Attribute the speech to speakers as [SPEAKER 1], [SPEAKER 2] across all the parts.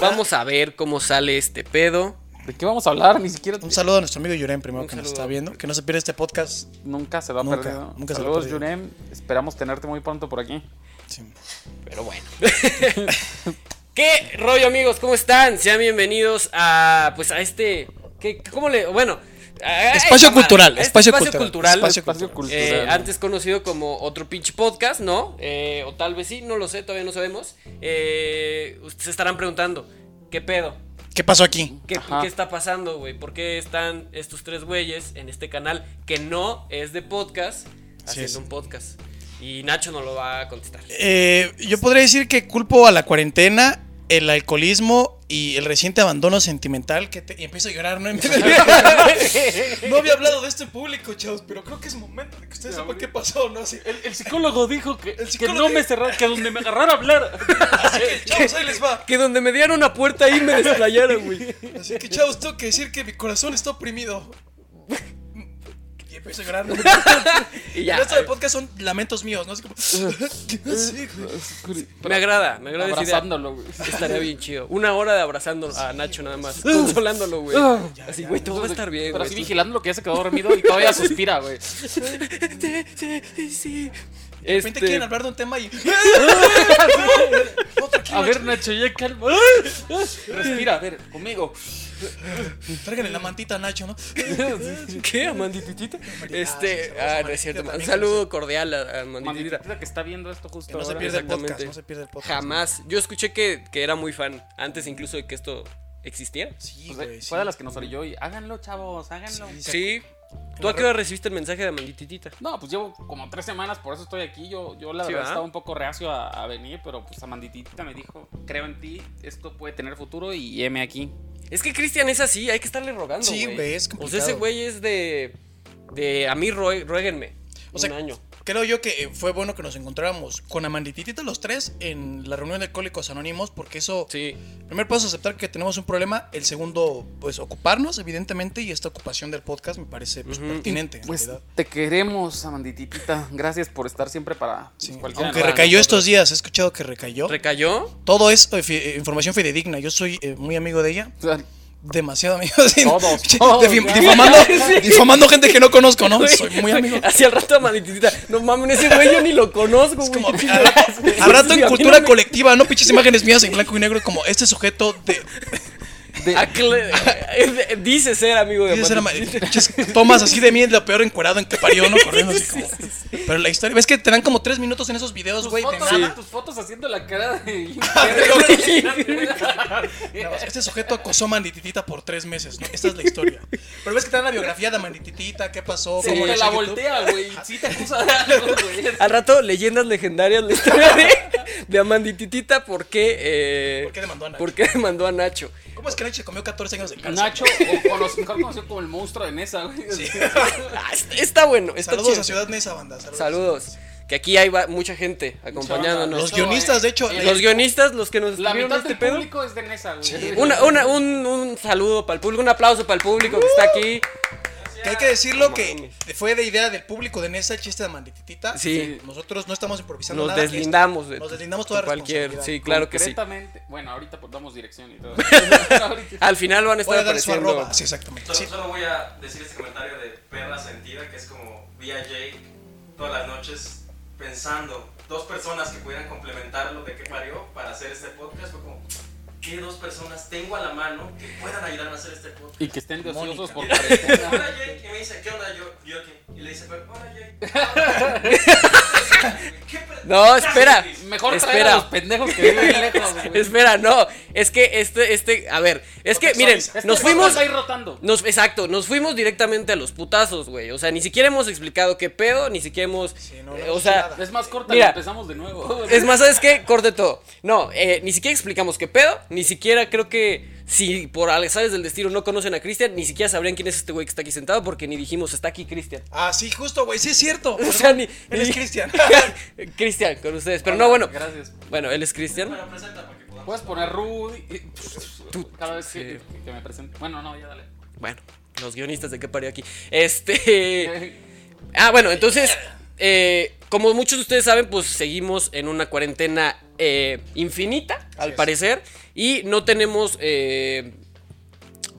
[SPEAKER 1] Vamos a ver cómo sale este pedo.
[SPEAKER 2] ¿De qué vamos a hablar? Ni siquiera.
[SPEAKER 3] Un saludo a nuestro amigo Yurem, primero
[SPEAKER 1] Un
[SPEAKER 3] que nos
[SPEAKER 1] saludo.
[SPEAKER 3] está viendo. Que no se pierda este podcast.
[SPEAKER 2] Nunca se lo ha
[SPEAKER 3] Nunca,
[SPEAKER 2] perdido.
[SPEAKER 3] nunca se lo ha
[SPEAKER 2] Saludos,
[SPEAKER 3] perdido.
[SPEAKER 2] Jurem. Esperamos tenerte muy pronto por aquí.
[SPEAKER 3] Sí.
[SPEAKER 1] Pero bueno. ¿Qué rollo, amigos? ¿Cómo están? Sean bienvenidos a. Pues a este. ¿qué, ¿Cómo le.? Bueno. a- a esta
[SPEAKER 3] Espacio
[SPEAKER 1] madre,
[SPEAKER 3] cultural,
[SPEAKER 1] a este
[SPEAKER 3] espacio cultural,
[SPEAKER 2] Espacio,
[SPEAKER 3] Espacio
[SPEAKER 2] cultural.
[SPEAKER 1] Eh, antes conocido como otro pinche podcast, ¿no? Eh, o tal vez sí, no lo sé, todavía no sabemos. Eh, ustedes se estarán preguntando, ¿qué pedo?
[SPEAKER 3] ¿Qué pasó aquí?
[SPEAKER 1] ¿Qué,
[SPEAKER 2] Ajá.
[SPEAKER 1] qué está pasando, güey? ¿Por qué están estos tres güeyes en este canal que no es de podcast haciendo
[SPEAKER 3] es.
[SPEAKER 1] un podcast? Y Nacho no lo va a contestar.
[SPEAKER 3] Eh, yo podría decir que culpo a la cuarentena, el alcoholismo y el reciente abandono sentimental. Que te- y empiezo a llorar, ¿no? En medio del video. no había hablado de esto en público, chavos, pero creo que es momento de que ustedes sepan qué pasó, ¿no? Así,
[SPEAKER 2] El, el psicólogo dijo que, que
[SPEAKER 3] psicólogo
[SPEAKER 2] no
[SPEAKER 3] dijo-
[SPEAKER 2] me cerrara, que donde me agarrara a hablar.
[SPEAKER 3] así que, chavos, ahí les va.
[SPEAKER 1] Que donde me dieron una puerta ahí me desplayaron, güey.
[SPEAKER 3] Así que, chavos, tengo que decir que mi corazón está oprimido. Y empiezo a llorar, ¿no?
[SPEAKER 1] Y
[SPEAKER 3] El
[SPEAKER 1] ya.
[SPEAKER 3] resto del podcast son lamentos míos, ¿no? Así como. Así, güey.
[SPEAKER 1] Me agrada, me agrada esa idea.
[SPEAKER 2] Abrazándolo, güey.
[SPEAKER 1] Estaría bien chido. Una hora de abrazándolo a Nacho nada más. Consolándolo, güey.
[SPEAKER 3] Ah.
[SPEAKER 1] Así, güey, todo va a estar bien,
[SPEAKER 2] Pero así
[SPEAKER 1] güey.
[SPEAKER 2] vigilando lo que ya se quedó dormido y todavía suspira, güey.
[SPEAKER 1] Sí, sí, sí.
[SPEAKER 3] De repente
[SPEAKER 1] Este,
[SPEAKER 3] quieren hablar de un tema y. No, tranquilo,
[SPEAKER 2] A ver, Nacho, ya calma. Respira, a ver, conmigo.
[SPEAKER 3] Tráiganle la mantita a Nacho, ¿no?
[SPEAKER 1] ¿Qué? ¿Amandititita?
[SPEAKER 3] sí,
[SPEAKER 1] Este,
[SPEAKER 3] saludos a
[SPEAKER 1] ah, no es
[SPEAKER 3] Amanditita
[SPEAKER 1] cierto. Un
[SPEAKER 3] también,
[SPEAKER 1] saludo cordial a a Amandititita.
[SPEAKER 2] Maldita que está viendo esto justo
[SPEAKER 3] Que no se
[SPEAKER 2] ahora. Pues
[SPEAKER 3] pierda el podcast,
[SPEAKER 1] exactamente.
[SPEAKER 3] no se pierda el podcast.
[SPEAKER 1] Jamás. Yo escuché que, que era muy fan antes incluso de que esto existiera.
[SPEAKER 3] Sí,
[SPEAKER 2] Pues, eh,
[SPEAKER 3] güey. sí.
[SPEAKER 2] Fue de las que nos orilló y háganlo, chavos, háganlo.
[SPEAKER 3] Sí, sí.
[SPEAKER 1] Sí. ¿Tú a qué hora recibiste el mensaje de Amandititita?
[SPEAKER 2] No, pues llevo como tres semanas, por eso estoy aquí. Yo, yo la
[SPEAKER 1] Sí,
[SPEAKER 2] verdad
[SPEAKER 1] ¿verdad?
[SPEAKER 2] estaba un poco reacio a, a venir, pero pues Amanditita me dijo, creo en ti, esto puede tener futuro y M aquí.
[SPEAKER 1] Es que Cristian es así, hay que estarle rogando.
[SPEAKER 3] Sí, güey, es
[SPEAKER 1] O sea, ese
[SPEAKER 3] complicado.
[SPEAKER 1] güey es de. De a mí rué- ruéguenme.
[SPEAKER 3] O sea,
[SPEAKER 1] un año.
[SPEAKER 3] creo yo que eh, fue bueno que nos encontráramos con Amandititita los tres en la reunión de Alcohólicos Anónimos, porque eso.
[SPEAKER 1] Sí.
[SPEAKER 3] Primer paso es aceptar que tenemos un problema. El segundo, pues ocuparnos, evidentemente, y esta ocupación del podcast me parece pues, pertinente. en
[SPEAKER 2] Pues
[SPEAKER 3] realidad.
[SPEAKER 2] te queremos, Amandititita. Gracias por estar siempre para
[SPEAKER 3] Sí.
[SPEAKER 2] pues, cualquiera.
[SPEAKER 3] Aunque
[SPEAKER 1] manera.
[SPEAKER 3] recayó estos días, he escuchado que recayó.
[SPEAKER 1] ¿Recayó?
[SPEAKER 3] Todo es eh, fi- eh, información fidedigna. Yo soy eh, muy amigo de ella.
[SPEAKER 2] O sea,
[SPEAKER 3] Demasiado amigo. así,
[SPEAKER 2] Todos,
[SPEAKER 3] che,
[SPEAKER 2] todos,
[SPEAKER 3] difam-
[SPEAKER 2] ya.
[SPEAKER 3] difamando, difamando gente que no conozco, ¿no? Soy muy amigo.
[SPEAKER 1] Hacia el rato Amandititita. No mames, ese güey yo ni lo conozco, güey.
[SPEAKER 3] Como, al rato, al rato en cultura colectiva, ¿no? Pinches imágenes mías en blanco y negro como este sujeto de...
[SPEAKER 2] de-
[SPEAKER 1] colectiva. Dice ser amigo de
[SPEAKER 3] dices, era ma-
[SPEAKER 1] Amandititita.
[SPEAKER 3] pinches tomas así de mí, lo peor encuerado en que parió, ¿no? Corriendo así como... Pero la historia... ¿Ves que te dan como tres minutos en esos videos,
[SPEAKER 2] tus,
[SPEAKER 3] güey? de
[SPEAKER 2] fotos,
[SPEAKER 3] nada?
[SPEAKER 2] tus fotos haciendo la cara de...
[SPEAKER 3] Nada más, Este sujeto acosó a Mandititita por tres meses, ¿no? Esta es la historia. Pero ves que te dan la biografía de Mandititita, qué pasó,
[SPEAKER 2] Sí,
[SPEAKER 3] cómo
[SPEAKER 2] te
[SPEAKER 3] le
[SPEAKER 2] la
[SPEAKER 3] hizo YouTube.
[SPEAKER 2] voltea, güey. Sí te acusa de algo, güey.
[SPEAKER 1] Al rato, leyendas legendarias, la historia de, de Amandititita, ¿por qué? eh,
[SPEAKER 3] ¿Por qué demandó a Nacho?
[SPEAKER 1] ¿Por qué demandó a Nacho?
[SPEAKER 3] ¿Como es que Nacho se comió 14 años de cárcel?
[SPEAKER 2] Nacho, o conoc- mejor conocido como el monstruo de Nesa, güey.
[SPEAKER 1] Ah, está, está bueno, está
[SPEAKER 3] Saludos
[SPEAKER 1] chido.
[SPEAKER 3] a Ciudad Neza, banda. Saludos.
[SPEAKER 1] Saludos. Que aquí hay va- mucha gente
[SPEAKER 3] Los
[SPEAKER 1] acompañándonos.
[SPEAKER 2] Eso,
[SPEAKER 3] guionistas, de hecho,
[SPEAKER 2] eh,
[SPEAKER 1] Los, guionistas, los que nos
[SPEAKER 2] La
[SPEAKER 1] escribieron
[SPEAKER 2] mitad
[SPEAKER 1] este
[SPEAKER 2] del
[SPEAKER 1] pedo.
[SPEAKER 2] público es de Nesa, güey.
[SPEAKER 1] Una- una- un, un saludo para el público, un aplauso para el público que está aquí.
[SPEAKER 3] Que hay que decirlo
[SPEAKER 1] No
[SPEAKER 3] que
[SPEAKER 1] mames.
[SPEAKER 3] fue de idea del público de Nesa el chiste de Mandititita.
[SPEAKER 1] Sí.
[SPEAKER 3] Nosotros no estamos improvisando
[SPEAKER 1] Nos
[SPEAKER 3] nada.
[SPEAKER 1] deslindamos de
[SPEAKER 3] Nos deslindamos toda
[SPEAKER 1] cualquier.
[SPEAKER 3] cualquier.
[SPEAKER 1] Sí, claro que sí.
[SPEAKER 2] Concretamente, bueno, ahorita pues damos dirección y todo. Ahorita.
[SPEAKER 1] Al final van a
[SPEAKER 3] Voy
[SPEAKER 1] estar
[SPEAKER 3] a darle su
[SPEAKER 1] apareciendo.
[SPEAKER 3] arroba. Sí, exactamente.
[SPEAKER 4] Solo,
[SPEAKER 3] Sí.
[SPEAKER 4] solo voy a decir este comentario de perra sentida, que es como vi a Jake todas las noches pensando dos personas que pudieran complementar lo de que parió para hacer este podcast. Fue como, ¿qué dos personas tengo a la mano que puedan ayudarme a hacer este podcast?
[SPEAKER 2] Y que estén de ociosos por
[SPEAKER 4] Hola
[SPEAKER 2] cuarentena.
[SPEAKER 4] Jake, y me dice, ¿qué onda yo? Yo aquí. Y le dice, pero, hola Jake. ¿Qué pre-
[SPEAKER 1] No, espera.
[SPEAKER 2] Mejor traer
[SPEAKER 1] Espera.
[SPEAKER 2] a los pendejos que viven lejos, güey.
[SPEAKER 1] Espera, no. Es que este, este, a ver, es que miren,
[SPEAKER 2] Este
[SPEAKER 1] nos
[SPEAKER 2] podcast
[SPEAKER 1] fuimos.
[SPEAKER 2] va a ir rotando.
[SPEAKER 1] Nos, exacto, nos fuimos directamente a los putazos, güey. O sea, ni siquiera hemos explicado qué pedo, ni siquiera hemos.
[SPEAKER 3] no, no
[SPEAKER 1] eh, o
[SPEAKER 3] hemos
[SPEAKER 1] sea,
[SPEAKER 3] nada.
[SPEAKER 2] Es más corta y
[SPEAKER 1] Mira.
[SPEAKER 2] empezamos de nuevo. güey.
[SPEAKER 1] es más, ¿sabes qué? Corte todo. No, eh, ni siquiera explicamos qué pedo, ni siquiera creo que. Si por azares del destino no conocen a Cristian, ni siquiera sabrían quién es este güey que está aquí sentado, porque ni dijimos está aquí Cristian.
[SPEAKER 3] Ah, sí, justo, güey. Sí, es cierto.
[SPEAKER 1] O sea, ni.
[SPEAKER 3] Él es
[SPEAKER 1] ni-
[SPEAKER 3] Cristian.
[SPEAKER 1] Cristian, con ustedes. Pero
[SPEAKER 2] Hola,
[SPEAKER 1] no, bueno.
[SPEAKER 2] Gracias.
[SPEAKER 1] Bueno, él es Cristian.
[SPEAKER 4] Bueno, presenta para que podamos.
[SPEAKER 2] Puedes poner Rudy. Cada vez que,
[SPEAKER 1] sí.
[SPEAKER 2] que me presente. Bueno, no, ya dale.
[SPEAKER 1] Bueno, los guionistas de qué parió aquí. Este. Ah, bueno, entonces, eh, como muchos de ustedes saben, pues seguimos en una cuarentena eh, infinita. al parecer. Y no tenemos, eh,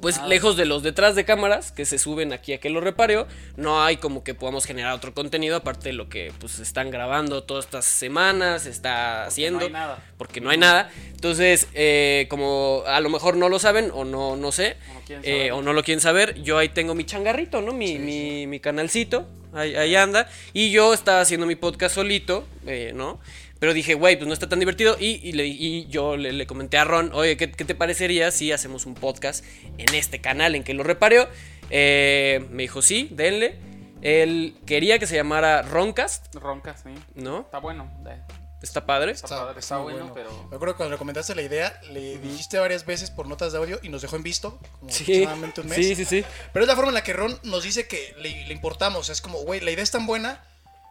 [SPEAKER 1] pues lejos de los detrás de cámaras que se suben aquí a que lo repareo, no hay como que podamos generar otro contenido aparte de lo que pues están grabando todas estas semanas, se está haciendo.
[SPEAKER 2] no hay nada.
[SPEAKER 1] Porque no hay nada. Entonces, eh, como a lo mejor no lo saben o no, no sé,
[SPEAKER 2] O no quieren
[SPEAKER 1] eh,
[SPEAKER 2] saber.
[SPEAKER 1] o no lo quieren saber, yo ahí tengo mi changarrito, ¿no? Mi, mi, mi canalcito, ahí, ahí anda. Y yo estaba haciendo mi podcast solito, eh, ¿no? Pero dije, güey, pues no está tan divertido. Y, y le- y yo le, le comenté a Ron, oye, ¿qué, qué te parecería si hacemos un podcast en este canal en que lo repareo? Eh, me dijo, sí, denle. Él quería que se llamara Roncast,
[SPEAKER 2] Ronca, sí.
[SPEAKER 1] ¿no?
[SPEAKER 2] Está bueno. eh,
[SPEAKER 1] Está padre.
[SPEAKER 2] Está, padre, está
[SPEAKER 3] muy
[SPEAKER 2] bueno,
[SPEAKER 3] Me
[SPEAKER 2] pero.
[SPEAKER 3] acuerdo cuando le comentaste la idea, le dijiste varias veces por notas de audio y nos dejó en visto, como
[SPEAKER 1] Sí,
[SPEAKER 3] aproximadamente un mes.
[SPEAKER 1] sí, sí, sí.
[SPEAKER 3] Pero es la forma en la que Ron nos dice que le, le importamos. Es como, güey, la idea es tan buena.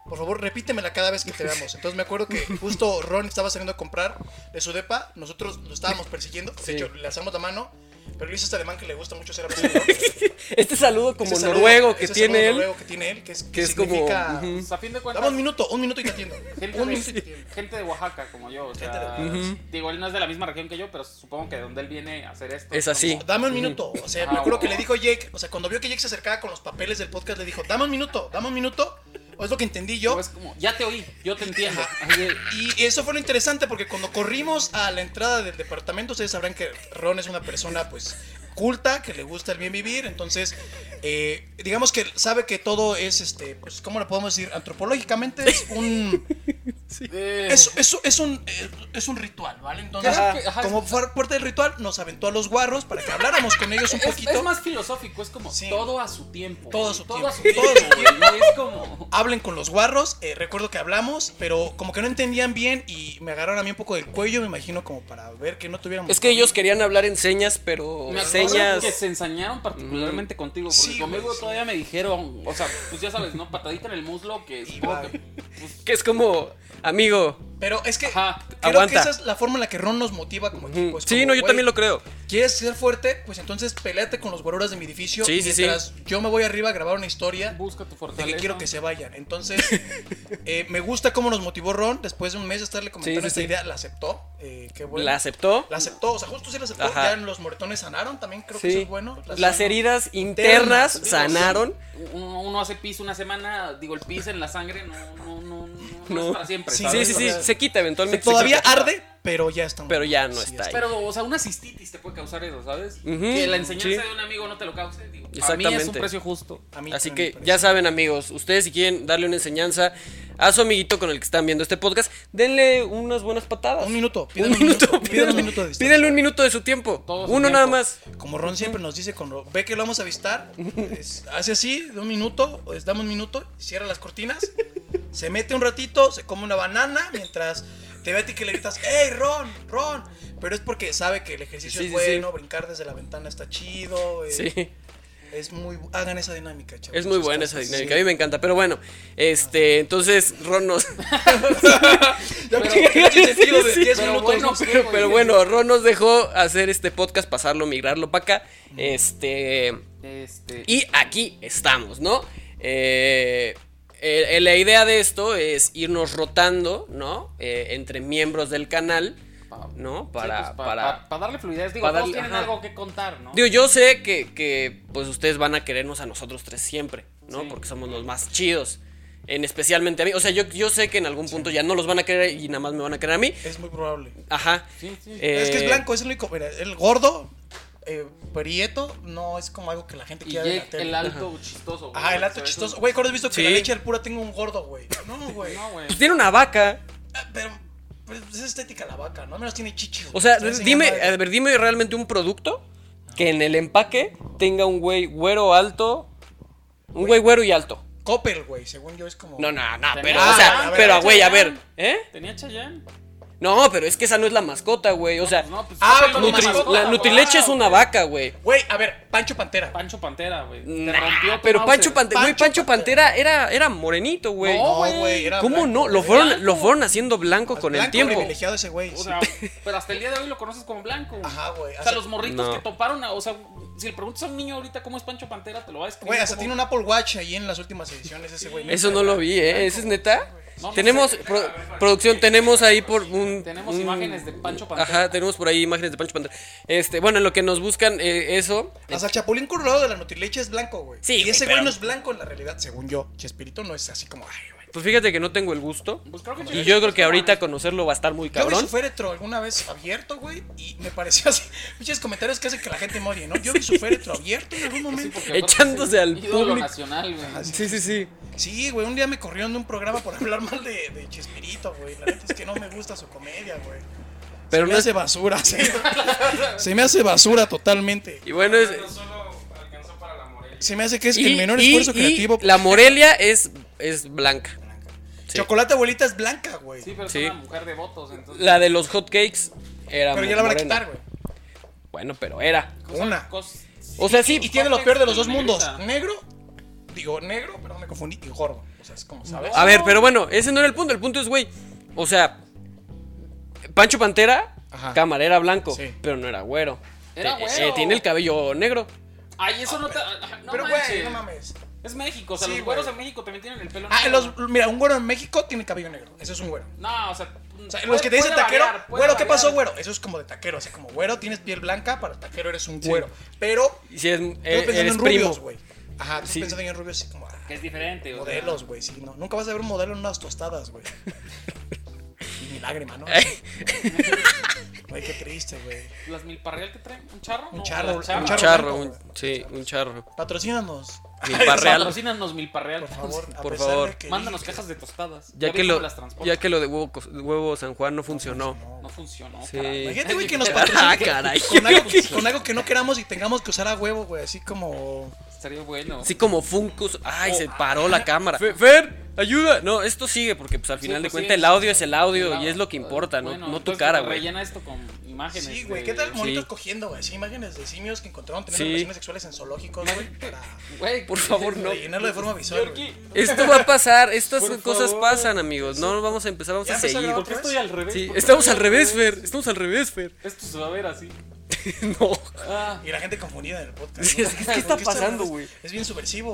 [SPEAKER 3] Por favor, repítemela cada vez que te veamos. Entonces me acuerdo que justo Ron estaba saliendo a comprar de su depa. Nosotros lo estábamos persiguiendo. De
[SPEAKER 1] Sí.
[SPEAKER 3] hecho, le alzamos la mano. Pero Luis es alemán que le gusta mucho ser perseguido. Ese
[SPEAKER 1] Este saludo como
[SPEAKER 3] saludo-
[SPEAKER 1] noruego que
[SPEAKER 3] ese
[SPEAKER 1] tiene
[SPEAKER 3] saludo
[SPEAKER 1] él.
[SPEAKER 3] noruego que tiene él, que es, que
[SPEAKER 1] que es como,
[SPEAKER 3] significa...
[SPEAKER 1] ujú.
[SPEAKER 2] Pues, a fin de cuentas.
[SPEAKER 3] Dame un minuto, un minuto y te atiendo.
[SPEAKER 2] Gente
[SPEAKER 3] un minuto y te
[SPEAKER 2] de,
[SPEAKER 3] atiendo.
[SPEAKER 2] gente de Oaxaca, como yo. O sea,
[SPEAKER 3] Gente
[SPEAKER 1] de- Ujú.
[SPEAKER 2] Digo, él no es de la misma región que yo, pero supongo que de donde él viene a hacer esto.
[SPEAKER 1] Es
[SPEAKER 2] como-
[SPEAKER 1] así.
[SPEAKER 3] Dame un minuto. O sea,
[SPEAKER 2] Ah,
[SPEAKER 3] me acuerdo que
[SPEAKER 2] bueno.
[SPEAKER 3] le dijo Jake. O sea, cuando vio que Jake se acercaba con los papeles del podcast, le dijo, dame un minuto, dame un minuto. O es lo que entendí yo.
[SPEAKER 2] como Es como, ya te oí, yo te entiendo. Así de-
[SPEAKER 3] Y eso fue lo interesante porque cuando corrimos a la entrada del departamento, ustedes sabrán que Ron es una persona pues culta, que le gusta el bien vivir, entonces eh, digamos que sabe que todo es este, pues cómo lo podemos decir, antropológicamente es un
[SPEAKER 2] Eh,
[SPEAKER 3] es, es- es un eh, es un ritual, ¿vale? Entonces,
[SPEAKER 2] Creo que- ajá,
[SPEAKER 3] como fue parte del ritual, nos aventó a los guarros para que habláramos con ellos un
[SPEAKER 2] es,
[SPEAKER 3] poquito.
[SPEAKER 2] es más filosófico, es como
[SPEAKER 3] Sí.
[SPEAKER 2] todo a su tiempo.
[SPEAKER 3] Todo a
[SPEAKER 2] güey,
[SPEAKER 3] su
[SPEAKER 2] Todo
[SPEAKER 3] tiempo,
[SPEAKER 2] a su tiempo. güey, y es como.
[SPEAKER 3] hablen con los guarros. eh, recuerdo que hablamos, pero como que no entendían bien y me agarraron a mí un poco del cuello, me imagino, como para ver que no tuviéramos.
[SPEAKER 1] Es que ellos querían hablar en señas, pero
[SPEAKER 2] Me acuerdo
[SPEAKER 1] señas.
[SPEAKER 2] que se ensañaron particularmente contigo, porque
[SPEAKER 3] Sí,
[SPEAKER 2] conmigo
[SPEAKER 3] güey, sí.
[SPEAKER 2] todavía me dijeron, o sea, pues ya sabes, ¿no? Patadita en el muslo, que es como
[SPEAKER 3] va.
[SPEAKER 2] que, pues,
[SPEAKER 1] Que es como, amigo.
[SPEAKER 3] Pero es que
[SPEAKER 2] Ajá,
[SPEAKER 3] creo que
[SPEAKER 1] aguanta.
[SPEAKER 3] esa es la forma en la que Ron nos motiva Pues como equipo. Es
[SPEAKER 1] Mm, Sí,
[SPEAKER 3] como,
[SPEAKER 1] no, yo
[SPEAKER 3] "Güey,
[SPEAKER 1] también lo creo.
[SPEAKER 3] ¿Quieres ser fuerte? Pues entonces peleate con los guaruras de mi edificio.
[SPEAKER 1] Sí, sí, sí.
[SPEAKER 3] mientras yo me voy arriba a grabar una historia
[SPEAKER 2] busca tu
[SPEAKER 3] de
[SPEAKER 2] fortaleza.
[SPEAKER 3] que quiero que se vayan. Entonces, eh, me gusta cómo nos motivó Ron. Después de un mes de estarle comentando
[SPEAKER 1] Sí, sí,
[SPEAKER 3] esta
[SPEAKER 1] sí.
[SPEAKER 3] idea, la aceptó. eh, qué bueno.
[SPEAKER 1] La aceptó.
[SPEAKER 3] La aceptó. O sea, justo sí la aceptó.
[SPEAKER 1] Ajá.
[SPEAKER 3] Ya los moretones sanaron también, creo que
[SPEAKER 1] Sí.
[SPEAKER 3] eso es bueno.
[SPEAKER 1] Las heridas internas
[SPEAKER 3] Internas,
[SPEAKER 1] sanaron.
[SPEAKER 2] Uno, uno hace pis una semana, digo, el pis en la sangre no, no, no, no, no es
[SPEAKER 1] No.
[SPEAKER 2] para siempre.
[SPEAKER 3] Sí,
[SPEAKER 1] Sí,
[SPEAKER 2] ¿sabes?
[SPEAKER 1] sí,
[SPEAKER 3] o
[SPEAKER 1] sí.
[SPEAKER 3] sea,
[SPEAKER 1] Se quita eventualmente. se
[SPEAKER 3] Todavía
[SPEAKER 1] quita.
[SPEAKER 3] arde, pero ya estamos.
[SPEAKER 1] Pero ya no
[SPEAKER 3] Sí,
[SPEAKER 1] está ahí.
[SPEAKER 2] Pero, o sea, una cistitis te puede causar eso, ¿sabes?
[SPEAKER 1] Ujú,
[SPEAKER 2] que la enseñanza
[SPEAKER 1] sí.
[SPEAKER 2] de un amigo no te lo cause. Digo, para mí es un
[SPEAKER 1] Exactamente.
[SPEAKER 2] precio justo.
[SPEAKER 3] A mí
[SPEAKER 1] Así
[SPEAKER 3] también me
[SPEAKER 1] que
[SPEAKER 3] parece.
[SPEAKER 1] ya saben amigos, ustedes si quieren darle una enseñanza a su amiguito con el que están viendo este podcast, denle unas buenas patadas.
[SPEAKER 3] Un minuto,
[SPEAKER 1] Un
[SPEAKER 3] pídele un
[SPEAKER 1] minuto.
[SPEAKER 3] minuto, pídele un
[SPEAKER 1] pídele-
[SPEAKER 3] minuto de distancia.
[SPEAKER 1] Pídele un minuto de su tiempo.
[SPEAKER 2] Todo su
[SPEAKER 1] Uno nada
[SPEAKER 2] tiempo.
[SPEAKER 1] más.
[SPEAKER 3] Como Ron siempre nos dice cuando ve que lo vamos a avistar, es- hace así, de un minuto, o es dame un minuto, cierra las cortinas, se mete un ratito, se come una banana, mientras te ve a ti que le gritas, ¡Ey, Ron, Ron! Pero es porque sabe que el ejercicio
[SPEAKER 1] Sí,
[SPEAKER 3] es
[SPEAKER 1] sí,
[SPEAKER 3] bueno, brincar desde la ventana está chido, eh,
[SPEAKER 1] Sí.
[SPEAKER 3] es muy... Hagan esa dinámica, chavos.
[SPEAKER 1] Es muy
[SPEAKER 3] está-
[SPEAKER 1] buena esa dinámica, a
[SPEAKER 3] sí.
[SPEAKER 1] mí me encanta. Pero bueno, este, entonces Ron nos.
[SPEAKER 3] Ya
[SPEAKER 2] Pero-
[SPEAKER 3] tiene pinche sentido de 10
[SPEAKER 2] Pero
[SPEAKER 3] minutos,
[SPEAKER 2] bueno,
[SPEAKER 3] no sé.
[SPEAKER 2] pero-
[SPEAKER 1] Pero bueno, Ron nos dejó hacer este podcast, pasarlo, migrarlo para acá. Este.
[SPEAKER 2] Este,
[SPEAKER 1] Y aquí estamos, ¿no? Eh, eh, la idea de esto es irnos rotando, ¿no? Eh, entre miembros del canal,
[SPEAKER 2] pa-
[SPEAKER 1] ¿no?
[SPEAKER 2] sí,
[SPEAKER 1] Para.
[SPEAKER 2] pues, pa-
[SPEAKER 1] para
[SPEAKER 2] pa- pa darle fluidez, digo,
[SPEAKER 1] pa'
[SPEAKER 2] todos
[SPEAKER 1] darle-
[SPEAKER 2] tienen
[SPEAKER 1] ajá.
[SPEAKER 2] algo que contar, ¿no?
[SPEAKER 1] Digo, yo sé que, que, pues ustedes van a querernos a nosotros tres siempre, ¿no?
[SPEAKER 2] Sí.
[SPEAKER 1] Porque somos los más chidos. En especialmente a mí. O sea, yo, yo sé que en algún punto ya no los van a querer y nada más me van a querer a mí.
[SPEAKER 3] Es muy probable.
[SPEAKER 1] Ajá.
[SPEAKER 2] Sí, sí.
[SPEAKER 1] Eh,
[SPEAKER 3] es que es blanco, es el único. Mira, el gordo, eh, prieto, no es como algo que la gente
[SPEAKER 2] Y
[SPEAKER 3] quiera ver en la
[SPEAKER 2] Jake,
[SPEAKER 3] tele.
[SPEAKER 2] el alto chistoso. güey,
[SPEAKER 3] Ah, el
[SPEAKER 2] que
[SPEAKER 3] alto
[SPEAKER 2] se ve
[SPEAKER 3] chistoso.
[SPEAKER 2] su-
[SPEAKER 3] Güey, ¿cuándo has visto que
[SPEAKER 1] Sí.
[SPEAKER 3] la leche al pura tenga un gordo, güey? No, güey.
[SPEAKER 2] No, güey.
[SPEAKER 1] Pues tiene una vaca.
[SPEAKER 3] Ah, pero pues, es estética la vaca, ¿no? Al menos tiene chichis.
[SPEAKER 1] O sea,
[SPEAKER 3] güey. Está
[SPEAKER 1] dime, eh,
[SPEAKER 3] enseñando
[SPEAKER 1] a ver, dime realmente un producto que en el empaque tenga un güey güero alto. Un güey güero y alto.
[SPEAKER 3] algo. Coppel, güey, según yo es como.
[SPEAKER 1] No, no, no,
[SPEAKER 2] Tenía
[SPEAKER 1] pero,
[SPEAKER 2] Chayanne,
[SPEAKER 1] o sea,
[SPEAKER 3] a ver,
[SPEAKER 1] pero,
[SPEAKER 3] a ver,
[SPEAKER 1] güey, a ver,
[SPEAKER 2] Chayanne.
[SPEAKER 1] ¿eh?
[SPEAKER 2] ¿Tenía Chayanne?
[SPEAKER 1] No, pero es que esa no es la mascota, güey, o sea,
[SPEAKER 2] Pues no, pues,
[SPEAKER 3] ah,
[SPEAKER 2] Chayanne
[SPEAKER 3] como
[SPEAKER 2] no
[SPEAKER 1] Nutri-
[SPEAKER 2] es mascota,
[SPEAKER 1] la
[SPEAKER 2] güey.
[SPEAKER 1] Nutrileche es una vaca, güey.
[SPEAKER 3] Güey, a ver, Pancho Pantera.
[SPEAKER 2] Pancho Pantera, güey. Te
[SPEAKER 1] Nah,
[SPEAKER 2] rompió tu
[SPEAKER 1] pero
[SPEAKER 2] mouse.
[SPEAKER 3] eh.
[SPEAKER 1] Pancho Pantera, güey,
[SPEAKER 3] Pancho
[SPEAKER 1] Pancho Pantera era, era morenito, güey.
[SPEAKER 2] No,
[SPEAKER 3] era
[SPEAKER 1] ¿Cómo
[SPEAKER 3] blanco,
[SPEAKER 1] no? Lo
[SPEAKER 3] güey.
[SPEAKER 1] fueron, lo fueron haciendo blanco con
[SPEAKER 3] Blanco
[SPEAKER 1] el tiempo.
[SPEAKER 3] privilegiado ese güey.
[SPEAKER 2] O
[SPEAKER 3] sí.
[SPEAKER 2] sea, pero hasta el día de hoy lo conoces como blanco. güey.
[SPEAKER 3] Ajá, güey.
[SPEAKER 2] O
[SPEAKER 3] Hasta-
[SPEAKER 2] sea, los morritos
[SPEAKER 1] No.
[SPEAKER 2] que toparon, a- o sea, si le preguntas a un niño ahorita cómo es Pancho Pantera, te lo va a escribir.
[SPEAKER 3] Güey, hasta
[SPEAKER 2] como-
[SPEAKER 3] tiene un Apple Watch ahí en las últimas ediciones ese güey.
[SPEAKER 1] Eso no lo vi, ¿eh? ¿Ese es neta?
[SPEAKER 2] No,
[SPEAKER 1] Tenemos,
[SPEAKER 2] no sé.
[SPEAKER 1] pro- producción, tenemos ahí por un...
[SPEAKER 2] Tenemos
[SPEAKER 1] un-
[SPEAKER 2] imágenes de Pancho Pantera.
[SPEAKER 1] Ajá, tenemos por ahí imágenes de Pancho Pantera. Este, bueno, en lo que nos buscan eh, eso...
[SPEAKER 3] Hasta Chapulín Colorado de la Notileche es blanco, güey.
[SPEAKER 1] Sí,
[SPEAKER 3] Y
[SPEAKER 1] güey,
[SPEAKER 3] ese güey
[SPEAKER 1] pero-
[SPEAKER 3] no es blanco en la realidad, según yo. Chespirito no es así como, ay, güey.
[SPEAKER 1] Pues fíjate que no tengo el gusto.
[SPEAKER 2] Pues creo que
[SPEAKER 1] Y
[SPEAKER 2] Chespirito
[SPEAKER 1] yo
[SPEAKER 2] es
[SPEAKER 1] creo que
[SPEAKER 2] como-
[SPEAKER 1] ahorita conocerlo va a estar muy
[SPEAKER 3] Yo vi su
[SPEAKER 1] cabrón.
[SPEAKER 3] féretro alguna vez abierto, güey, y me pareció así. Muchos comentarios que hacen que la gente morie, ¿no? Yo vi su féretro abierto en algún
[SPEAKER 2] Sí,
[SPEAKER 3] momento.
[SPEAKER 2] porque aparte
[SPEAKER 1] Echándose
[SPEAKER 2] es
[SPEAKER 1] al
[SPEAKER 2] ídolo
[SPEAKER 1] público.
[SPEAKER 2] nacional, güey.
[SPEAKER 1] Sí, sí, sí.
[SPEAKER 3] Sí, güey, un día me corrieron de un programa por hablar mal de, de Chespirito, güey. La neta es que no me gusta su comedia, güey.
[SPEAKER 1] Pero
[SPEAKER 3] Se me
[SPEAKER 1] no es-
[SPEAKER 3] hace basura, sí. Se me hace basura totalmente.
[SPEAKER 1] Y bueno, es...
[SPEAKER 4] No solo alcanzó para la Morelia.
[SPEAKER 3] Se me hace que es
[SPEAKER 1] y-
[SPEAKER 3] el menor
[SPEAKER 1] y-
[SPEAKER 3] esfuerzo
[SPEAKER 1] y
[SPEAKER 3] creativo.
[SPEAKER 1] La Morelia es, es blanca. sí.
[SPEAKER 3] Chocolate abuelita es blanca, güey.
[SPEAKER 2] Sí, pero es
[SPEAKER 1] Sí.
[SPEAKER 2] una mujer de votos, entonces.
[SPEAKER 1] La de los hotcakes era...
[SPEAKER 3] pero ya la van a
[SPEAKER 1] morena.
[SPEAKER 3] quitar, güey.
[SPEAKER 1] Bueno, pero era.
[SPEAKER 2] cosa-
[SPEAKER 3] una.
[SPEAKER 2] cos-
[SPEAKER 1] O sea, sí.
[SPEAKER 3] Y tiene lo peor de los dos mundos.
[SPEAKER 2] Negrita.
[SPEAKER 3] Negro, digo negro, pero me confundí, y gordo. O sea, es como, ¿sabes?
[SPEAKER 1] A
[SPEAKER 2] Oh,
[SPEAKER 1] ver, pero bueno, ese no era el punto. El punto es, güey. O sea, Pancho Pantera,
[SPEAKER 3] Ajá.
[SPEAKER 1] cámara, era blanco,
[SPEAKER 3] Sí.
[SPEAKER 1] pero no era güero.
[SPEAKER 2] Era
[SPEAKER 1] Eh, eh,
[SPEAKER 2] güero.
[SPEAKER 1] tiene el cabello negro.
[SPEAKER 2] Ay, eso no te. ah, No
[SPEAKER 3] pero güey,
[SPEAKER 2] manches.
[SPEAKER 3] no mames.
[SPEAKER 2] Es México, o sea,
[SPEAKER 3] Sí,
[SPEAKER 2] los güeros
[SPEAKER 3] güey.
[SPEAKER 2] en México también tienen el pelo
[SPEAKER 3] Ah,
[SPEAKER 2] negro.
[SPEAKER 3] los, mira, un güero en México tiene cabello negro. Eso es un güero.
[SPEAKER 2] No, o sea.
[SPEAKER 3] O sea,
[SPEAKER 2] puede-
[SPEAKER 3] los que te dicen
[SPEAKER 2] puede
[SPEAKER 3] taquero,
[SPEAKER 2] variar, puede
[SPEAKER 3] güero, ¿qué pasó,
[SPEAKER 2] variar.
[SPEAKER 3] güero? Eso es como de taquero. Así como güero, tienes piel blanca, para taquero eres un güero. Pero,
[SPEAKER 1] Y si es,
[SPEAKER 3] yo
[SPEAKER 1] eh,
[SPEAKER 3] pensando
[SPEAKER 1] eres
[SPEAKER 3] en
[SPEAKER 1] primo.
[SPEAKER 3] rubios, güey. Ajá, tú
[SPEAKER 1] Sí.
[SPEAKER 3] pensando en rubios, así como, ah,
[SPEAKER 2] Que es diferente, o sea.
[SPEAKER 3] modelos, güey. Sí, no. Nunca vas a ver un modelo en unas tostadas, güey. Y Ni lágrima, ¿no? Güey, qué triste, güey.
[SPEAKER 2] Las milparreal que traen, un charro.
[SPEAKER 3] Un
[SPEAKER 2] No,
[SPEAKER 3] charro,
[SPEAKER 2] las
[SPEAKER 3] un
[SPEAKER 1] un
[SPEAKER 2] charras.
[SPEAKER 3] charro
[SPEAKER 1] charro,
[SPEAKER 3] blanco,
[SPEAKER 1] un-
[SPEAKER 3] güey.
[SPEAKER 1] sí, un charro.
[SPEAKER 3] Patrocínanos.
[SPEAKER 1] Milparreal.
[SPEAKER 2] Patrocínanos milparreal.
[SPEAKER 3] Por favor, a
[SPEAKER 1] Por
[SPEAKER 3] pesar
[SPEAKER 1] favor.
[SPEAKER 3] de que-
[SPEAKER 2] Mándanos cajas de tostadas.
[SPEAKER 1] Ya
[SPEAKER 2] vi
[SPEAKER 1] que,
[SPEAKER 2] cómo
[SPEAKER 1] lo,
[SPEAKER 2] las transportas.
[SPEAKER 1] ya que lo de huevo, cos- huevo San Juan no funcionó.
[SPEAKER 2] No funcionó.
[SPEAKER 1] Sí.
[SPEAKER 2] caray.
[SPEAKER 3] Imagínate, güey, que nos
[SPEAKER 1] Ah,
[SPEAKER 3] patrocinen
[SPEAKER 1] caray.
[SPEAKER 3] con algo, con algo que no queramos y tengamos que usar a huevo, güey. Así como.
[SPEAKER 2] Estaría bueno.
[SPEAKER 1] Así como Funcus. Ay, se paró la cámara. Fe- Fer, ayuda. No, esto sigue porque pues al final de
[SPEAKER 2] pues, sí,
[SPEAKER 1] cuentas el
[SPEAKER 2] es-
[SPEAKER 1] audio es el audio
[SPEAKER 2] Claro.
[SPEAKER 1] y es lo que importa, no,
[SPEAKER 2] Bueno,
[SPEAKER 1] no tu
[SPEAKER 2] entonces,
[SPEAKER 1] cara, güey.
[SPEAKER 2] Rellena esto con imágenes.
[SPEAKER 3] Sí, güey.
[SPEAKER 2] de-
[SPEAKER 3] ¿Qué tal monitos
[SPEAKER 1] Sí.
[SPEAKER 3] cogiendo, güey? Así imágenes de simios que encontraron teniendo
[SPEAKER 1] Sí.
[SPEAKER 3] relaciones sexuales en zoológicos, güey. Para
[SPEAKER 2] Güey,
[SPEAKER 1] Por favor, no.
[SPEAKER 3] rellenarlo de forma visual.
[SPEAKER 2] Yorkie,
[SPEAKER 3] güey.
[SPEAKER 1] Esto va a pasar, estas
[SPEAKER 2] Por
[SPEAKER 1] cosas
[SPEAKER 2] favor.
[SPEAKER 1] pasan, amigos. No nos vamos a empezar, vamos
[SPEAKER 3] ¿Ya
[SPEAKER 1] a
[SPEAKER 3] empezó a
[SPEAKER 1] seguir.
[SPEAKER 3] grabar?
[SPEAKER 2] ¿Por qué estoy al revés?
[SPEAKER 1] Sí,
[SPEAKER 2] ¿Por qué
[SPEAKER 1] estamos
[SPEAKER 2] estoy
[SPEAKER 1] al revés, Fer. Estamos al revés, Fer.
[SPEAKER 2] Esto se va a ver así.
[SPEAKER 1] No.
[SPEAKER 2] Ah,
[SPEAKER 3] Y la gente confundida en el podcast.
[SPEAKER 1] Sí,
[SPEAKER 3] ¿no?
[SPEAKER 1] es que- ¿qué está
[SPEAKER 3] Porque esto
[SPEAKER 1] pasando,
[SPEAKER 3] es-
[SPEAKER 1] güey?
[SPEAKER 3] Es bien subversivo,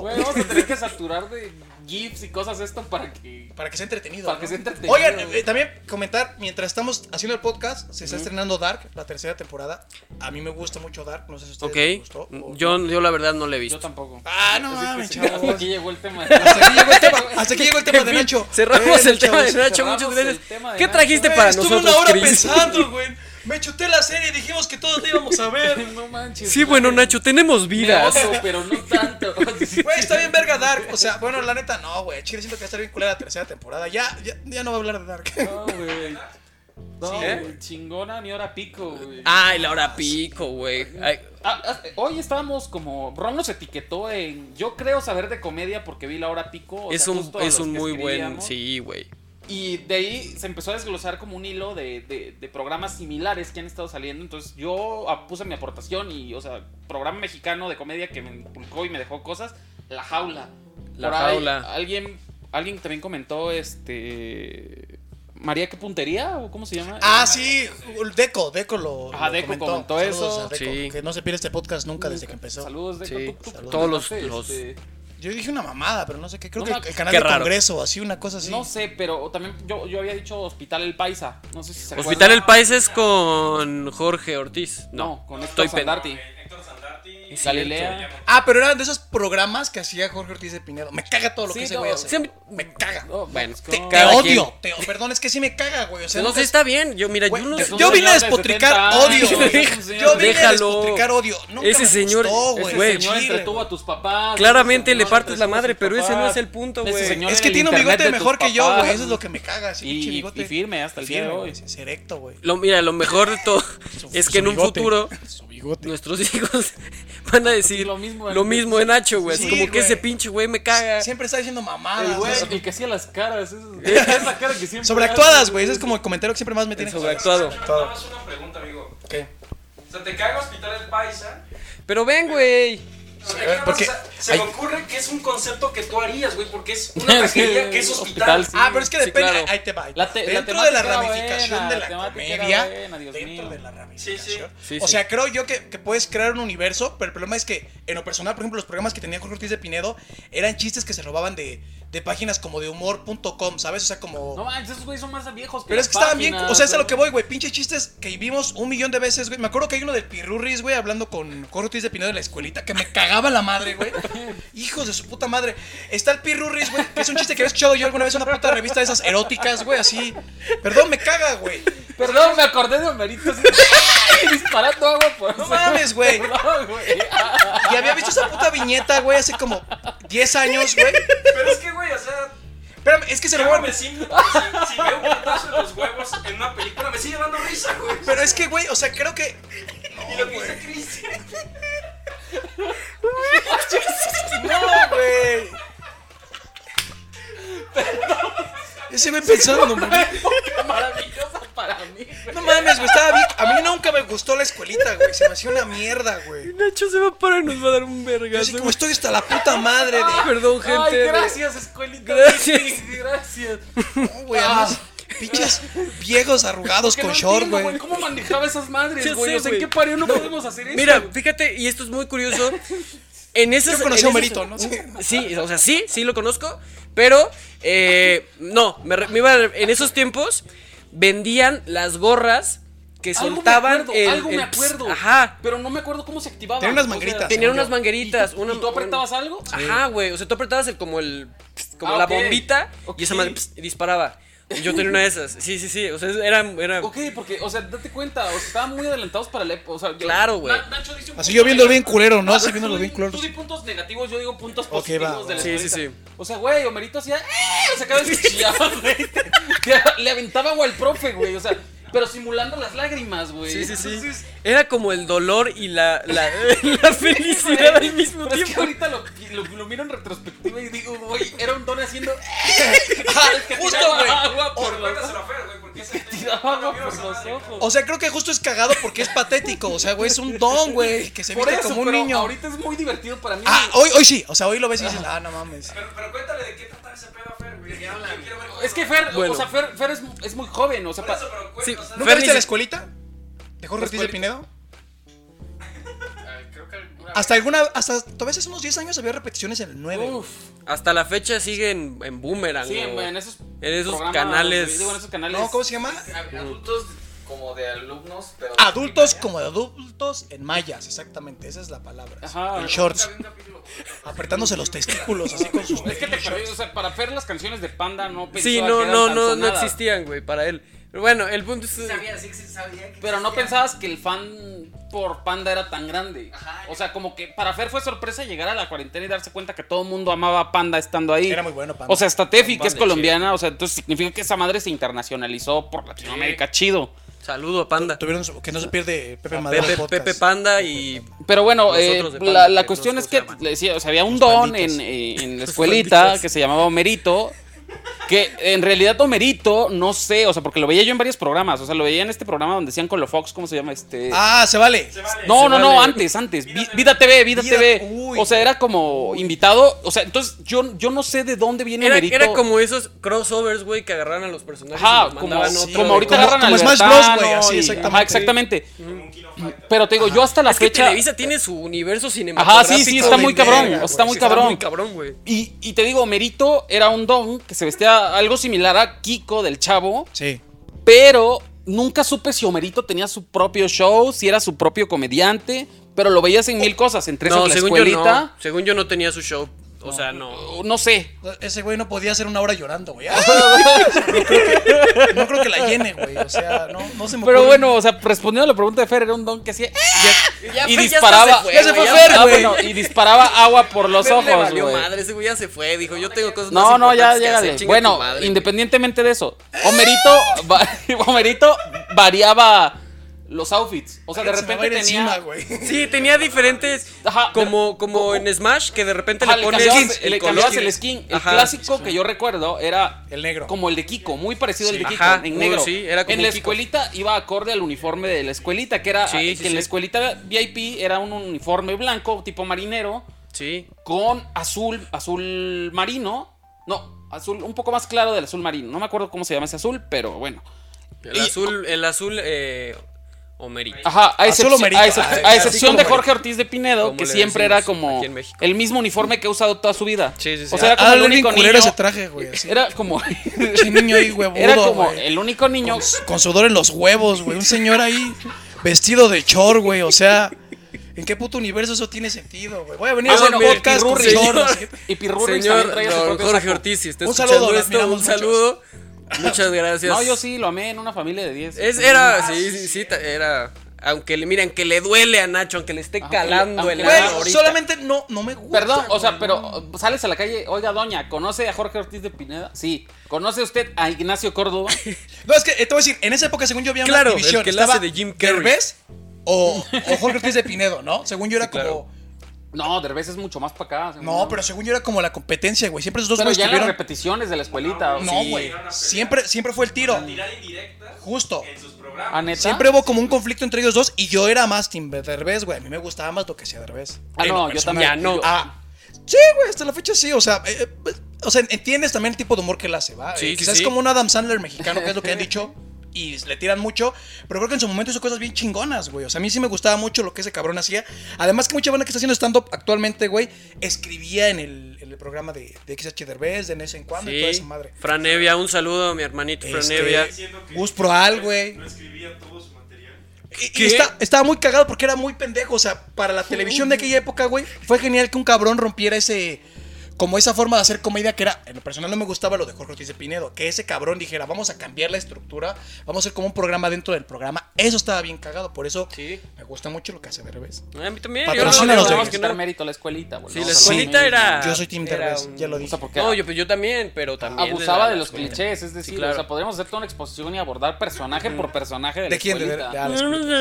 [SPEAKER 2] güey, vamos a tener que saturar de gifs y cosas esto para que.
[SPEAKER 3] Para que sea entretenido.
[SPEAKER 2] Para
[SPEAKER 3] ¿no?
[SPEAKER 2] que sea entretenido,
[SPEAKER 3] Oigan,
[SPEAKER 2] güey.
[SPEAKER 3] eh, también comentar, mientras estamos haciendo el podcast, se está estrenando Dark, la tercera temporada. A mí me gusta mucho Dark, no sé si a ustedes
[SPEAKER 1] Ok.
[SPEAKER 3] les gustó. o-
[SPEAKER 1] Yo, yo la verdad no le he
[SPEAKER 2] Yo
[SPEAKER 1] visto.
[SPEAKER 2] tampoco.
[SPEAKER 3] Ah, no
[SPEAKER 2] Así que
[SPEAKER 3] mames,
[SPEAKER 2] sí, Hasta
[SPEAKER 3] chavos.
[SPEAKER 2] aquí llegó el tema.
[SPEAKER 3] Hasta aquí llegó el tema, hasta aquí llegó el tema de Nacho.
[SPEAKER 1] Cerramos
[SPEAKER 3] Bueno,
[SPEAKER 1] el tema de
[SPEAKER 3] chavos,
[SPEAKER 1] Nacho,
[SPEAKER 2] cerramos
[SPEAKER 1] muchas
[SPEAKER 2] el
[SPEAKER 1] gracias.
[SPEAKER 2] tema de
[SPEAKER 1] ¿Qué
[SPEAKER 2] Nacho.
[SPEAKER 1] trajiste
[SPEAKER 3] güey,
[SPEAKER 1] para
[SPEAKER 3] estuve
[SPEAKER 1] nosotros,
[SPEAKER 3] una hora
[SPEAKER 1] Chris?
[SPEAKER 3] pensando, güey. Me chuté la serie, dijimos que todos la íbamos a ver.
[SPEAKER 2] No manches.
[SPEAKER 1] Sí, bueno, Nacho, tenemos vidas.
[SPEAKER 2] Oso, pero no tanto.
[SPEAKER 3] Güey, está bien verga Dark. O sea, bueno, la neta, no, güey. Chile siento que va a estar bien culera la tercera temporada. Ya, ya, ya no va a hablar de Dark.
[SPEAKER 2] No, güey. No,
[SPEAKER 3] Sí,
[SPEAKER 2] güey,
[SPEAKER 3] ¿eh?
[SPEAKER 2] chingona ni hora pico, güey.
[SPEAKER 1] Ay, la hora pico, güey. Ay,
[SPEAKER 2] Ah, ah, hoy estábamos como. Ron nos etiquetó en. Yo creo saber de comedia porque vi la hora pico. o
[SPEAKER 1] Es
[SPEAKER 2] sea,
[SPEAKER 1] un,
[SPEAKER 2] justo a
[SPEAKER 1] es
[SPEAKER 2] los
[SPEAKER 1] un
[SPEAKER 2] que
[SPEAKER 1] muy buen.
[SPEAKER 2] escribíamos.
[SPEAKER 1] Sí, güey.
[SPEAKER 2] Y de ahí se empezó a desglosar como un hilo de, de- de programas similares que han estado saliendo. Entonces yo ah, puse mi aportación y, o sea, programa mexicano de comedia que me inculcó y me dejó cosas. La jaula.
[SPEAKER 1] La
[SPEAKER 2] Por ahí,
[SPEAKER 1] Jaula.
[SPEAKER 2] alguien, alguien también comentó este. María, ¿qué puntería? ¿O cómo se llama?
[SPEAKER 3] Ah, sí, Deco, Deco lo.
[SPEAKER 2] Ajá,
[SPEAKER 3] lo
[SPEAKER 2] Deco comentó eso.
[SPEAKER 3] a Deco,
[SPEAKER 1] Sí.
[SPEAKER 3] Que no se pierde este podcast nunca desde que empezó.
[SPEAKER 2] Eh, Saludos, Deco.
[SPEAKER 1] Sí,
[SPEAKER 2] Tú- tú-
[SPEAKER 1] saludos.
[SPEAKER 2] tú
[SPEAKER 1] Todos los-
[SPEAKER 2] mandaste,
[SPEAKER 1] los-
[SPEAKER 2] este,
[SPEAKER 3] Yo dije una mamada, pero no sé qué. Creo
[SPEAKER 2] No,
[SPEAKER 3] que el canal
[SPEAKER 1] qué
[SPEAKER 3] de
[SPEAKER 1] raro.
[SPEAKER 3] Congreso, así, una cosa así.
[SPEAKER 2] No sé, pero también yo, yo había dicho Hospital El Paisa. No sé si se
[SPEAKER 1] Hospital El
[SPEAKER 2] acuerdan.
[SPEAKER 1] País es con Jorge Ortiz. No,
[SPEAKER 2] No, con
[SPEAKER 1] estoy
[SPEAKER 2] Héctor Sandarti.
[SPEAKER 1] pen-
[SPEAKER 4] Héctor Sandarti.
[SPEAKER 1] Es
[SPEAKER 2] Galilea.
[SPEAKER 3] Ah, pero eran de esos programas que hacía Jorge Ortiz de Pinedo. Me caga todo lo
[SPEAKER 2] Sí,
[SPEAKER 3] que ese
[SPEAKER 2] no,
[SPEAKER 3] güey hace.
[SPEAKER 1] siempre-
[SPEAKER 3] Me caga.
[SPEAKER 2] Oh,
[SPEAKER 1] Bueno,
[SPEAKER 2] pues,
[SPEAKER 1] te-
[SPEAKER 2] no.
[SPEAKER 3] Te
[SPEAKER 1] cada
[SPEAKER 3] odio. Te, perdón, es que sí me caga, güey. O sea,
[SPEAKER 1] No
[SPEAKER 3] nunca-
[SPEAKER 1] sé, está bien. Yo, mira,
[SPEAKER 3] Güey,
[SPEAKER 1] yo no.
[SPEAKER 3] yo-
[SPEAKER 2] es un
[SPEAKER 3] yo vine
[SPEAKER 2] señor
[SPEAKER 3] a
[SPEAKER 2] de
[SPEAKER 3] despotricar
[SPEAKER 2] 70
[SPEAKER 3] odio.
[SPEAKER 2] años, es un señor.
[SPEAKER 3] Yo vine a
[SPEAKER 1] Déjalo.
[SPEAKER 3] despotricar odio. Nunca
[SPEAKER 1] Ese
[SPEAKER 3] me
[SPEAKER 1] señor-
[SPEAKER 3] gustó,
[SPEAKER 1] ese
[SPEAKER 3] güey.
[SPEAKER 2] Ese
[SPEAKER 1] Güey,
[SPEAKER 2] señor
[SPEAKER 3] Chile,
[SPEAKER 2] entretuvo
[SPEAKER 3] güey.
[SPEAKER 2] a tus papás.
[SPEAKER 1] Claramente
[SPEAKER 2] ese
[SPEAKER 1] le
[SPEAKER 2] señor
[SPEAKER 1] partes la
[SPEAKER 2] entretuvo a
[SPEAKER 1] madre,
[SPEAKER 2] tus
[SPEAKER 1] pero ese
[SPEAKER 2] papás.
[SPEAKER 1] no es el punto,
[SPEAKER 2] Ese
[SPEAKER 1] güey.
[SPEAKER 2] señor
[SPEAKER 3] Es
[SPEAKER 2] era
[SPEAKER 3] que
[SPEAKER 2] el
[SPEAKER 3] tiene un
[SPEAKER 2] internet
[SPEAKER 3] bigote
[SPEAKER 2] de tus
[SPEAKER 3] mejor que yo,
[SPEAKER 2] papás.
[SPEAKER 3] güey. Eso es lo que me caga. ese
[SPEAKER 2] Y-
[SPEAKER 3] pinche
[SPEAKER 2] y
[SPEAKER 3] bigote.
[SPEAKER 2] firme hasta el día de
[SPEAKER 3] Firme,
[SPEAKER 2] hoy.
[SPEAKER 3] güey, Es erecto, güey.
[SPEAKER 1] Lo, mira, lo mejor de todo
[SPEAKER 3] Su-
[SPEAKER 1] es
[SPEAKER 3] su
[SPEAKER 1] que en un
[SPEAKER 3] bigote.
[SPEAKER 1] futuro
[SPEAKER 3] Su bigote.
[SPEAKER 1] nuestros hijos van a decir Ah, lo
[SPEAKER 2] lo mismo
[SPEAKER 1] mismo,
[SPEAKER 2] de-
[SPEAKER 1] de Nacho, güey.
[SPEAKER 3] Sí,
[SPEAKER 1] Así como que
[SPEAKER 3] güey.
[SPEAKER 1] ese pinche güey me caga.
[SPEAKER 3] Siempre está diciendo
[SPEAKER 2] El,
[SPEAKER 3] mamadas.
[SPEAKER 2] güey,
[SPEAKER 3] o sea,
[SPEAKER 2] el que hacía las caras. Esa, esa cara que siempre.
[SPEAKER 3] Sobreactuadas,
[SPEAKER 2] hace.
[SPEAKER 3] güey. Ese es como el comentario que siempre más me tiene.
[SPEAKER 1] sobreactuado.
[SPEAKER 4] Nada más una pregunta, amigo.
[SPEAKER 3] ¿Qué?
[SPEAKER 4] O sea, te caga Hospital El Paisa.
[SPEAKER 1] Pero ven, güey.
[SPEAKER 4] O sea, nada más,
[SPEAKER 3] porque-
[SPEAKER 4] o sea, se
[SPEAKER 1] Ay.
[SPEAKER 4] me ocurre que es un concepto que tú harías, güey, porque es una taquería que es hospital.
[SPEAKER 2] Hospital, sí.
[SPEAKER 3] Ah, pero es que
[SPEAKER 1] Sí,
[SPEAKER 3] depende.
[SPEAKER 1] claro.
[SPEAKER 3] Ahí te va. ahí te
[SPEAKER 2] La
[SPEAKER 3] va.
[SPEAKER 2] te- la
[SPEAKER 3] dentro de
[SPEAKER 2] temática
[SPEAKER 3] la
[SPEAKER 2] era
[SPEAKER 3] ramificación
[SPEAKER 2] buena,
[SPEAKER 3] de
[SPEAKER 2] la
[SPEAKER 3] la
[SPEAKER 2] temática era
[SPEAKER 3] comedia.
[SPEAKER 2] buena, Dios
[SPEAKER 3] dentro
[SPEAKER 2] mío.
[SPEAKER 3] de la ramificación.
[SPEAKER 4] Sí, sí.
[SPEAKER 1] Sí,
[SPEAKER 3] o
[SPEAKER 1] sí.
[SPEAKER 3] sea, creo yo que, que puedes crear un universo, pero el problema es que en lo personal, por ejemplo, los programas que tenía Jorge Ortiz de Pinedo eran chistes que se robaban de, de páginas como de humor.com, ¿sabes? O sea, como...
[SPEAKER 2] No manches, esos güeyes son más viejos que
[SPEAKER 3] Pero es
[SPEAKER 2] las
[SPEAKER 3] que estaban bien,
[SPEAKER 2] páginas,
[SPEAKER 3] o sea, es a lo
[SPEAKER 2] güey.
[SPEAKER 3] que voy, güey. Pinche chistes que vimos un millón de veces, güey. Me acuerdo que hay uno del Pirurris, güey, hablando con Jorge Ortiz de Pinedo en la escuelita, que me cagaba la madre, güey. Hijos de su puta madre. Está el Pirurris, güey, que es un chiste que había escuchado yo alguna vez en una puta revista de esas eróticas, güey, así. Perdón, me caga, güey.
[SPEAKER 2] Perdón, me acordé de Homerito así, disparando agua por
[SPEAKER 3] No mames, güey.
[SPEAKER 2] Perdón, güey. Ah,
[SPEAKER 3] Y había visto esa puta viñeta, güey, hace como 10 años, güey.
[SPEAKER 4] Pero es que, güey, o sea,
[SPEAKER 3] Espérame, es que se lo voy a-
[SPEAKER 4] yo me siento- si, si veo un putazo en los huevos en una película, me sigue dando risa, güey.
[SPEAKER 3] Pero es que, güey, o sea, creo que
[SPEAKER 4] y lo que dice Cristian.
[SPEAKER 3] No, güey. Ese me pensando, güey.
[SPEAKER 2] Maravillosa para mí, güey.
[SPEAKER 3] No mames, güey, estaba bien. A mí nunca me gustó la escuelita, güey. Se me hacía una mierda, güey.
[SPEAKER 1] Nacho se va a parar y nos va a dar un
[SPEAKER 3] Yo
[SPEAKER 1] vergazo.
[SPEAKER 3] así como estoy hasta la puta madre de.
[SPEAKER 1] Perdón, gente.
[SPEAKER 2] Ay,
[SPEAKER 1] de-
[SPEAKER 2] gracias, escuelita.
[SPEAKER 1] Gracias.
[SPEAKER 2] Disney, Gracias.
[SPEAKER 3] No, güey, además, pinches viejos arrugados
[SPEAKER 2] Que
[SPEAKER 3] con
[SPEAKER 2] no
[SPEAKER 3] short,
[SPEAKER 2] entiendo,
[SPEAKER 3] güey.
[SPEAKER 2] ¿Cómo manejaba esas madres,
[SPEAKER 1] Ya
[SPEAKER 2] güey?
[SPEAKER 1] sé,
[SPEAKER 2] O sea, ¿en
[SPEAKER 1] güey.
[SPEAKER 2] qué parió no, podemos hacer eso?
[SPEAKER 1] Mira,
[SPEAKER 2] güey?
[SPEAKER 1] fíjate, y esto es muy curioso. En esas,
[SPEAKER 3] Yo conocí a
[SPEAKER 1] en esas-
[SPEAKER 3] Homerito, ¿no? Sí.
[SPEAKER 1] Sí, o sea, sí, sí lo conozco. Pero, eh, no, me, re- me iba a- en esos tiempos vendían las gorras que
[SPEAKER 2] Algo me
[SPEAKER 1] soltaban.
[SPEAKER 2] acuerdo,
[SPEAKER 1] el-
[SPEAKER 2] algo
[SPEAKER 1] el
[SPEAKER 2] me
[SPEAKER 1] pss,
[SPEAKER 2] acuerdo.
[SPEAKER 1] Ajá.
[SPEAKER 2] Pero no me acuerdo cómo se activaba.
[SPEAKER 3] Tenía unas mangueritas.
[SPEAKER 1] Tenían
[SPEAKER 3] según yo.
[SPEAKER 1] unas mangueritas.
[SPEAKER 2] ¿Y,
[SPEAKER 1] una-
[SPEAKER 2] ¿Y tú apretabas algo?
[SPEAKER 1] Ajá, güey. O sea, tú apretabas el, como el. pss, Como
[SPEAKER 2] Ah,
[SPEAKER 1] la
[SPEAKER 2] ok.
[SPEAKER 1] bombita. Y esa
[SPEAKER 2] Ok.
[SPEAKER 1] madre pss, disparaba. Y Yo tenía una de esas. Sí, sí, sí. O sea, era. era
[SPEAKER 2] Ok, porque, o sea, date cuenta, o sea, estaban muy adelantados para la época. O sea, yo-
[SPEAKER 1] Claro, güey.
[SPEAKER 2] Na- Nacho dice un
[SPEAKER 3] Así
[SPEAKER 2] punto
[SPEAKER 3] yo viéndolo bien
[SPEAKER 2] negativo.
[SPEAKER 3] culero, ¿no?
[SPEAKER 2] A
[SPEAKER 3] Así
[SPEAKER 2] ver,
[SPEAKER 3] viéndolo
[SPEAKER 2] tú
[SPEAKER 3] bien
[SPEAKER 2] di-
[SPEAKER 3] culero.
[SPEAKER 2] Tú di puntos negativos, yo digo puntos
[SPEAKER 3] Ok,
[SPEAKER 2] positivos
[SPEAKER 3] va,
[SPEAKER 2] de la
[SPEAKER 1] Sí,
[SPEAKER 2] escuelita.
[SPEAKER 1] sí, sí.
[SPEAKER 2] O sea, güey, Homerito hacía, ¡eh! O sea, cada vez que chillaba, güey, te- te- le aventaba agua al profe, güey. O sea, pero simulando las lágrimas, güey.
[SPEAKER 1] Sí, sí, sí.
[SPEAKER 2] Entonces,
[SPEAKER 1] Era como el dolor y la, la, la felicidad al mismo
[SPEAKER 2] pero es que
[SPEAKER 1] tiempo.
[SPEAKER 2] ahorita lo, lo, lo miro en retrospectiva y digo, güey, era un don haciendo. "Eh",
[SPEAKER 3] Ah, Justo,
[SPEAKER 2] tiraba
[SPEAKER 3] güey.
[SPEAKER 2] agua
[SPEAKER 4] Por
[SPEAKER 2] por los
[SPEAKER 4] la Fer, güey, porque ese.
[SPEAKER 2] tiraba agua por
[SPEAKER 4] Mira,
[SPEAKER 2] los
[SPEAKER 4] madre,
[SPEAKER 2] ojos.
[SPEAKER 3] O sea, creo que justo es cagado porque es patético. O sea, güey, es un don, güey, que se
[SPEAKER 2] Por
[SPEAKER 3] viste
[SPEAKER 2] eso,
[SPEAKER 3] como un
[SPEAKER 2] pero
[SPEAKER 3] niño.
[SPEAKER 2] ahorita es muy divertido para mí.
[SPEAKER 3] Ah, hoy, hoy sí. O sea, hoy lo ves y dices, ah, no mames.
[SPEAKER 4] Pero, pero cuéntale de qué trata ese pedo, Fer, güey. Yo quiero ver
[SPEAKER 2] es que Fer,
[SPEAKER 1] Bueno.
[SPEAKER 2] o sea, Fer, Fer es, es muy joven, o sea,
[SPEAKER 4] Por
[SPEAKER 2] pa-
[SPEAKER 4] eso, pero
[SPEAKER 1] Sí,
[SPEAKER 4] cuéntale. o sea,
[SPEAKER 1] no-
[SPEAKER 3] ¿Nunca
[SPEAKER 1] Fer ni
[SPEAKER 3] viste la
[SPEAKER 1] si-
[SPEAKER 3] escuelita? ¿De Jorge Ortiz de
[SPEAKER 2] escuelita.
[SPEAKER 3] Pinedo? Hasta alguna, hasta todavía hace unos 10 años había repeticiones en el 9. güey.
[SPEAKER 2] Uf.
[SPEAKER 1] Hasta la fecha sigue en, en Boomerang.
[SPEAKER 2] Sí, en,
[SPEAKER 1] o-
[SPEAKER 2] en esos,
[SPEAKER 1] en esos
[SPEAKER 2] programas,
[SPEAKER 1] canales.
[SPEAKER 2] digo, en esos canales.
[SPEAKER 3] No, ¿cómo se llama?
[SPEAKER 5] Adultos como de alumnos, pero.
[SPEAKER 4] Ah.
[SPEAKER 3] Adultos como de adultos en mayas, exactamente, esa es la palabra.
[SPEAKER 2] Ajá.
[SPEAKER 3] en shorts, apretándose los testículos así con sus
[SPEAKER 2] Es que te
[SPEAKER 3] pequeños
[SPEAKER 2] perdí, o
[SPEAKER 3] shorts.
[SPEAKER 2] sea, para Fer las canciones de Panda no pensaba
[SPEAKER 1] Sí,
[SPEAKER 2] que
[SPEAKER 1] no,
[SPEAKER 2] eran
[SPEAKER 1] no,
[SPEAKER 2] tan
[SPEAKER 1] no, no
[SPEAKER 2] sonadas.
[SPEAKER 1] existían, güey, para él. Pero bueno, el punto es.
[SPEAKER 5] Sabía, sí, sí, sabía. que
[SPEAKER 2] Pero no
[SPEAKER 5] existía.
[SPEAKER 2] pensabas que el fan por Panda era tan grande.
[SPEAKER 5] Ajá,
[SPEAKER 2] o sea, como que para Fer fue sorpresa llegar a la cuarentena y darse cuenta que todo el mundo amaba a Panda estando ahí.
[SPEAKER 3] Era muy bueno Panda.
[SPEAKER 2] O sea, hasta Tefi, que es
[SPEAKER 1] Panda,
[SPEAKER 2] colombiana, o sea, entonces significa que esa madre se internacionalizó por Latinoamérica, chido.
[SPEAKER 1] Saludo a Panda.
[SPEAKER 3] Tuvieron su- que no se pierde
[SPEAKER 2] Ah,
[SPEAKER 3] Pepe Madero
[SPEAKER 1] Pepe,
[SPEAKER 3] podcast.
[SPEAKER 1] Pepe Panda y.
[SPEAKER 2] Pero bueno,
[SPEAKER 1] Los
[SPEAKER 2] eh,
[SPEAKER 1] otros de
[SPEAKER 2] la,
[SPEAKER 1] Panda,
[SPEAKER 2] la
[SPEAKER 1] que
[SPEAKER 2] cuestión
[SPEAKER 1] no sé
[SPEAKER 2] es que,
[SPEAKER 1] cómo se llaman.
[SPEAKER 2] le decía, o sea, había un don en,
[SPEAKER 3] panditas.
[SPEAKER 2] eh, en la escuelita
[SPEAKER 1] panditas.
[SPEAKER 2] que se llamaba Homerito, que en realidad Homerito, no sé, o sea, porque lo veía yo en varios programas, o sea, lo veía en este programa donde decían con los Fox, ¿cómo se llama este?
[SPEAKER 3] Ah, se vale.
[SPEAKER 4] se vale.
[SPEAKER 2] No,
[SPEAKER 1] se
[SPEAKER 2] no, no,
[SPEAKER 1] vale.
[SPEAKER 2] antes, antes. Vi- Vida TV, Vida,
[SPEAKER 3] Vida-
[SPEAKER 2] TV.
[SPEAKER 3] uy.
[SPEAKER 2] o sea, era como invitado. O sea, entonces yo, yo no sé de dónde viene
[SPEAKER 1] Era,
[SPEAKER 2] Homerito.
[SPEAKER 1] era como esos crossovers, güey, que agarraban a los personajes.
[SPEAKER 2] Ajá,
[SPEAKER 1] y los
[SPEAKER 2] como,
[SPEAKER 1] mandaban a
[SPEAKER 2] sí,
[SPEAKER 1] otro-
[SPEAKER 2] como ahorita
[SPEAKER 3] Como-
[SPEAKER 2] agarran
[SPEAKER 3] como
[SPEAKER 2] al
[SPEAKER 3] Smash Bros,
[SPEAKER 2] Bertano
[SPEAKER 3] güey, así,
[SPEAKER 2] y-
[SPEAKER 3] exactamente.
[SPEAKER 2] Ajá, exactamente.
[SPEAKER 4] Como un Kino Fighter.
[SPEAKER 2] Pero te digo, yo hasta la
[SPEAKER 1] Es que
[SPEAKER 2] fecha.
[SPEAKER 1] Televisa tiene su universo cinematográfico.
[SPEAKER 2] Ajá, sí, sí, está muy
[SPEAKER 3] de
[SPEAKER 2] cabrón.
[SPEAKER 3] verga,
[SPEAKER 2] o sea, está
[SPEAKER 3] güey,
[SPEAKER 2] muy
[SPEAKER 3] sí,
[SPEAKER 1] Está
[SPEAKER 2] cabrón.
[SPEAKER 1] muy cabrón, güey.
[SPEAKER 2] Y, y te digo, Merito era un don que se vestía algo similar a Kiko del Chavo,
[SPEAKER 3] Sí.
[SPEAKER 2] pero nunca supe si Homerito tenía su propio show, si era su propio comediante, pero lo veías en mil cosas, entre esas
[SPEAKER 1] No,
[SPEAKER 2] la
[SPEAKER 1] según yo no.
[SPEAKER 2] escuelita.
[SPEAKER 1] Según yo no tenía su show. O sea, no.
[SPEAKER 2] no. sé.
[SPEAKER 3] Ese güey no podía hacer una hora llorando, güey. Ah, no creo que la llene, güey. O sea, no, no se me
[SPEAKER 2] Pero
[SPEAKER 3] ocurre.
[SPEAKER 2] bueno, o sea, respondiendo a la pregunta de Fer, era un don que hacía. ¡Ah! y
[SPEAKER 1] Fer ya
[SPEAKER 2] disparaba.
[SPEAKER 1] hasta se fue,
[SPEAKER 3] Ya se fue
[SPEAKER 1] güey,
[SPEAKER 3] Fer,
[SPEAKER 2] Ah,
[SPEAKER 3] güey.
[SPEAKER 2] bueno, y disparaba agua por los
[SPEAKER 1] Fer le
[SPEAKER 2] ojos,
[SPEAKER 1] valió
[SPEAKER 2] güey.
[SPEAKER 1] madre, ese güey ya se fue, dijo, yo tengo cosas
[SPEAKER 2] No,
[SPEAKER 1] más
[SPEAKER 2] no, ya,
[SPEAKER 1] importantes que hacer,
[SPEAKER 2] llégale.
[SPEAKER 1] chinga
[SPEAKER 2] Bueno,
[SPEAKER 1] tu madre, güey.
[SPEAKER 2] independientemente de eso, Homerito, va- Homerito variaba los outfits. O sea, de
[SPEAKER 3] Se me va a
[SPEAKER 2] repente
[SPEAKER 3] ir encima,
[SPEAKER 2] tenía.
[SPEAKER 3] güey.
[SPEAKER 1] Sí, tenía diferentes.
[SPEAKER 2] Ajá,
[SPEAKER 1] como como en Smash, que de repente
[SPEAKER 2] Ajá,
[SPEAKER 1] le
[SPEAKER 2] le
[SPEAKER 1] pones
[SPEAKER 2] cambiabas-
[SPEAKER 1] el
[SPEAKER 2] le
[SPEAKER 1] color.
[SPEAKER 2] cambiabas el skin. El
[SPEAKER 1] Ajá.
[SPEAKER 2] clásico que yo recuerdo era.
[SPEAKER 3] El negro.
[SPEAKER 2] Como el de Kiko, muy parecido al de Kiko,
[SPEAKER 1] Ajá,
[SPEAKER 2] en
[SPEAKER 1] muy-
[SPEAKER 2] negro.
[SPEAKER 1] sí, era como
[SPEAKER 2] en la
[SPEAKER 1] Kiko.
[SPEAKER 2] escuelita iba acorde al uniforme de la escuelita, que era eh,
[SPEAKER 1] Sí,
[SPEAKER 2] que
[SPEAKER 1] sí,
[SPEAKER 2] en
[SPEAKER 1] sí.
[SPEAKER 2] la escuelita VIP era un uniforme blanco, tipo marinero,
[SPEAKER 1] Sí.
[SPEAKER 2] con azul, azul marino. No, azul, un poco más claro del azul marino. No me acuerdo cómo se llama ese azul, pero bueno.
[SPEAKER 1] El
[SPEAKER 2] Y-
[SPEAKER 1] azul, el azul eh, o Merito.
[SPEAKER 2] Ajá, a,
[SPEAKER 3] Azul
[SPEAKER 2] excepción-
[SPEAKER 3] o merito.
[SPEAKER 2] a excep-
[SPEAKER 3] Ah,
[SPEAKER 2] a
[SPEAKER 3] así
[SPEAKER 2] excepción
[SPEAKER 3] como
[SPEAKER 2] de
[SPEAKER 3] merito.
[SPEAKER 2] Jorge Ortiz de Pinedo,
[SPEAKER 1] Como
[SPEAKER 2] que
[SPEAKER 1] le
[SPEAKER 2] siempre era
[SPEAKER 1] decimos
[SPEAKER 2] como
[SPEAKER 1] aquí en México.
[SPEAKER 2] el mismo uniforme que ha usado toda su vida.
[SPEAKER 1] Sí, sí, sí.
[SPEAKER 2] O sea, era como
[SPEAKER 3] Ah,
[SPEAKER 2] el
[SPEAKER 3] era bien
[SPEAKER 2] único niño.
[SPEAKER 3] culero ese traje, güey. así.
[SPEAKER 2] Era como.
[SPEAKER 3] Pinche niño ahí huevudo,
[SPEAKER 2] Era como
[SPEAKER 3] güey.
[SPEAKER 2] el único niño.
[SPEAKER 3] Con sudor en los huevos, güey. Un señor ahí vestido de chor, güey. O sea, ¿en qué puto universo eso tiene sentido, güey? Voy a venir
[SPEAKER 1] Ah,
[SPEAKER 3] a hacer un
[SPEAKER 1] bueno,
[SPEAKER 3] podcast con
[SPEAKER 1] Pirurris.
[SPEAKER 3] chor, no sé qué.
[SPEAKER 2] Y Pirurris
[SPEAKER 1] Señor
[SPEAKER 2] también traía su
[SPEAKER 1] don
[SPEAKER 2] propio
[SPEAKER 1] Jorge
[SPEAKER 2] saco.
[SPEAKER 1] Ortiz, si está
[SPEAKER 3] Un
[SPEAKER 1] escuchando
[SPEAKER 3] saludo, lo
[SPEAKER 1] esto, un
[SPEAKER 3] admiramos mucho.
[SPEAKER 1] saludo. Muchas gracias.
[SPEAKER 2] No, yo sí Ah, lo amé en una familia de 10.
[SPEAKER 1] Es, era, sí, sí, sí, ta- era. Aunque le, miren, que le duele a Nacho, aunque le esté
[SPEAKER 2] Aunque le-
[SPEAKER 1] calando
[SPEAKER 2] aunque
[SPEAKER 1] el
[SPEAKER 2] le-
[SPEAKER 3] Güey,
[SPEAKER 1] ano ahorita.
[SPEAKER 3] solamente no, no me gusta.
[SPEAKER 2] Perdón, o sea,
[SPEAKER 3] güey.
[SPEAKER 2] pero uh, sales a la calle, oiga, doña, ¿conoce a Jorge Ortiz de Pineda? Sí. ¿Conoce usted a Ignacio Córdoba?
[SPEAKER 3] No, es que eh, te voy a decir, en esa época, según yo, había
[SPEAKER 1] Claro,
[SPEAKER 3] una división.
[SPEAKER 1] el que la
[SPEAKER 3] Estaba
[SPEAKER 1] hace de Jim Carrey.
[SPEAKER 3] Derbez o, o Jorge Ortiz de Pinedo, ¿no? Según yo era como.
[SPEAKER 2] No, Derbez es mucho más para acá.
[SPEAKER 3] No, pero según yo era como la competencia, güey. Siempre esos dos
[SPEAKER 2] Pero
[SPEAKER 3] güeyes
[SPEAKER 2] ya en las
[SPEAKER 3] estuvieron.
[SPEAKER 2] repeticiones de la escuelita. o
[SPEAKER 3] No,
[SPEAKER 2] sí.
[SPEAKER 3] güey. Siempre, siempre fue el tiro.
[SPEAKER 4] Tirar indirectas
[SPEAKER 3] Justo.
[SPEAKER 4] en sus programas.
[SPEAKER 2] ¿Ah, neta?
[SPEAKER 3] Siempre hubo como un conflicto entre ellos dos y yo era más Tim Derbez, güey. A mí me gustaba más lo que hacía Derbez.
[SPEAKER 2] Ah,
[SPEAKER 3] En
[SPEAKER 2] no,
[SPEAKER 3] lo
[SPEAKER 2] yo
[SPEAKER 3] personal.
[SPEAKER 2] también.
[SPEAKER 1] Ya no.
[SPEAKER 3] Ah, sí, güey, hasta la fecha sí. O sea, eh, eh, o sea, entiendes también el tipo de humor que él hace, ¿va?
[SPEAKER 1] Sí,
[SPEAKER 3] Eh,
[SPEAKER 1] sí,
[SPEAKER 3] Quizás
[SPEAKER 1] sí.
[SPEAKER 3] como un Adam Sandler mexicano, que es lo que han dicho. Y le tiran mucho, pero creo que en su momento hizo cosas bien chingonas, güey. O sea, a mí sí me gustaba mucho lo que ese cabrón hacía. Además que mucha banda que está haciendo stand-up actualmente, güey, escribía en el, en el programa de, de XH Derbez de vez en cuando y toda
[SPEAKER 1] Sí,
[SPEAKER 3] esa madre.
[SPEAKER 1] Fran Evia, un saludo a mi hermanito Fran
[SPEAKER 3] Este,
[SPEAKER 1] Evia.
[SPEAKER 4] Diciendo que
[SPEAKER 3] Gus Proal, güey.
[SPEAKER 4] No escribía todo su material.
[SPEAKER 3] Y- Y,
[SPEAKER 1] ¿Qué?
[SPEAKER 3] está- estaba muy cagado porque era muy pendejo. O sea, para la televisión de aquella época, güey, fue genial que un cabrón rompiera ese. Como esa forma de hacer comedia que era. En lo personal no me gustaba lo de Jorge Ortiz de Pinedo. Que ese cabrón dijera, vamos a cambiar la estructura, vamos a hacer como un programa dentro del programa. Eso estaba bien cagado. Por eso
[SPEAKER 1] Sí.
[SPEAKER 3] me gusta mucho lo que hace Derbez.
[SPEAKER 1] A mí también.
[SPEAKER 2] Pero no,
[SPEAKER 3] Patrocina
[SPEAKER 2] le tenemos
[SPEAKER 3] los Derbez.
[SPEAKER 1] más
[SPEAKER 2] que
[SPEAKER 1] que
[SPEAKER 2] dar
[SPEAKER 1] nada.
[SPEAKER 2] mérito a la escuelita, güey.
[SPEAKER 1] Sí,
[SPEAKER 2] ¿no?
[SPEAKER 1] la
[SPEAKER 2] O sea, lo
[SPEAKER 1] escuelita
[SPEAKER 2] mismo.
[SPEAKER 1] era.
[SPEAKER 3] Yo soy team
[SPEAKER 1] era
[SPEAKER 3] Derbez,
[SPEAKER 1] un-
[SPEAKER 3] ya lo dije.
[SPEAKER 2] O sea, porque
[SPEAKER 1] No, yo, pues, yo también, pero también.
[SPEAKER 2] abusaba
[SPEAKER 1] la-
[SPEAKER 2] de los
[SPEAKER 1] escuelita.
[SPEAKER 2] clichés, es decir,
[SPEAKER 1] Sí, claro.
[SPEAKER 2] o sea, podríamos hacer toda una exposición y abordar personaje por personaje de la
[SPEAKER 3] ¿De quién? De, Ah, de-
[SPEAKER 2] escuelita.
[SPEAKER 3] de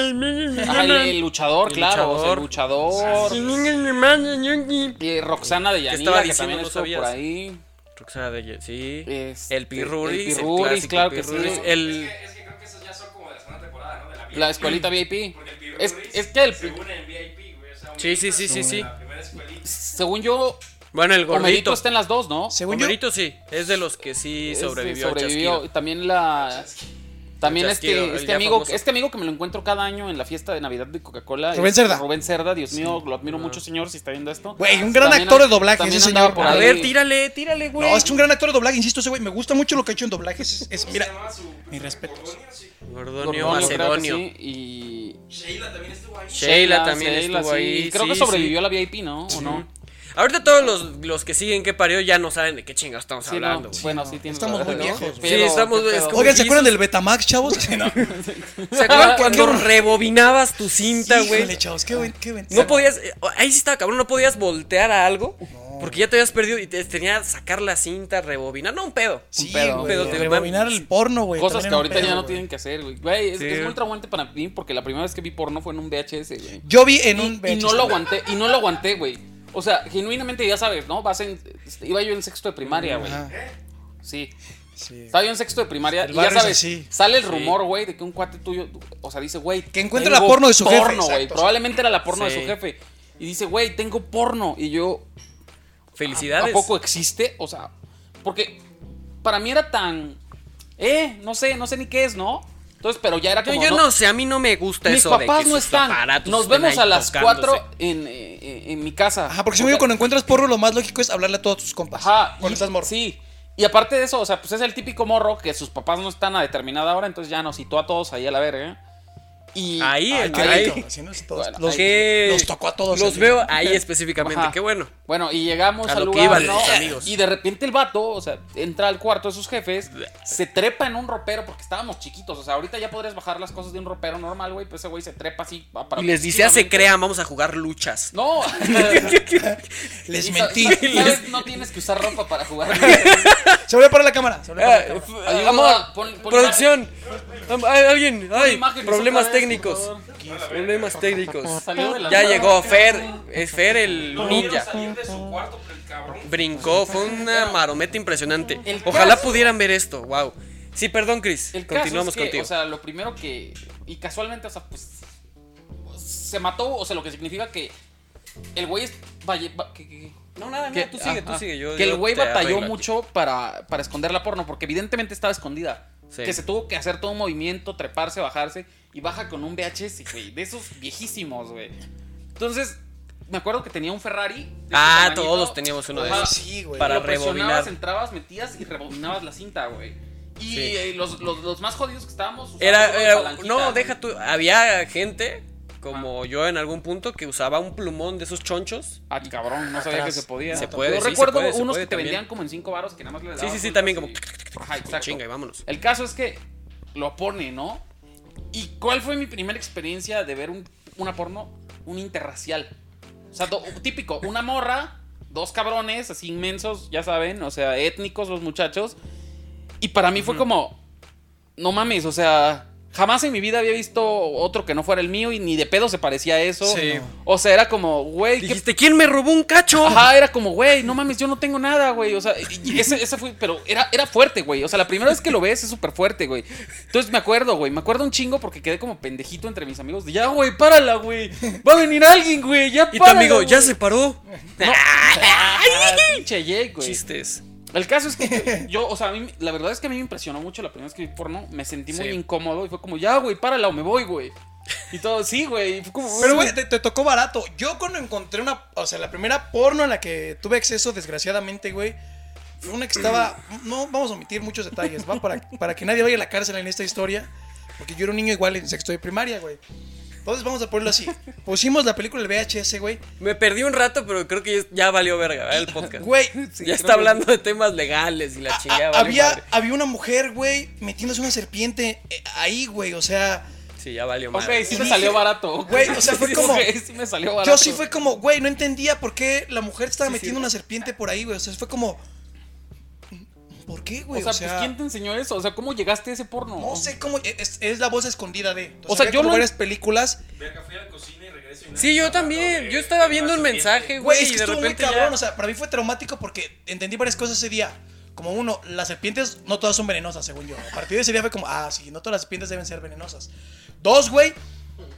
[SPEAKER 3] Alex.
[SPEAKER 2] Ajá, el, el luchador,
[SPEAKER 1] El
[SPEAKER 2] claro, o sea, el luchador. Y Roxana de
[SPEAKER 1] estaba
[SPEAKER 2] Yanira, que
[SPEAKER 1] diciendo?
[SPEAKER 2] también
[SPEAKER 1] No
[SPEAKER 2] estuvo por
[SPEAKER 1] sabías.
[SPEAKER 2] ahí.
[SPEAKER 1] Roxana de Ye- sí.
[SPEAKER 2] Este,
[SPEAKER 1] el Pirruris.
[SPEAKER 2] el
[SPEAKER 1] El
[SPEAKER 2] Pirruris,
[SPEAKER 1] clásico
[SPEAKER 2] claro que sí.
[SPEAKER 1] Pirruris, El,
[SPEAKER 4] Es que creo que esos ya son como de la segunda temporada, ¿no? De la, VIP.
[SPEAKER 2] La escuelita VIP.
[SPEAKER 4] Porque el
[SPEAKER 2] Es,
[SPEAKER 4] Pirurris
[SPEAKER 2] es que el,
[SPEAKER 4] se une en VIP, güey. O sea, un
[SPEAKER 1] Sí, sí, sí, sí, sí.
[SPEAKER 4] La primera escuelita.
[SPEAKER 2] según yo,
[SPEAKER 1] bueno, el
[SPEAKER 2] Homerito
[SPEAKER 1] gordito.
[SPEAKER 2] está en las dos, ¿no?
[SPEAKER 3] Según yo,
[SPEAKER 1] Homerito sí. Es de los que sí
[SPEAKER 2] Este,
[SPEAKER 1] sobrevivió. al
[SPEAKER 2] sobrevivió. Y
[SPEAKER 1] chasquido.
[SPEAKER 2] También la. También
[SPEAKER 1] El chasquido,
[SPEAKER 2] este,
[SPEAKER 1] el
[SPEAKER 2] este
[SPEAKER 1] ya
[SPEAKER 2] amigo,
[SPEAKER 1] famoso.
[SPEAKER 2] este amigo que me lo encuentro cada año en la fiesta de Navidad de Coca-Cola.
[SPEAKER 3] Rubén
[SPEAKER 2] es
[SPEAKER 3] Cerda.
[SPEAKER 2] Rubén Cerda, Dios mío, lo admiro mucho, señor, si está viendo esto.
[SPEAKER 3] Güey, un gran
[SPEAKER 2] También-
[SPEAKER 3] actor de doblaje,
[SPEAKER 2] también
[SPEAKER 3] ese
[SPEAKER 2] andaba
[SPEAKER 3] señor.
[SPEAKER 2] por
[SPEAKER 1] A
[SPEAKER 2] ahí.
[SPEAKER 1] ver, tírale, tírale, güey.
[SPEAKER 3] No, es un gran actor de doblaje, insisto, ese güey. Me gusta mucho lo que ha hecho en doblajes. Es, es- mira, mis respetos.
[SPEAKER 1] Gordonio,
[SPEAKER 2] Gordonio, creo que
[SPEAKER 1] Macedonio.
[SPEAKER 2] sí, y
[SPEAKER 4] Sheila también estuvo ahí.
[SPEAKER 1] Sheila también estuvo
[SPEAKER 2] sí.
[SPEAKER 1] ahí,
[SPEAKER 2] Creo que
[SPEAKER 1] sí,
[SPEAKER 2] sobrevivió a la VIP, ¿no? ¿O no?
[SPEAKER 1] Ahorita todos los, los que siguen que parió ya no saben de qué chingados estamos
[SPEAKER 2] Sí,
[SPEAKER 1] hablando.
[SPEAKER 2] no.
[SPEAKER 1] güey.
[SPEAKER 2] Bueno, sí, tienes
[SPEAKER 3] Estamos
[SPEAKER 2] razón,
[SPEAKER 3] muy
[SPEAKER 2] ¿no?
[SPEAKER 3] viejos,
[SPEAKER 2] Qué
[SPEAKER 1] güey. Sí,
[SPEAKER 2] pedo,
[SPEAKER 1] estamos-
[SPEAKER 2] qué
[SPEAKER 1] es
[SPEAKER 2] pedo.
[SPEAKER 1] como-
[SPEAKER 3] Oigan, ¿se acuerdan del Betamax, chavos? Sí, no.
[SPEAKER 1] ¿Se acuerdan cuando rebobinabas tu cinta, güey?
[SPEAKER 3] Híjole, chavos, qué buen, qué buen-
[SPEAKER 1] No podías, eh, ahí sí estaba cabrón, no podías voltear a algo porque ya te habías perdido y te tenía que sacar la cinta, rebobinar, no un pedo.
[SPEAKER 3] Sí,
[SPEAKER 2] pedo,
[SPEAKER 3] güey,
[SPEAKER 1] pedo, te-
[SPEAKER 3] rebobinar el porno, güey.
[SPEAKER 2] Cosas
[SPEAKER 3] también
[SPEAKER 2] que
[SPEAKER 3] era un
[SPEAKER 2] ahorita
[SPEAKER 3] pedo,
[SPEAKER 2] ya no
[SPEAKER 3] güey.
[SPEAKER 2] tienen que hacer, güey. Güey, es,
[SPEAKER 1] Sí.
[SPEAKER 2] es muy traumante para mí porque la primera vez que vi porno fue en un VHS, güey.
[SPEAKER 3] Yo vi en un
[SPEAKER 2] Y, y no
[SPEAKER 3] VHS.
[SPEAKER 2] lo aguanté, y no lo aguanté, güey. O sea, genuinamente ya sabes, ¿no? Vas en, iba yo en sexto de primaria, güey.
[SPEAKER 3] Ajá,
[SPEAKER 2] Sí.
[SPEAKER 3] sí.
[SPEAKER 2] Estaba yo en sexto de primaria
[SPEAKER 3] El
[SPEAKER 2] y ya
[SPEAKER 3] barrio es
[SPEAKER 2] sabes,
[SPEAKER 3] así.
[SPEAKER 2] sale el rumor, güey, de que un cuate tuyo, o sea, dice, güey,
[SPEAKER 3] Que encuentra
[SPEAKER 2] tengo
[SPEAKER 3] la porno de su jefe,
[SPEAKER 2] porno, güey.
[SPEAKER 3] exacto.
[SPEAKER 2] Probablemente era la porno de
[SPEAKER 1] Sí.
[SPEAKER 2] su jefe. Y dice, güey, tengo porno. Y yo,
[SPEAKER 1] Felicidades.
[SPEAKER 2] ¿A poco existe? O sea, porque para mí era tan. Eh, no sé, no sé ni qué es, ¿no? Entonces, pero ya era
[SPEAKER 1] Yo,
[SPEAKER 2] como.
[SPEAKER 1] yo no sé, a mí no me gusta
[SPEAKER 2] Mis
[SPEAKER 1] eso. de
[SPEAKER 2] papás
[SPEAKER 1] que
[SPEAKER 2] no
[SPEAKER 1] sus
[SPEAKER 2] están.
[SPEAKER 1] aparatos
[SPEAKER 2] Nos
[SPEAKER 1] estén
[SPEAKER 2] vemos
[SPEAKER 1] ahí
[SPEAKER 2] a las
[SPEAKER 1] tocándose.
[SPEAKER 2] 4 en, eh, eh, en mi casa.
[SPEAKER 3] Ajá, porque si me digo cuando encuentras porno, lo más lógico es hablarle a todos tus compas.
[SPEAKER 2] Ajá,
[SPEAKER 3] Cuando
[SPEAKER 2] y-
[SPEAKER 3] estás morro.
[SPEAKER 2] Sí. Y aparte de eso, o sea, pues es el típico morro que sus papás no están a determinada hora, entonces ya nos citó a todos ahí a la verga. Y.
[SPEAKER 1] Ahí,
[SPEAKER 2] Ay,
[SPEAKER 1] el
[SPEAKER 3] Qué
[SPEAKER 1] que-
[SPEAKER 2] ahí.
[SPEAKER 3] rico,
[SPEAKER 1] Ay.
[SPEAKER 3] así, ¿no? Es todos-
[SPEAKER 2] Bueno,
[SPEAKER 3] los,
[SPEAKER 1] Que
[SPEAKER 3] los tocó a todos.
[SPEAKER 1] Los
[SPEAKER 3] así.
[SPEAKER 1] veo ahí específicamente,
[SPEAKER 2] Ajá.
[SPEAKER 1] qué bueno.
[SPEAKER 2] Bueno, y llegamos
[SPEAKER 1] A
[SPEAKER 2] al
[SPEAKER 1] lo que
[SPEAKER 2] lugar,
[SPEAKER 1] iban
[SPEAKER 2] ¿no?
[SPEAKER 1] los amigos.
[SPEAKER 2] Y de repente el vato, o sea, entra al cuarto de sus jefes, se trepa en un ropero porque estábamos chiquitos, o sea, ahorita ya podrías bajar las cosas de un ropero normal, güey, pero ese güey se trepa así va para
[SPEAKER 1] Y les dice, se crean, vamos a jugar luchas.
[SPEAKER 2] No.
[SPEAKER 3] Les
[SPEAKER 2] Y sa-
[SPEAKER 3] mentí.
[SPEAKER 2] sa- ¿sabes? No tienes que usar ropa para jugar. Ayuda,
[SPEAKER 3] Se volvió para la cámara.
[SPEAKER 2] Ah,
[SPEAKER 3] se volvió para la cámara.
[SPEAKER 1] amor,
[SPEAKER 2] Eh, pon- pon
[SPEAKER 1] producción. Am- ay, alguien, ay,
[SPEAKER 2] imágenes
[SPEAKER 1] problemas
[SPEAKER 2] otra vez,
[SPEAKER 1] técnicos.
[SPEAKER 2] por
[SPEAKER 1] Problemas técnicos.
[SPEAKER 2] Salió de la
[SPEAKER 1] Ya
[SPEAKER 2] nada.
[SPEAKER 1] llegó Fer, es Fer el
[SPEAKER 4] Quiero
[SPEAKER 1] ninja.
[SPEAKER 4] salir de su cuarto, pero el cabrón.
[SPEAKER 1] Brincó, fue una marometa impresionante.
[SPEAKER 2] El
[SPEAKER 1] Ojalá
[SPEAKER 2] caso-
[SPEAKER 1] pudieran ver esto, wow. Sí, perdón, Chris.
[SPEAKER 2] El caso
[SPEAKER 1] Continuamos
[SPEAKER 2] es que,
[SPEAKER 1] contigo.
[SPEAKER 2] o sea, lo primero que y casualmente, o sea, pues se mató, o sea, lo que significa que el güey es valle- va- que- que-
[SPEAKER 1] no, nada,
[SPEAKER 2] que-
[SPEAKER 1] no, Ah, tú sigue, tú
[SPEAKER 2] ajá.
[SPEAKER 1] sigue. Yo,
[SPEAKER 2] que
[SPEAKER 1] yo
[SPEAKER 2] el güey
[SPEAKER 1] te
[SPEAKER 2] batalló
[SPEAKER 1] arreglo aquí.
[SPEAKER 2] mucho para, para esconder la porno, porque evidentemente estaba escondida.
[SPEAKER 1] Sí.
[SPEAKER 2] Que se tuvo que hacer todo un movimiento, treparse, bajarse. Y baja con un VHS, güey. De esos viejísimos, güey. Entonces, me acuerdo que tenía un Ferrari. de este
[SPEAKER 1] Ah,
[SPEAKER 2] tamañito.
[SPEAKER 1] todos teníamos uno de
[SPEAKER 2] Ajá.
[SPEAKER 1] esos.
[SPEAKER 3] Sí, güey.
[SPEAKER 1] Para
[SPEAKER 2] lo presionabas,
[SPEAKER 1] rebobinar.
[SPEAKER 2] entrabas, metías y rebobinabas la cinta, güey. Y
[SPEAKER 1] Sí.
[SPEAKER 2] eh, los, los, los más jodidos que estábamos usábamos
[SPEAKER 1] Era,
[SPEAKER 2] de
[SPEAKER 1] era-
[SPEAKER 2] palanquita,
[SPEAKER 1] no,
[SPEAKER 2] güey.
[SPEAKER 1] deja tú. Había gente, como yo en algún punto, que usaba un plumón de esos chonchos.
[SPEAKER 2] Ah, cabrón, no sabía que
[SPEAKER 3] Atrás.
[SPEAKER 2] se podía.
[SPEAKER 1] Se puede,
[SPEAKER 2] Yo
[SPEAKER 1] sí, se
[SPEAKER 2] recuerdo
[SPEAKER 1] puede, se
[SPEAKER 2] unos
[SPEAKER 1] puede
[SPEAKER 2] que te
[SPEAKER 1] también.
[SPEAKER 2] vendían como en 5 varos que nada más le
[SPEAKER 1] Sí,
[SPEAKER 2] dabas
[SPEAKER 1] sí, sí,
[SPEAKER 2] vueltas
[SPEAKER 1] también como
[SPEAKER 2] y-
[SPEAKER 1] tuc, tuc, tuc, tuc,
[SPEAKER 2] Ajá, exacto.
[SPEAKER 1] Chinga, y vámonos.
[SPEAKER 2] El caso es que lo pone, ¿no? ¿Y cuál fue mi primera experiencia de ver un, una porno? Un interracial. O sea, do- típico, una morra, dos cabrones así inmensos, ya saben, o sea, étnicos los muchachos. Y para mí fue como, no mames, o sea, jamás en mi vida había visto otro que no fuera el mío y ni de pedo se parecía a eso.
[SPEAKER 3] Sí.
[SPEAKER 2] O sea, era como, güey, qué
[SPEAKER 1] Dijiste, ¿quién me robó un cacho?
[SPEAKER 2] Ajá, era como, güey, no mames, yo no tengo nada, güey. O sea, y ese, ese fue, pero era, era fuerte, güey. O sea, la primera vez que lo ves es súper fuerte, güey. Entonces me acuerdo, güey, me acuerdo un chingo porque quedé como pendejito entre mis amigos. De, ya, güey, párala, güey. Va a venir alguien, güey, ya
[SPEAKER 1] Y tu
[SPEAKER 2] párala,
[SPEAKER 1] amigo, ya
[SPEAKER 2] güey".
[SPEAKER 1] se paró.
[SPEAKER 2] Ah, pinche Jake, güey.
[SPEAKER 1] Chistes.
[SPEAKER 2] El caso es que yo, o sea, a mí, la verdad es que a mí me impresionó mucho la primera vez que vi porno. Me sentí muy
[SPEAKER 1] Sí.
[SPEAKER 2] incómodo y fue como, ya, güey, párala o me voy, güey. Y todo, sí, güey. y fue como,
[SPEAKER 3] Pero, güey, te, te tocó barato. Yo cuando encontré una. O sea, la primera porno en la que tuve acceso, desgraciadamente, güey. fue Una que estaba. No vamos a omitir muchos detalles, ¿va? Para, para que nadie vaya a la cárcel en esta historia. Porque yo era un niño igual en sexto de primaria, güey. Entonces vamos a ponerlo así. Pusimos la película del VHS, güey.
[SPEAKER 1] Me perdí un rato, pero creo que ya- ya valió verga ¿verdad? el podcast.
[SPEAKER 3] Güey,
[SPEAKER 1] ya está hablando de temas legales y la chingada. valió
[SPEAKER 3] Ah, había,
[SPEAKER 1] madre.
[SPEAKER 3] había una mujer, güey, metiéndose una serpiente eh, ahí, güey. O sea,
[SPEAKER 1] Sí, ya valió
[SPEAKER 2] Ok,
[SPEAKER 1] madre.
[SPEAKER 2] sí
[SPEAKER 3] Y
[SPEAKER 2] me
[SPEAKER 3] dije,
[SPEAKER 2] salió barato.
[SPEAKER 3] güey, o sea, fue
[SPEAKER 2] Sí,
[SPEAKER 3] como-
[SPEAKER 2] ok, sí me salió barato.
[SPEAKER 3] Yo sí fue como, güey, no entendía por qué la mujer estaba
[SPEAKER 1] Sí, sí.
[SPEAKER 3] metiendo una serpiente por ahí, güey. O sea, fue como. ¿Por qué,
[SPEAKER 2] O
[SPEAKER 3] güey?
[SPEAKER 2] sea, pues, ¿quién te enseñó eso? O sea, ¿cómo llegaste a ese porno?
[SPEAKER 3] no sé cómo. e, Es, es la voz escondida de.
[SPEAKER 2] O sea,
[SPEAKER 3] había
[SPEAKER 2] yo
[SPEAKER 3] como
[SPEAKER 2] lo-
[SPEAKER 3] varias películas.
[SPEAKER 4] Verga, fui a la cocina y regreso. y nadie
[SPEAKER 1] Sí, yo
[SPEAKER 4] está hablando
[SPEAKER 1] también.
[SPEAKER 4] de-
[SPEAKER 1] Yo estaba
[SPEAKER 4] de
[SPEAKER 1] viendo un
[SPEAKER 4] una serpiente.
[SPEAKER 1] mensaje,
[SPEAKER 3] Güey,
[SPEAKER 1] güey,
[SPEAKER 3] es
[SPEAKER 1] y
[SPEAKER 3] que
[SPEAKER 1] de
[SPEAKER 3] estuvo muy
[SPEAKER 1] repente.
[SPEAKER 3] cabrón.
[SPEAKER 1] ya-
[SPEAKER 3] O sea, para mí fue traumático porque entendí varias cosas ese día. Como uno, las serpientes no todas son venenosas, según yo. A partir de ese día fue como, ah, sí, no todas las serpientes deben ser venenosas. Dos, güey,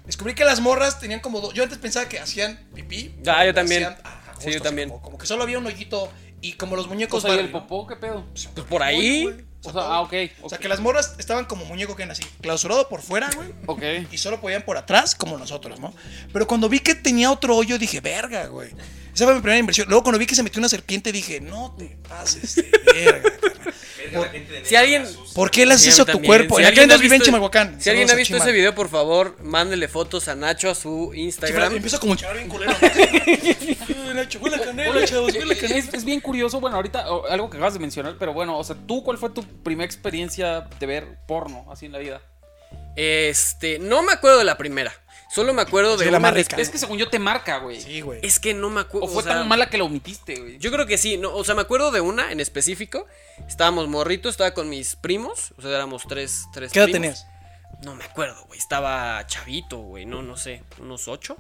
[SPEAKER 3] descubrí que las morras tenían como dos. Yo antes pensaba que hacían pipí.
[SPEAKER 1] Ah, yo
[SPEAKER 3] hacían-
[SPEAKER 1] también.
[SPEAKER 3] ah,
[SPEAKER 1] Sí, yo
[SPEAKER 3] justo, así
[SPEAKER 1] también.
[SPEAKER 3] Como, como que solo había un hoyito y como los
[SPEAKER 2] O
[SPEAKER 3] muñecos.
[SPEAKER 2] sea, ¿y el
[SPEAKER 3] Barbie, ¿no?
[SPEAKER 2] popó qué pedo?
[SPEAKER 1] Pues por ahí.
[SPEAKER 2] O sea, ah, ok.
[SPEAKER 3] pues, O sea, que las morras estaban como muñeco que así, clausurado por fuera, güey,
[SPEAKER 2] Ok.
[SPEAKER 3] y solo podían por atrás, como nosotros, ¿no? Pero cuando vi que tenía otro hoyo, dije, verga, güey. Esa fue mi primera inversión. Luego, cuando vi que se metió una serpiente, dije, no te pases de verga. carnal.
[SPEAKER 4] Verga, la gente de
[SPEAKER 1] Si
[SPEAKER 4] negro me
[SPEAKER 1] alguien-
[SPEAKER 4] asusta.
[SPEAKER 3] ¿Por qué le haces
[SPEAKER 1] Sí, a mí
[SPEAKER 3] eso a tu
[SPEAKER 1] también.
[SPEAKER 3] cuerpo?
[SPEAKER 1] Si
[SPEAKER 3] en aquel
[SPEAKER 1] alguien ha
[SPEAKER 3] entonces vivía en
[SPEAKER 1] visto-
[SPEAKER 3] Chimalhuacán.
[SPEAKER 1] Si alguien ha
[SPEAKER 3] Saludos a
[SPEAKER 1] visto ese
[SPEAKER 3] Chima.
[SPEAKER 1] video, por favor, mándele fotos a Nacho a su
[SPEAKER 3] Sí, pero
[SPEAKER 1] Instagram.
[SPEAKER 3] empiezo como chaval bien culero. Ay, Nacho, huele a canela, chavos, huele a canela.
[SPEAKER 2] Es, es bien curioso, bueno, ahorita o- algo que acabas de mencionar, pero bueno, o sea, ¿tú cuál fue tu primera experiencia de ver porno así en la vida?
[SPEAKER 1] Este, no me acuerdo de la primera. Solo me acuerdo de
[SPEAKER 3] Sí, la
[SPEAKER 1] una
[SPEAKER 3] más
[SPEAKER 1] res-
[SPEAKER 3] rica.
[SPEAKER 2] Es que según yo te marca, güey.
[SPEAKER 3] Sí, güey.
[SPEAKER 1] Es que no me acuerdo.
[SPEAKER 2] O fue tan mala que lo omitiste, güey.
[SPEAKER 1] Yo creo que sí, no, o sea, me acuerdo de una en específico. Estábamos morritos, estaba con mis primos, o sea, éramos tres, tres
[SPEAKER 3] ¿Qué edad
[SPEAKER 1] primos.
[SPEAKER 3] tenías?
[SPEAKER 1] No me acuerdo, güey. Estaba chavito, güey. No, no sé. Unos ocho,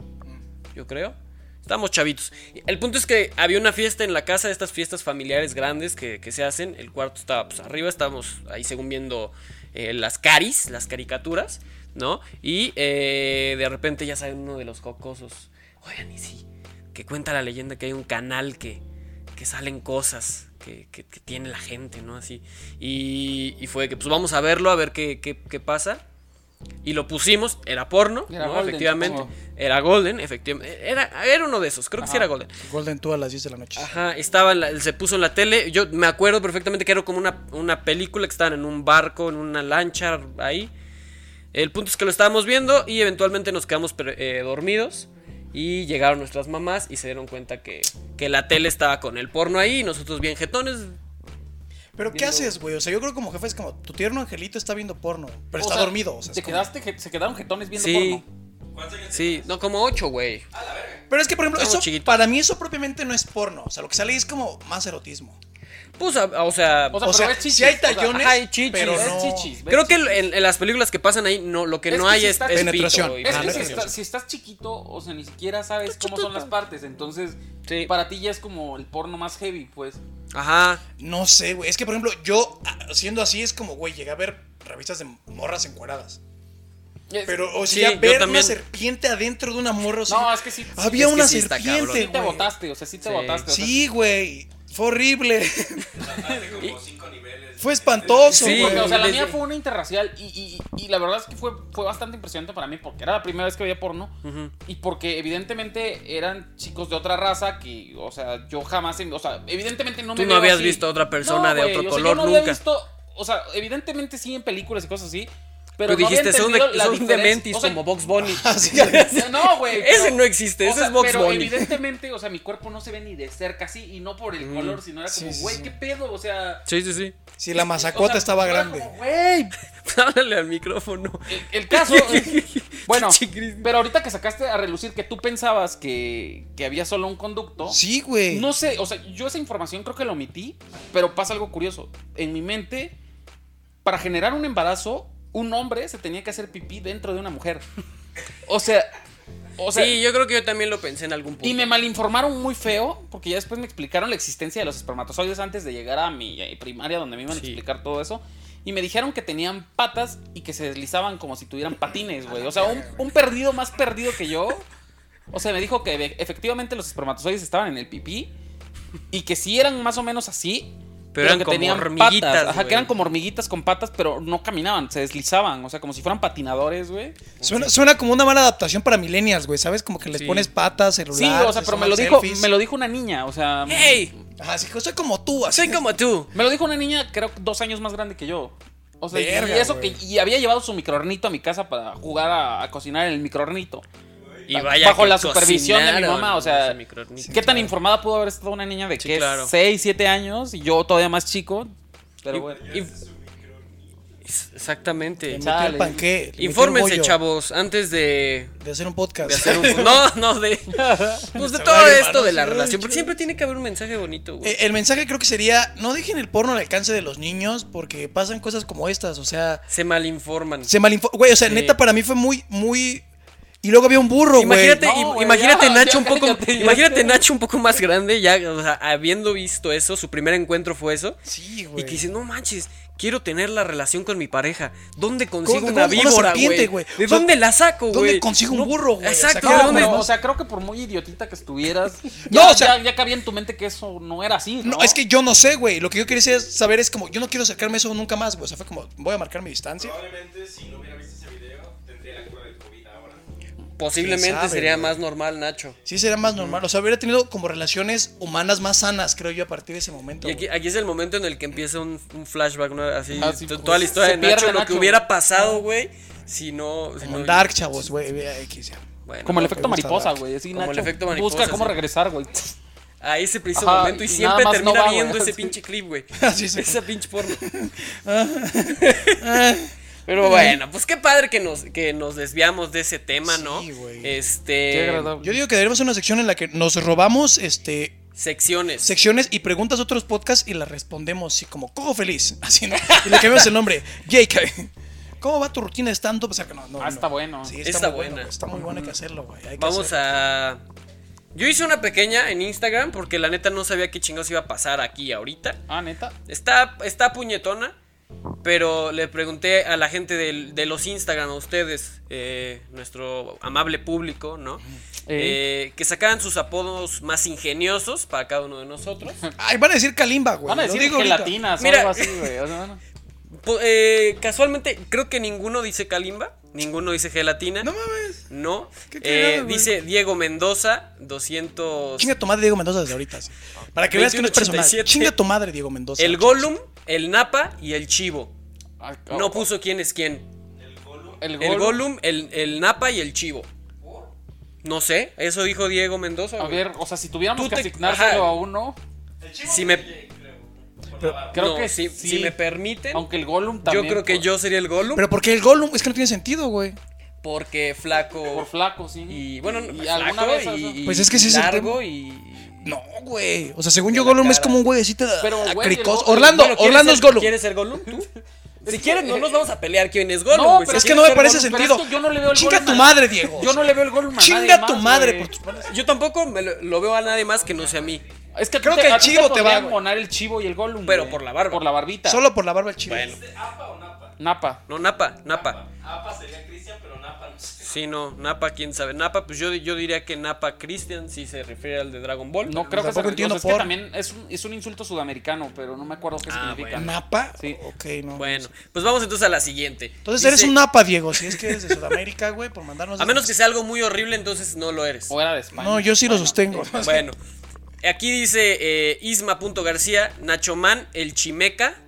[SPEAKER 1] yo creo. Estábamos chavitos. El punto es que había una fiesta en la casa, de estas fiestas familiares grandes que, que se hacen. El cuarto estaba pues, arriba, estábamos ahí según viendo eh, las caris, las caricaturas, ¿no? Y eh, de repente ya sale uno de los jocosos. Oigan, y sí, que cuenta la leyenda que hay un canal que, que salen cosas que, que- que tiene la gente, ¿no? Así. Y, y fue que pues vamos a verlo, a ver qué, qué- qué pasa. Y lo pusimos, era porno,
[SPEAKER 2] Era
[SPEAKER 1] ¿no?
[SPEAKER 2] Golden,
[SPEAKER 1] efectivamente.
[SPEAKER 2] supongo.
[SPEAKER 1] Era Golden, efectivamente. Era, era uno de esos, creo que sí era
[SPEAKER 2] Ajá.
[SPEAKER 1] Golden.
[SPEAKER 3] Golden tú a las 10 de la noche.
[SPEAKER 1] Ajá, estaba en la- se puso en la tele. Yo me acuerdo perfectamente que era como una, una película que estaban en un barco, en una lancha ahí. El punto es que lo estábamos viendo y eventualmente nos quedamos per- eh, dormidos. Y llegaron nuestras mamás y se dieron cuenta que, que la tele estaba con el porno ahí y nosotros bien jetones.
[SPEAKER 3] Pero ¿qué
[SPEAKER 1] Viendo-
[SPEAKER 3] haces, güey? O sea, yo creo que como jefe es como, tu tierno angelito está viendo porno, pero
[SPEAKER 2] O
[SPEAKER 3] está
[SPEAKER 2] sea,
[SPEAKER 3] dormido. O sea, es
[SPEAKER 2] te
[SPEAKER 3] como-
[SPEAKER 2] quedaste, que- se quedaron jetones viendo
[SPEAKER 1] Sí,
[SPEAKER 2] porno.
[SPEAKER 4] ¿Cuántos años
[SPEAKER 1] sí, no, como ocho, güey.
[SPEAKER 3] Pero es que, por ejemplo,
[SPEAKER 1] Estamos
[SPEAKER 3] eso,
[SPEAKER 1] chiquitos.
[SPEAKER 3] para mí eso propiamente no es porno. O sea, lo que sale ahí es como más erotismo.
[SPEAKER 1] Pues, a- o sea,
[SPEAKER 2] O sea,
[SPEAKER 3] O
[SPEAKER 2] pero
[SPEAKER 3] sea,
[SPEAKER 2] ves chichis,
[SPEAKER 3] si hay
[SPEAKER 2] o sea,
[SPEAKER 3] tallones,
[SPEAKER 1] ajá, hay chichis.
[SPEAKER 3] pero
[SPEAKER 2] ves
[SPEAKER 3] no...
[SPEAKER 2] chichis, ves
[SPEAKER 1] creo que
[SPEAKER 2] chichis.
[SPEAKER 1] en, en las películas que pasan ahí, no, lo que
[SPEAKER 2] Es
[SPEAKER 1] no
[SPEAKER 2] que
[SPEAKER 1] hay
[SPEAKER 2] sí
[SPEAKER 1] es,
[SPEAKER 2] está-
[SPEAKER 1] es pito,
[SPEAKER 3] Penetración.
[SPEAKER 1] güey.
[SPEAKER 2] Es
[SPEAKER 3] Ah,
[SPEAKER 2] que
[SPEAKER 3] no
[SPEAKER 2] si,
[SPEAKER 3] es
[SPEAKER 2] está-
[SPEAKER 3] gracioso.
[SPEAKER 2] si estás chiquito, o sea, ni siquiera sabes
[SPEAKER 1] Estás
[SPEAKER 2] cómo son
[SPEAKER 1] chiquito.
[SPEAKER 2] las partes. Entonces,
[SPEAKER 1] Sí.
[SPEAKER 2] para ti ya es como el porno más heavy, pues.
[SPEAKER 1] Ajá.
[SPEAKER 3] No sé, güey. Es que, por ejemplo, yo, ah, siendo así, es como, güey, llegué a ver revistas de morras encueradas.
[SPEAKER 2] Es-
[SPEAKER 3] Pero, o
[SPEAKER 1] Sí,
[SPEAKER 3] sea,
[SPEAKER 1] yo
[SPEAKER 3] ver una
[SPEAKER 1] también.
[SPEAKER 3] serpiente adentro de una morra. o sea,
[SPEAKER 2] No, es que sí. sí,
[SPEAKER 3] había
[SPEAKER 1] es que
[SPEAKER 3] una
[SPEAKER 1] sí está
[SPEAKER 3] serpiente,
[SPEAKER 2] sí te
[SPEAKER 3] güey.
[SPEAKER 2] botaste, o sea, sí te
[SPEAKER 1] Sí.
[SPEAKER 2] botaste. o sea,
[SPEAKER 3] Sí, güey. Fue horrible.
[SPEAKER 4] Hace como 5 niveles.
[SPEAKER 3] Fue espantoso,
[SPEAKER 1] Sí,
[SPEAKER 3] güey.
[SPEAKER 2] Porque, o sea, la
[SPEAKER 1] desde-
[SPEAKER 2] mía fue una interracial y, y- y la verdad es que fue, fue bastante impresionante para mí porque era la primera vez que veía porno
[SPEAKER 1] Ujú.
[SPEAKER 2] y porque evidentemente eran chicos de otra raza que, o sea, yo jamás, en- o sea, evidentemente no
[SPEAKER 1] Tú
[SPEAKER 2] me
[SPEAKER 1] no
[SPEAKER 2] veo
[SPEAKER 1] habías
[SPEAKER 2] así.
[SPEAKER 1] visto a otra persona
[SPEAKER 2] No,
[SPEAKER 1] de
[SPEAKER 2] güey,
[SPEAKER 1] otro
[SPEAKER 2] o sea, yo
[SPEAKER 1] color
[SPEAKER 2] no había
[SPEAKER 1] nunca.
[SPEAKER 2] visto, o sea, evidentemente sí en películas y cosas así, pero
[SPEAKER 1] Pero
[SPEAKER 2] no había
[SPEAKER 1] dijiste, son, de,
[SPEAKER 2] entendido la
[SPEAKER 1] son
[SPEAKER 2] diferencia".
[SPEAKER 1] dementis
[SPEAKER 2] O sea,
[SPEAKER 1] como Box Bunny.
[SPEAKER 3] Así,
[SPEAKER 2] No, güey.
[SPEAKER 1] Ese
[SPEAKER 2] pero-
[SPEAKER 1] no existe,
[SPEAKER 2] o
[SPEAKER 1] ese
[SPEAKER 2] sea,
[SPEAKER 1] es Box
[SPEAKER 2] Pero
[SPEAKER 1] Bunny.
[SPEAKER 2] evidentemente, o sea, mi cuerpo no se ve ni de cerca así y no por el
[SPEAKER 1] Mm.
[SPEAKER 2] color, sino era
[SPEAKER 3] Sí,
[SPEAKER 2] como,
[SPEAKER 3] sí,
[SPEAKER 2] güey,
[SPEAKER 3] sí.
[SPEAKER 2] qué pedo, o sea...
[SPEAKER 1] Sí, sí, sí.
[SPEAKER 3] si la mazacota
[SPEAKER 2] o sea,
[SPEAKER 3] estaba
[SPEAKER 2] era
[SPEAKER 3] grande.
[SPEAKER 2] como, Güey,
[SPEAKER 1] Háblale al micrófono.
[SPEAKER 2] el, el caso. bueno,
[SPEAKER 1] Sí, Chris.
[SPEAKER 2] pero ahorita que sacaste a relucir que tú pensabas que, que había solo un conducto.
[SPEAKER 3] Sí, güey.
[SPEAKER 2] No sé, o sea, yo esa información creo que la omití, pero pasa algo curioso. En mi mente, para generar un embarazo, un hombre se tenía que hacer pipí dentro de una mujer. O sea, o sea,
[SPEAKER 1] sí, yo creo que yo también lo pensé en algún punto.
[SPEAKER 2] y me malinformaron muy feo, porque ya después me explicaron la existencia de los espermatozoides antes de llegar a mi eh, primaria, donde me iban a
[SPEAKER 1] Sí.
[SPEAKER 2] explicar todo eso. Y me dijeron que tenían patas y que se deslizaban como si tuvieran patines, güey. O sea, un, un perdido más perdido que yo. O sea, me dijo que ve- efectivamente los espermatozoides estaban en el pipí y que sí eran más o menos así.
[SPEAKER 1] Pero eran como hormiguitas,
[SPEAKER 2] patas. Ajá,
[SPEAKER 1] güey.
[SPEAKER 2] que eran como hormiguitas con patas, pero no caminaban, se deslizaban. O sea, como si fueran patinadores, güey.
[SPEAKER 3] Suena, suena como una mala adaptación para millennials, güey, ¿sabes? Como que les
[SPEAKER 1] Sí.
[SPEAKER 3] pones patas,
[SPEAKER 2] Sí,
[SPEAKER 3] celular.
[SPEAKER 2] o sea,
[SPEAKER 3] se
[SPEAKER 2] pero me
[SPEAKER 3] toman
[SPEAKER 2] lo, dijo,
[SPEAKER 3] selfies.
[SPEAKER 2] me lo dijo una niña, o sea...
[SPEAKER 1] ¡Hey!
[SPEAKER 3] Ajá, así que soy como tú, así.
[SPEAKER 1] Soy como tú.
[SPEAKER 2] Me lo dijo una niña, creo que dos años más grande que yo. O sea, y-
[SPEAKER 3] Verga,
[SPEAKER 2] y eso
[SPEAKER 3] güey.
[SPEAKER 2] que y había llevado su microornito a mi casa para jugar a, a cocinar en el microornito.
[SPEAKER 1] Y vaya
[SPEAKER 2] Bajo
[SPEAKER 1] que
[SPEAKER 2] la supervisión de mi
[SPEAKER 1] cocinaron
[SPEAKER 2] mamá, o sea,
[SPEAKER 1] ese microornito.
[SPEAKER 2] ¿Qué tan informada pudo haber estado una niña de
[SPEAKER 1] Sí,
[SPEAKER 2] que
[SPEAKER 1] claro.
[SPEAKER 2] 6, 7 años y yo todavía más chico? Pero
[SPEAKER 1] Y-
[SPEAKER 2] bueno.
[SPEAKER 1] y- Es- Exactamente.
[SPEAKER 3] Le metió el
[SPEAKER 2] Chale.
[SPEAKER 3] panqué, le metió el
[SPEAKER 1] Infórmense,
[SPEAKER 3] bollo
[SPEAKER 1] chavos, antes de,
[SPEAKER 3] De hacer un podcast.
[SPEAKER 1] de hacer un. No, no, de. Pues de todo
[SPEAKER 3] Ay,
[SPEAKER 1] esto de la
[SPEAKER 3] hermano,
[SPEAKER 1] relación.
[SPEAKER 3] sí, ay,
[SPEAKER 1] Porque
[SPEAKER 3] qué-
[SPEAKER 1] siempre tiene que haber un mensaje bonito, güey.
[SPEAKER 3] Eh, El mensaje creo que sería, no dejen el porno al alcance de los niños porque pasan cosas como estas, o sea,
[SPEAKER 1] Se malinforman.
[SPEAKER 3] se malinforma, güey, o sea,
[SPEAKER 1] Sí.
[SPEAKER 3] neta para mí fue muy, muy... Y luego había un burro, güey.
[SPEAKER 1] Imagínate,
[SPEAKER 2] No,
[SPEAKER 1] im-
[SPEAKER 2] güey,
[SPEAKER 1] imagínate
[SPEAKER 2] ya,
[SPEAKER 1] Nacho
[SPEAKER 2] ya
[SPEAKER 1] un poco,
[SPEAKER 2] cállate, ya.
[SPEAKER 1] imagínate Nacho un poco más grande, ya, o sea, habiendo visto eso, su primer encuentro fue eso,
[SPEAKER 3] Sí,
[SPEAKER 1] y
[SPEAKER 3] güey.
[SPEAKER 1] que dice, no manches, quiero tener la relación con mi pareja, ¿dónde consigo
[SPEAKER 3] ¿Cómo-
[SPEAKER 1] una
[SPEAKER 3] cómo- una
[SPEAKER 1] víbora,
[SPEAKER 3] serpiente,
[SPEAKER 1] güey?
[SPEAKER 3] güey?
[SPEAKER 1] ¿De
[SPEAKER 3] O sea,
[SPEAKER 1] dónde la saco, güey?
[SPEAKER 3] ¿dónde consigo un burro, güey?
[SPEAKER 1] Exacto,
[SPEAKER 3] O sea,
[SPEAKER 1] ¿de
[SPEAKER 2] No,
[SPEAKER 1] dónde?
[SPEAKER 2] Ah, pero, o sea, creo que por muy idiotita que estuvieras,
[SPEAKER 3] No,
[SPEAKER 2] ya,
[SPEAKER 3] o sea-
[SPEAKER 2] ya, ya cabía en tu mente que eso no era así. No,
[SPEAKER 3] No, es que yo no sé, güey. Lo que yo quería saber es como, yo no quiero acercarme a eso nunca más, güey. O sea, fue como, voy a marcar mi distancia.
[SPEAKER 4] Probablemente si no hubiera visto ese video, tendría la cura del COVID ahora.
[SPEAKER 1] Posiblemente
[SPEAKER 3] ¿Quién sabe,
[SPEAKER 1] sería
[SPEAKER 3] güey?
[SPEAKER 1] más normal Nacho.
[SPEAKER 3] Sí, será más normal. O sea, hubiera tenido como relaciones humanas más sanas, creo yo, a partir de ese momento.
[SPEAKER 1] Y aquí,
[SPEAKER 3] güey.
[SPEAKER 1] aquí es el momento en el que empieza un, un flashback, ¿no? así,
[SPEAKER 2] Ah, sí,
[SPEAKER 1] to-
[SPEAKER 2] pues,
[SPEAKER 1] toda la historia de
[SPEAKER 2] se
[SPEAKER 1] Nacho,
[SPEAKER 2] pierde
[SPEAKER 1] lo que
[SPEAKER 2] Nacho.
[SPEAKER 1] hubiera pasado, güey, si no... si
[SPEAKER 3] Como
[SPEAKER 1] no-
[SPEAKER 3] en Dark, chavos, güey. vea, X, ya.
[SPEAKER 1] bueno,
[SPEAKER 2] Como el
[SPEAKER 3] me
[SPEAKER 2] efecto
[SPEAKER 3] gusta
[SPEAKER 2] mariposa,
[SPEAKER 3] hablar.
[SPEAKER 2] güey. así
[SPEAKER 1] Como el
[SPEAKER 2] Nacho
[SPEAKER 1] efecto mariposa,
[SPEAKER 2] Busca cómo
[SPEAKER 1] sí.
[SPEAKER 2] regresar, güey.
[SPEAKER 1] Ahí se preciso
[SPEAKER 2] Ajá,
[SPEAKER 1] momento y
[SPEAKER 2] y nada
[SPEAKER 1] siempre
[SPEAKER 2] más
[SPEAKER 1] termina
[SPEAKER 2] no va, güey, Ah,
[SPEAKER 1] viendo ese
[SPEAKER 2] así.
[SPEAKER 1] pinche clip, güey.
[SPEAKER 3] Así se-
[SPEAKER 1] Esa pinche porno. Pero bueno, pues qué padre que nos, que nos desviamos de ese tema,
[SPEAKER 3] Sí,
[SPEAKER 1] ¿no?
[SPEAKER 3] güey.
[SPEAKER 1] Este.
[SPEAKER 2] Qué agradable.
[SPEAKER 3] Yo digo que daremos una sección en la que nos robamos este
[SPEAKER 1] Secciones.
[SPEAKER 3] secciones y preguntas de otros podcasts y las respondemos así como cojo feliz, así no. Y le cambiamos el nombre, Jake. ¿Cómo va tu rutina de stand-up? O sea, que no, no,
[SPEAKER 2] Ah,
[SPEAKER 3] no.
[SPEAKER 2] está bueno.
[SPEAKER 3] Sí, está,
[SPEAKER 1] Está
[SPEAKER 3] muy bueno,
[SPEAKER 1] buena.
[SPEAKER 3] güey, Está muy bueno hay que hacerlo, güey. hay que
[SPEAKER 1] Vamos
[SPEAKER 3] hacerlo.
[SPEAKER 1] a. Yo hice una pequeña en Instagram porque la neta no sabía qué chingados iba a pasar aquí ahorita.
[SPEAKER 2] Ah, neta.
[SPEAKER 1] Está, está puñetona, pero le pregunté a la gente del- de los Instagram, a ustedes, eh, nuestro amable público, ¿no? Eh, que sacaran sus apodos más ingeniosos para cada uno de nosotros.
[SPEAKER 3] Ay, van a decir Kalimba, güey.
[SPEAKER 2] Van a
[SPEAKER 3] lo
[SPEAKER 2] decir
[SPEAKER 3] digo ahorita.
[SPEAKER 2] gelatinas o
[SPEAKER 1] Mira.
[SPEAKER 2] algo así, güey. o sea, no.
[SPEAKER 1] Po- eh, casualmente, creo que ninguno dice Kalimba, ninguno dice gelatina.
[SPEAKER 3] No
[SPEAKER 1] No.
[SPEAKER 3] mames. Qué
[SPEAKER 1] Eh,
[SPEAKER 3] cagado, güey.
[SPEAKER 1] dice Diego Mendoza, 200.
[SPEAKER 3] Chinga tu madre, Diego Mendoza, desde ahorita. sí. Para que veas que no es personal.
[SPEAKER 1] 2187.
[SPEAKER 3] Chinga tu madre, Diego Mendoza.
[SPEAKER 1] El Gollum, el Napa y el Chivo.
[SPEAKER 2] Ay,
[SPEAKER 3] Oh.
[SPEAKER 1] No puso quién es quién.
[SPEAKER 2] Ah, el
[SPEAKER 1] El
[SPEAKER 2] gol.
[SPEAKER 1] Gollum, el, el Napa y el Chivo. No sé, eso dijo Diego Mendoza.
[SPEAKER 2] A
[SPEAKER 1] güey.
[SPEAKER 2] ver, o sea, si tuviéramos
[SPEAKER 1] Tú
[SPEAKER 2] que
[SPEAKER 1] te-
[SPEAKER 2] asignárselo
[SPEAKER 1] ajá.
[SPEAKER 2] a uno,
[SPEAKER 4] El chivo
[SPEAKER 1] Si
[SPEAKER 4] de
[SPEAKER 1] me-
[SPEAKER 4] Jake, creo. Por
[SPEAKER 3] Pero-
[SPEAKER 4] la barba.
[SPEAKER 2] creo
[SPEAKER 1] No,
[SPEAKER 2] que
[SPEAKER 1] si,
[SPEAKER 2] sí.
[SPEAKER 1] si me permiten,
[SPEAKER 2] aunque el Gollum
[SPEAKER 1] yo
[SPEAKER 2] también.
[SPEAKER 1] creo que
[SPEAKER 2] por-
[SPEAKER 1] yo sería el Gollum.
[SPEAKER 3] Pero porque el Gollum es que no tiene sentido, güey.
[SPEAKER 1] porque flaco.
[SPEAKER 2] Por flaco, sí.
[SPEAKER 1] y bueno,
[SPEAKER 2] y
[SPEAKER 1] flaco
[SPEAKER 2] alguna vez. o sea,
[SPEAKER 1] y,
[SPEAKER 3] Pues es que sí es el
[SPEAKER 1] largo y.
[SPEAKER 3] No, güey. O sea, según
[SPEAKER 1] De
[SPEAKER 3] yo,
[SPEAKER 1] la
[SPEAKER 3] Gollum es
[SPEAKER 1] cara.
[SPEAKER 3] como un güeyecito
[SPEAKER 2] Pero, güey,
[SPEAKER 3] acricoso.
[SPEAKER 2] el Go-
[SPEAKER 3] Orlando,
[SPEAKER 1] Bueno, ¿quieres
[SPEAKER 3] Orlando
[SPEAKER 1] ser-
[SPEAKER 3] es Gollum.
[SPEAKER 1] ¿Quieres ser Gollum tú? Si quieres, no nos vamos a pelear quién es Gollum.
[SPEAKER 2] No,
[SPEAKER 1] güey. Si
[SPEAKER 2] pero
[SPEAKER 3] Es que no
[SPEAKER 1] quieres
[SPEAKER 3] me parece
[SPEAKER 1] ser
[SPEAKER 2] Pero
[SPEAKER 3] sentido.
[SPEAKER 2] es que yo no le veo el
[SPEAKER 3] Chinga
[SPEAKER 2] Gollum
[SPEAKER 3] tu
[SPEAKER 2] a-
[SPEAKER 3] madre, Diego.
[SPEAKER 2] Yo no le veo el Gollum a nadie
[SPEAKER 3] Chinga
[SPEAKER 2] más,
[SPEAKER 3] tu madre
[SPEAKER 2] güey.
[SPEAKER 3] por tus
[SPEAKER 1] Gollum. Yo tampoco me lo, lo veo a nadie más que no sea a mí.
[SPEAKER 2] Es que a ti
[SPEAKER 3] Creo
[SPEAKER 2] te-
[SPEAKER 3] que el
[SPEAKER 2] a ti
[SPEAKER 3] chivo te
[SPEAKER 2] podrían
[SPEAKER 3] va, güey.
[SPEAKER 2] monar el chivo y el Gollum.
[SPEAKER 1] Pero
[SPEAKER 2] güey.
[SPEAKER 1] por la barba.
[SPEAKER 2] Por la barbita.
[SPEAKER 3] Solo por la barba el chivo.
[SPEAKER 1] Bueno,
[SPEAKER 4] ¿Este Apa o Napa?
[SPEAKER 2] Napa.
[SPEAKER 1] no, Napa, Napa.
[SPEAKER 4] Apa sería Cristian, pero Napa no sé.
[SPEAKER 1] Sí, no, Napa, quién sabe. Napa, pues yo, yo diría que Napa Christian, si se refiere al de Dragon Ball.
[SPEAKER 2] No creo que
[SPEAKER 3] Tampoco
[SPEAKER 2] sea-
[SPEAKER 3] entiendo
[SPEAKER 2] es
[SPEAKER 3] por-
[SPEAKER 2] que también es un, es un insulto sudamericano, pero no me acuerdo qué
[SPEAKER 1] Ah,
[SPEAKER 2] significa.
[SPEAKER 3] ¿Napa?
[SPEAKER 2] Sí.
[SPEAKER 3] Ok, no.
[SPEAKER 1] Bueno, pues vamos entonces a la siguiente.
[SPEAKER 3] Entonces
[SPEAKER 1] Dice,
[SPEAKER 3] eres un napa, Diego, si es que eres de Sudamérica, güey, por mandarnos...
[SPEAKER 1] A menos que sea algo muy horrible, entonces no lo eres.
[SPEAKER 2] O era de España.
[SPEAKER 3] No, yo sí lo
[SPEAKER 2] Bueno,
[SPEAKER 3] sostengo.
[SPEAKER 1] Bueno, aquí dice eh, Isma.garcía, Nachoman, el Chimeca,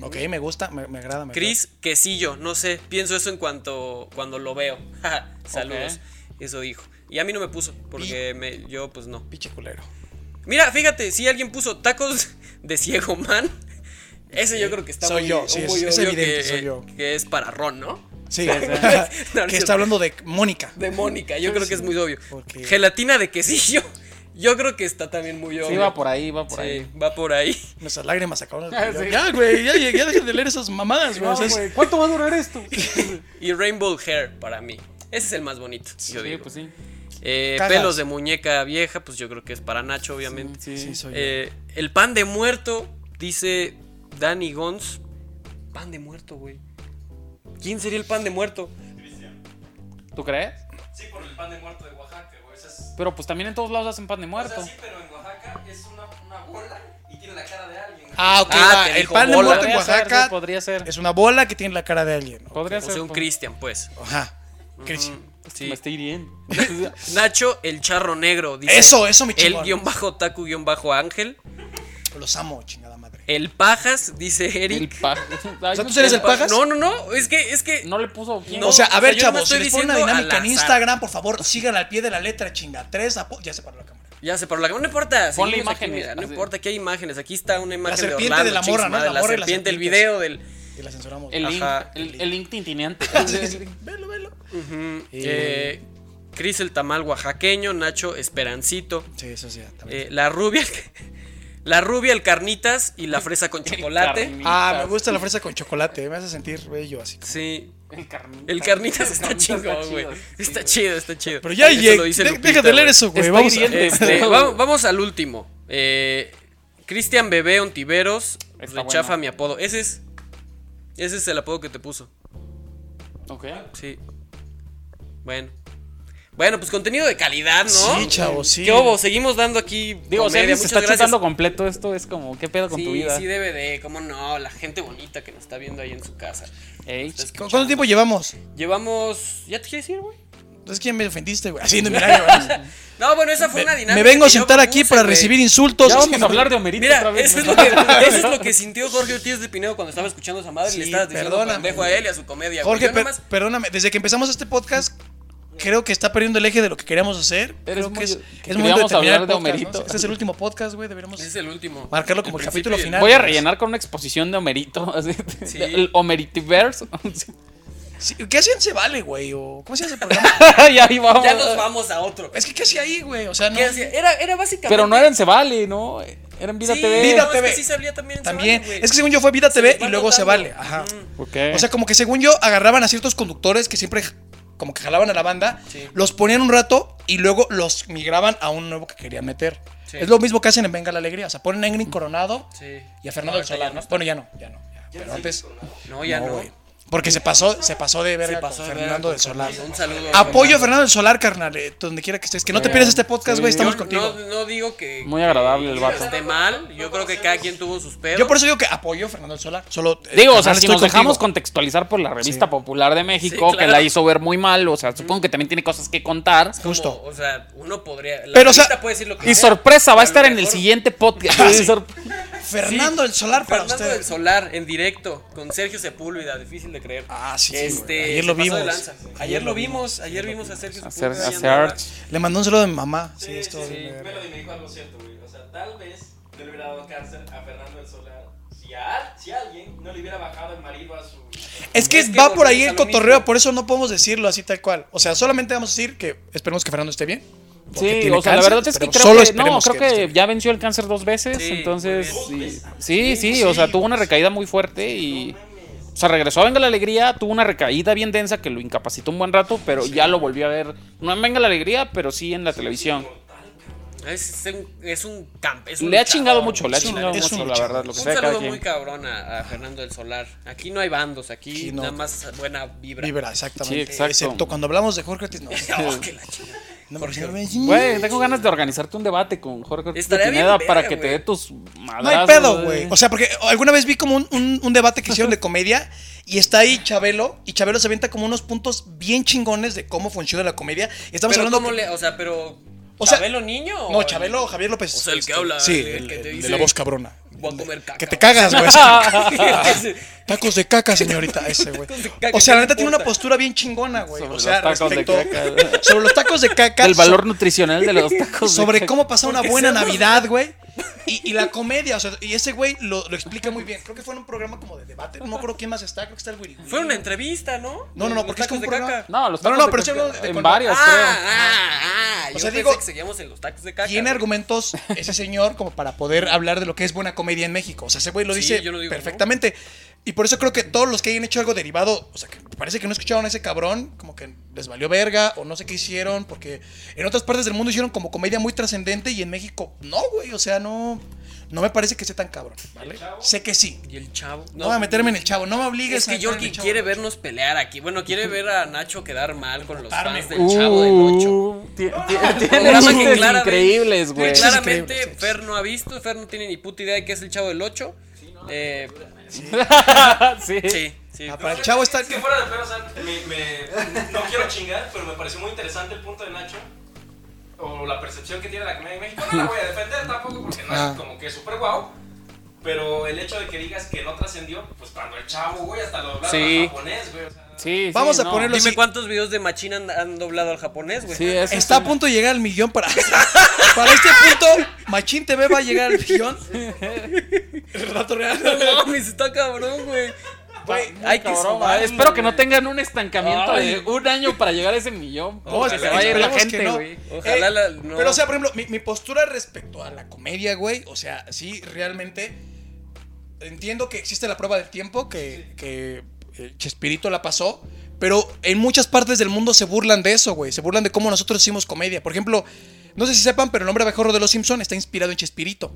[SPEAKER 3] Ok, me gusta, me, me agrada. me
[SPEAKER 1] Cris, Quesillo, no sé, pienso eso en cuanto cuando lo veo. Saludos, eso dijo. Y a mí no me puso, porque me- yo pues no.
[SPEAKER 3] agrada. Pinche culero.
[SPEAKER 1] Mira, fíjate, si alguien puso tacos de ciego man, ese yo creo que está
[SPEAKER 3] Soy
[SPEAKER 1] muy,
[SPEAKER 3] yo, sí, es-
[SPEAKER 1] muy
[SPEAKER 3] es
[SPEAKER 1] obvio
[SPEAKER 3] evidente,
[SPEAKER 1] que, eh,
[SPEAKER 3] soy yo.
[SPEAKER 1] que es para Ron, ¿no?
[SPEAKER 3] Sí,
[SPEAKER 1] no es
[SPEAKER 3] que
[SPEAKER 1] cierto.
[SPEAKER 3] está hablando de Mónica.
[SPEAKER 1] De Mónica, yo creo que es muy obvio.
[SPEAKER 3] Porque-
[SPEAKER 1] Gelatina de quesillo, yo creo que está también muy obvio.
[SPEAKER 2] Sí, va por ahí, va por
[SPEAKER 1] Sí,
[SPEAKER 2] ahí.
[SPEAKER 1] va por ahí.
[SPEAKER 3] Nuestras lágrimas acabaron. de
[SPEAKER 2] Ah,
[SPEAKER 3] llorar.
[SPEAKER 2] sí.
[SPEAKER 3] Ya, güey, ya, ya, ya dejen de leer esas mamadas, güey. o sea, es-
[SPEAKER 2] ¿Cuánto va a durar esto?
[SPEAKER 1] Y Rainbow Hair para mí. Ese es el más bonito, yo
[SPEAKER 2] sí,
[SPEAKER 1] digo.
[SPEAKER 2] pues sí.
[SPEAKER 1] Eh,
[SPEAKER 3] Cajas.
[SPEAKER 1] pelos de muñeca vieja, pues yo creo que es para Nacho, obviamente.
[SPEAKER 2] Sí,
[SPEAKER 3] Sí, soy yo.
[SPEAKER 1] Eh, el pan de muerto, dice Danny Gons. Pan de muerto, güey. ¿Quién sería el pan de muerto?
[SPEAKER 4] Cristian.
[SPEAKER 2] ¿Tú crees?
[SPEAKER 4] Sí, por el pan de muerto de Oaxaca, güey. Ese es-
[SPEAKER 2] Pero pues también en todos lados hacen pan de
[SPEAKER 4] O
[SPEAKER 2] muerto.
[SPEAKER 4] sea, sí, pero en Oaxaca es una, una bola y tiene la cara de alguien. güey.
[SPEAKER 3] Ah, ok,
[SPEAKER 1] Ah,
[SPEAKER 3] va,
[SPEAKER 1] te
[SPEAKER 3] el
[SPEAKER 1] dijo
[SPEAKER 3] pan de
[SPEAKER 1] bola.
[SPEAKER 3] muerto en
[SPEAKER 2] Podría ser,
[SPEAKER 3] Oaxaca
[SPEAKER 2] sí, podría ser.
[SPEAKER 3] es una bola que tiene la cara de alguien. ¿no?
[SPEAKER 2] Podría
[SPEAKER 1] O sea,
[SPEAKER 2] ser.
[SPEAKER 1] un
[SPEAKER 2] po-
[SPEAKER 1] Cristian, pues.
[SPEAKER 3] Ajá. Cris.
[SPEAKER 1] Sí.
[SPEAKER 2] Me estoy hiriendo.
[SPEAKER 1] Nacho, el charro negro, dice.
[SPEAKER 3] Eso, eso, mi
[SPEAKER 1] El
[SPEAKER 3] chingón.
[SPEAKER 1] guión bajo taku guión bajo ángel.
[SPEAKER 3] Los amo, chingada madre.
[SPEAKER 1] El pajas, dice
[SPEAKER 2] el
[SPEAKER 1] Eric.
[SPEAKER 2] paja. Ay,
[SPEAKER 3] sea,
[SPEAKER 2] no
[SPEAKER 3] tú eres
[SPEAKER 2] sé,
[SPEAKER 3] el pajas?
[SPEAKER 1] No, no, no. Es que, es que.
[SPEAKER 2] No le puso quién.
[SPEAKER 1] No,
[SPEAKER 3] o sea, a
[SPEAKER 1] o
[SPEAKER 3] ver,
[SPEAKER 1] sea, yo no me
[SPEAKER 3] chavos, si
[SPEAKER 1] estoy
[SPEAKER 3] les pone una
[SPEAKER 1] diciendo
[SPEAKER 3] dinámica
[SPEAKER 1] al
[SPEAKER 3] en
[SPEAKER 1] azar.
[SPEAKER 3] Instagram, por favor, sigan al pie de la letra, chinga. Tres, apo- ya se paró la cámara.
[SPEAKER 1] Ya se paró la No importa.
[SPEAKER 2] Ponle
[SPEAKER 1] seguimos aquí,
[SPEAKER 2] imágenes,
[SPEAKER 1] mira, no
[SPEAKER 2] así.
[SPEAKER 1] importa, aquí hay imágenes. Aquí está una imagen de
[SPEAKER 3] serpiente
[SPEAKER 1] Orlando.
[SPEAKER 3] de la
[SPEAKER 1] chingos
[SPEAKER 3] morra, ¿no?
[SPEAKER 1] madre,
[SPEAKER 3] La
[SPEAKER 1] La,
[SPEAKER 3] morra y las
[SPEAKER 1] serpiente, el
[SPEAKER 3] serpientes.
[SPEAKER 1] video del.
[SPEAKER 3] Y la censuramos.
[SPEAKER 2] El link,
[SPEAKER 1] Ajá.
[SPEAKER 2] el, el link tintineante.
[SPEAKER 3] Velo, velo.
[SPEAKER 1] Ujú,
[SPEAKER 3] Y-
[SPEAKER 1] eh, Cris el tamal oaxaqueño, Nacho Esperancito,
[SPEAKER 3] Sí, eso sí, también.
[SPEAKER 1] eh, la rubia, la rubia el carnitas y la fresa con chocolate.
[SPEAKER 2] Carnitas.
[SPEAKER 3] ah, me gusta la fresa con chocolate, me hace sentir bello así.
[SPEAKER 1] Sí,
[SPEAKER 2] El carnitas.
[SPEAKER 1] el carnitas está chingón,
[SPEAKER 2] chido,
[SPEAKER 1] güey.
[SPEAKER 2] sí,
[SPEAKER 1] Está
[SPEAKER 2] güey.
[SPEAKER 1] chido, está chido.
[SPEAKER 3] Pero ya,
[SPEAKER 1] Eso
[SPEAKER 3] ye-
[SPEAKER 1] lo dice
[SPEAKER 3] de-
[SPEAKER 1] Lupita,
[SPEAKER 3] deja de leer
[SPEAKER 1] güey.
[SPEAKER 3] eso, güey.
[SPEAKER 2] Está
[SPEAKER 3] Vamos a...
[SPEAKER 2] hiriente.
[SPEAKER 1] Este,
[SPEAKER 2] Pero-
[SPEAKER 1] vamos, vamos al último. Eh, Cristian Bebé Ontiveros
[SPEAKER 2] Está
[SPEAKER 1] rechafa
[SPEAKER 2] bueno.
[SPEAKER 1] mi apodo. Ese es. Ese es el apodo que te puso.
[SPEAKER 2] Ok.
[SPEAKER 1] Sí. Bueno. Bueno, pues contenido de calidad, ¿no?
[SPEAKER 3] Sí, chavos, sí.
[SPEAKER 1] ¿Qué hubo? Seguimos dando aquí.
[SPEAKER 2] Digo, si
[SPEAKER 1] comedia.
[SPEAKER 2] alguien se está
[SPEAKER 1] Muchas gracias.
[SPEAKER 2] chutando completo esto, es como, ¿qué pedo con
[SPEAKER 1] sí,
[SPEAKER 2] tu vida?
[SPEAKER 1] Sí, debe de, cómo no, la gente bonita que nos está viendo ahí en su casa.
[SPEAKER 2] Ey,
[SPEAKER 1] Está
[SPEAKER 3] ¿Cu-
[SPEAKER 1] escuchando.
[SPEAKER 3] ¿Cuánto tiempo llevamos?
[SPEAKER 1] Llevamos. ¿Ya te quieres ir, güey?
[SPEAKER 3] Es que me ofendiste, güey. Haciendo mira,
[SPEAKER 1] No, bueno, esa fue una
[SPEAKER 3] me,
[SPEAKER 1] dinámica.
[SPEAKER 3] me vengo a
[SPEAKER 1] que yo
[SPEAKER 3] sentar aquí
[SPEAKER 1] propuse,
[SPEAKER 3] para
[SPEAKER 1] güey.
[SPEAKER 3] recibir insultos.
[SPEAKER 2] ya vamos a hablar de Homerito otra
[SPEAKER 1] pues, Mira,
[SPEAKER 2] vez.
[SPEAKER 1] eso es,
[SPEAKER 2] ¿no?
[SPEAKER 1] lo que, eso es lo que sintió Jorge Ortiz de Pinedo cuando estaba escuchando a esa madre y le
[SPEAKER 3] Sí,
[SPEAKER 1] estabas diciendo
[SPEAKER 3] perdóname.
[SPEAKER 1] pendejo a él y a su comedia. güey.
[SPEAKER 3] Jorge,
[SPEAKER 1] Pues Yo
[SPEAKER 3] per-
[SPEAKER 1] nomás-
[SPEAKER 3] perdóname, desde que empezamos este podcast, creo que está perdiendo el eje de lo que queríamos hacer.
[SPEAKER 2] Eres
[SPEAKER 3] creo
[SPEAKER 2] muy-
[SPEAKER 3] que es,
[SPEAKER 2] que
[SPEAKER 3] es
[SPEAKER 2] queríamos
[SPEAKER 3] momento de terminar
[SPEAKER 2] hablar
[SPEAKER 3] el
[SPEAKER 2] de
[SPEAKER 3] podcast,
[SPEAKER 2] Homerito.
[SPEAKER 3] ¿no? Este es el último podcast, güey, deberíamos...
[SPEAKER 1] ese es el último.
[SPEAKER 3] Marcarlo como el
[SPEAKER 1] principio
[SPEAKER 3] capítulo
[SPEAKER 1] y
[SPEAKER 3] final.
[SPEAKER 2] Voy a rellenar con una exposición de Homerito. así,
[SPEAKER 1] Sí.
[SPEAKER 2] El Homeritiverse.
[SPEAKER 3] Sí, ¿Qué hacían se vale, güey? O, ¿Cómo se hace el programa?
[SPEAKER 2] y ahí vamos.
[SPEAKER 1] Ya nos vamos a otro.
[SPEAKER 3] es que ¿qué hacía ahí, güey? O sea, no...
[SPEAKER 1] ¿Qué hacía? Era, era básicamente.
[SPEAKER 2] Pero no eran Se Vale, ¿no? Eran Vida
[SPEAKER 1] Sí,
[SPEAKER 2] TV.
[SPEAKER 1] no,
[SPEAKER 3] Vida
[SPEAKER 1] es que
[SPEAKER 3] TV.
[SPEAKER 1] sí salía también. en
[SPEAKER 3] También,
[SPEAKER 1] Sabana, güey.
[SPEAKER 3] es que según yo fue Vida TV
[SPEAKER 1] les
[SPEAKER 3] y
[SPEAKER 1] va
[SPEAKER 3] luego se
[SPEAKER 1] notando. Mm.
[SPEAKER 3] vale. Ajá.
[SPEAKER 1] Ujú.
[SPEAKER 2] Ok.
[SPEAKER 3] O sea, como que según yo agarraban a ciertos conductores que siempre como que jalaban a la banda,
[SPEAKER 1] Sí.
[SPEAKER 3] los ponían un rato y luego los migraban a un nuevo que querían meter.
[SPEAKER 1] Sí. Mm.
[SPEAKER 3] Es lo mismo que hacen en Venga la Alegría. O sea, ponen a Ingrid Coronado
[SPEAKER 1] Sí.
[SPEAKER 3] y a Fernando
[SPEAKER 1] No,
[SPEAKER 3] del
[SPEAKER 1] ahorita ya
[SPEAKER 3] Solar,
[SPEAKER 1] no
[SPEAKER 3] ¿no?
[SPEAKER 1] está.
[SPEAKER 3] Bueno, ya no, ya no. ya. Pero antes.
[SPEAKER 1] No, ya no.
[SPEAKER 3] güey. Porque se pasó, se pasó de verga
[SPEAKER 1] Se pasó
[SPEAKER 3] con
[SPEAKER 1] de
[SPEAKER 3] Fernando del
[SPEAKER 1] verga con
[SPEAKER 3] Solar.
[SPEAKER 1] Fernando. Un saludo.
[SPEAKER 3] Apoyo a Fernando del Solar, carnal, eh, donde quiera que estés. Que no te pierdas este podcast,
[SPEAKER 2] Sí.
[SPEAKER 3] güey, estamos
[SPEAKER 1] Yo
[SPEAKER 3] contigo.
[SPEAKER 1] No, no digo que.
[SPEAKER 2] Muy agradable el
[SPEAKER 1] que
[SPEAKER 2] vato.
[SPEAKER 1] Esté mal. Yo creo que cada quien tuvo sus pedos.
[SPEAKER 3] Yo por eso digo que apoyo a Fernando del Solar. Solo, eh,
[SPEAKER 2] Digo, o
[SPEAKER 3] carnal,
[SPEAKER 2] sea, si
[SPEAKER 3] estoy
[SPEAKER 2] nos dejamos
[SPEAKER 3] contigo.
[SPEAKER 2] contextualizar por la revista
[SPEAKER 3] Sí.
[SPEAKER 2] popular de México,
[SPEAKER 1] Sí, claro.
[SPEAKER 2] que la hizo ver muy mal, o sea, supongo que también tiene cosas que contar.
[SPEAKER 1] Como,
[SPEAKER 3] Justo.
[SPEAKER 1] O sea, uno podría. La
[SPEAKER 3] Pero, o sea,
[SPEAKER 1] artista puede decir lo que
[SPEAKER 2] Y
[SPEAKER 1] sea,
[SPEAKER 2] sorpresa, va a estar en el
[SPEAKER 1] mejor
[SPEAKER 2] siguiente podcast.
[SPEAKER 3] sí.
[SPEAKER 2] Sor-
[SPEAKER 3] Fernando del Solar para
[SPEAKER 1] Fernando del
[SPEAKER 3] ustedes.
[SPEAKER 1] Solar en directo con Sergio Sepúlveda, difícil de creer.
[SPEAKER 3] Ah, sí, güey.
[SPEAKER 1] Este, se
[SPEAKER 3] Ayer lo
[SPEAKER 1] pasó de
[SPEAKER 3] vimos.
[SPEAKER 1] lanza. Ayer, lo vimos, ayer vimos a Sergio
[SPEAKER 2] A Ser-
[SPEAKER 1] Sepúlveda.
[SPEAKER 2] a
[SPEAKER 1] y andaba-
[SPEAKER 2] Serge.
[SPEAKER 3] Le mandó un saludo de mi mamá. Sí,
[SPEAKER 4] Sí, sí,
[SPEAKER 3] esto.
[SPEAKER 4] sí. Melody me dijo algo cierto, güey. O sea, tal vez no le hubiera dado cáncer a Fernando del Solar si a, si a alguien no le hubiera bajado el marido a su.
[SPEAKER 3] Es que
[SPEAKER 1] Es que
[SPEAKER 3] va por ahí
[SPEAKER 1] volvemos
[SPEAKER 3] el
[SPEAKER 1] a lo
[SPEAKER 3] cotorreo,
[SPEAKER 1] mismo.
[SPEAKER 3] por eso no podemos decirlo así tal cual. O sea, solamente vamos a decir que esperemos que Fernando esté bien. porque
[SPEAKER 2] Sí,
[SPEAKER 3] tiene
[SPEAKER 2] o sea, la
[SPEAKER 3] cáncer,
[SPEAKER 2] verdad es que
[SPEAKER 3] pero
[SPEAKER 2] creo
[SPEAKER 3] solo
[SPEAKER 2] que, no,
[SPEAKER 3] esperemos
[SPEAKER 2] creo
[SPEAKER 3] esté
[SPEAKER 2] que
[SPEAKER 3] bien.
[SPEAKER 2] ya venció el cáncer dos veces,
[SPEAKER 1] Sí,
[SPEAKER 2] entonces
[SPEAKER 1] muy
[SPEAKER 2] sí, sí, sí, o sea, tuvo una recaída muy fuerte y o sea, regresó a Venga la Alegría, tuvo una recaída bien densa que lo incapacitó un buen rato, pero ya lo volvió a ver, no en Venga la Alegría, pero sí en la televisión.
[SPEAKER 1] Es un, es un camp- es un
[SPEAKER 2] Le ha
[SPEAKER 1] luchador.
[SPEAKER 2] chingado mucho, le ha
[SPEAKER 3] Es un-
[SPEAKER 2] chingado
[SPEAKER 3] es
[SPEAKER 2] mucho,
[SPEAKER 3] un
[SPEAKER 2] la
[SPEAKER 3] luchador.
[SPEAKER 2] verdad. Lo que
[SPEAKER 1] Un
[SPEAKER 2] sea, cada
[SPEAKER 1] saludo
[SPEAKER 2] quien.
[SPEAKER 1] muy cabrón a, a Fernando del Solar. Aquí no hay bandos, aquí
[SPEAKER 3] Aquí no.
[SPEAKER 1] nada más buena vibra.
[SPEAKER 3] Vibra, exactamente.
[SPEAKER 2] Sí, exacto.
[SPEAKER 3] Excepto cuando hablamos de Jorge Ortiz. No,
[SPEAKER 1] Oh, que la chingada.
[SPEAKER 3] no,
[SPEAKER 1] Jorge
[SPEAKER 3] no,
[SPEAKER 2] Güey, tengo ganas de organizarte un debate con Jorge Ortiz de
[SPEAKER 1] Estaría bien
[SPEAKER 2] Pineda
[SPEAKER 1] verga,
[SPEAKER 2] para que te
[SPEAKER 1] güey.
[SPEAKER 2] dé tus
[SPEAKER 3] No hay
[SPEAKER 2] madrazos.
[SPEAKER 3] pedo, güey. O sea, porque alguna vez vi como un, un- un debate que hicieron de comedia y está ahí Chabelo y Chabelo se avienta como unos puntos bien chingones de cómo funciona la comedia. Y estamos
[SPEAKER 1] Pero
[SPEAKER 3] hablando...
[SPEAKER 1] cómo
[SPEAKER 3] que-
[SPEAKER 1] le, o sea, pero
[SPEAKER 3] O sea-
[SPEAKER 1] Chabelo niño. o
[SPEAKER 3] No,
[SPEAKER 1] el-
[SPEAKER 3] Chabelo, Javier López.
[SPEAKER 1] O sea, el que
[SPEAKER 3] este,
[SPEAKER 1] habla,
[SPEAKER 3] Sí,
[SPEAKER 1] el
[SPEAKER 3] el-
[SPEAKER 1] que te
[SPEAKER 3] el de
[SPEAKER 1] dice,
[SPEAKER 3] la voz cabrona.
[SPEAKER 1] "Voy a comer caca",
[SPEAKER 3] Que te
[SPEAKER 1] o-
[SPEAKER 3] cagas, güey.
[SPEAKER 1] Ese-
[SPEAKER 3] Tacos de caca, señorita, ese, güey.
[SPEAKER 1] Tacos de caca,
[SPEAKER 3] O sea,
[SPEAKER 1] ¿qué te
[SPEAKER 3] la neta tiene una
[SPEAKER 1] importa?
[SPEAKER 3] postura bien chingona, güey.
[SPEAKER 2] Sobre
[SPEAKER 3] O
[SPEAKER 2] los
[SPEAKER 3] sea,
[SPEAKER 2] tacos de
[SPEAKER 3] respecto-
[SPEAKER 2] caca.
[SPEAKER 3] sobre los tacos de caca.
[SPEAKER 2] El valor nutricional de los tacos. de
[SPEAKER 3] sobre
[SPEAKER 2] caca.
[SPEAKER 3] cómo pasar una
[SPEAKER 1] Porque
[SPEAKER 3] buena
[SPEAKER 1] somos-
[SPEAKER 3] Navidad, güey. Y, y la comedia, o sea, y ese güey lo, lo explica muy bien. Creo que fue en un programa como de debate. No me acuerdo quién más está, creo que está el Willy. Willy.
[SPEAKER 1] Fue una entrevista, ¿no?
[SPEAKER 3] No, no, no,
[SPEAKER 1] Los
[SPEAKER 3] porque es
[SPEAKER 1] tacos
[SPEAKER 3] como un programa-
[SPEAKER 2] No, los
[SPEAKER 3] No,
[SPEAKER 2] tacos
[SPEAKER 3] no,
[SPEAKER 2] de
[SPEAKER 3] pero
[SPEAKER 2] caca-
[SPEAKER 3] sí hablamos de
[SPEAKER 2] en
[SPEAKER 3] cuando-
[SPEAKER 1] Ah,
[SPEAKER 2] varios, creo.
[SPEAKER 1] ah, ah. Yo
[SPEAKER 3] O
[SPEAKER 1] pensé
[SPEAKER 3] sea, digo-
[SPEAKER 1] que seguíamos en los tacos de caca.
[SPEAKER 3] Tiene argumentos ese señor como para poder hablar de lo que es buena comedia en México. O sea, ese güey lo
[SPEAKER 1] Sí,
[SPEAKER 3] dice
[SPEAKER 1] yo no digo que no.
[SPEAKER 3] perfectamente. Y por eso creo que todos los que hayan hecho algo derivado, o sea, que parece que no escucharon a ese cabrón, como que les valió verga o no sé qué hicieron, porque en otras partes del mundo hicieron como comedia muy trascendente y en México no, güey. O sea, no, no me parece que sea tan cabrón, ¿vale? Sé que sí.
[SPEAKER 1] Y el chavo.
[SPEAKER 3] No, voy a meterme en el chavo, no me obligues
[SPEAKER 1] Es
[SPEAKER 3] a
[SPEAKER 1] que
[SPEAKER 3] meterme en
[SPEAKER 1] Yorkie
[SPEAKER 3] el chavo.
[SPEAKER 1] quiere vernos pelear aquí. Bueno, quiere ver a Nacho quedar mal con los
[SPEAKER 3] Emputarme,
[SPEAKER 1] fans
[SPEAKER 3] güey.
[SPEAKER 1] del Chavo del Ocho.
[SPEAKER 2] Uh, ti- ti- Tiene
[SPEAKER 1] Programa que
[SPEAKER 2] chistes
[SPEAKER 1] claramente-
[SPEAKER 2] increíbles, güey.
[SPEAKER 3] Chistes
[SPEAKER 1] Claramente,
[SPEAKER 3] increíbles, sí.
[SPEAKER 1] Fer no ha visto, Fer no tiene ni puta idea de qué es el Chavo del Ocho. Eh,
[SPEAKER 2] Sí.
[SPEAKER 1] sí, sí.
[SPEAKER 3] Ah, para el chavo está.
[SPEAKER 4] Es que fuera de pedo, o sea, me, me- no quiero chingar, pero me pareció muy interesante el punto de Nacho. O la percepción que tiene la comedia de México. No la voy a defender tampoco porque no
[SPEAKER 3] Ah.
[SPEAKER 4] es como que súper guau. Pero el hecho de que digas que no trascendió, pues cuando el chavo, güey, hasta lo hablaron
[SPEAKER 2] Sí.
[SPEAKER 4] en japonés, güey. O sea,
[SPEAKER 2] Sí, sí,
[SPEAKER 3] Vamos a
[SPEAKER 2] no.
[SPEAKER 3] ponerlo
[SPEAKER 1] Dime
[SPEAKER 3] así.
[SPEAKER 1] cuántos videos de Machina han, han doblado al japonés, güey.
[SPEAKER 2] Sí, eso
[SPEAKER 3] Está
[SPEAKER 2] sí.
[SPEAKER 3] a punto de llegar al millón para. Para este punto, Machín TV va a llegar al millón. El rato real.
[SPEAKER 1] No mames, está cabrón, güey. Güey, Hay que
[SPEAKER 2] Cabrón,
[SPEAKER 1] sumarle,
[SPEAKER 2] güey. Espero que no
[SPEAKER 1] güey.
[SPEAKER 2] tengan un estancamiento
[SPEAKER 1] Ay.
[SPEAKER 2] de un año para llegar a ese millón.
[SPEAKER 3] No,
[SPEAKER 2] porque se
[SPEAKER 3] espera-
[SPEAKER 2] va a ir la
[SPEAKER 3] esperemos que
[SPEAKER 2] gente,
[SPEAKER 3] no. Eh,
[SPEAKER 2] güey.
[SPEAKER 1] Ojalá la- no.
[SPEAKER 3] Pero, o sea, por ejemplo, mi, mi postura respecto a la comedia, güey, o sea, sí, realmente entiendo que existe la prueba del tiempo, que, que eh, Chespirito la pasó, pero en muchas partes del mundo se burlan de eso, güey, se burlan de cómo nosotros hicimos comedia. Por ejemplo, no sé si sepan, pero el hombre abejorro de los Simpson está inspirado en Chespirito.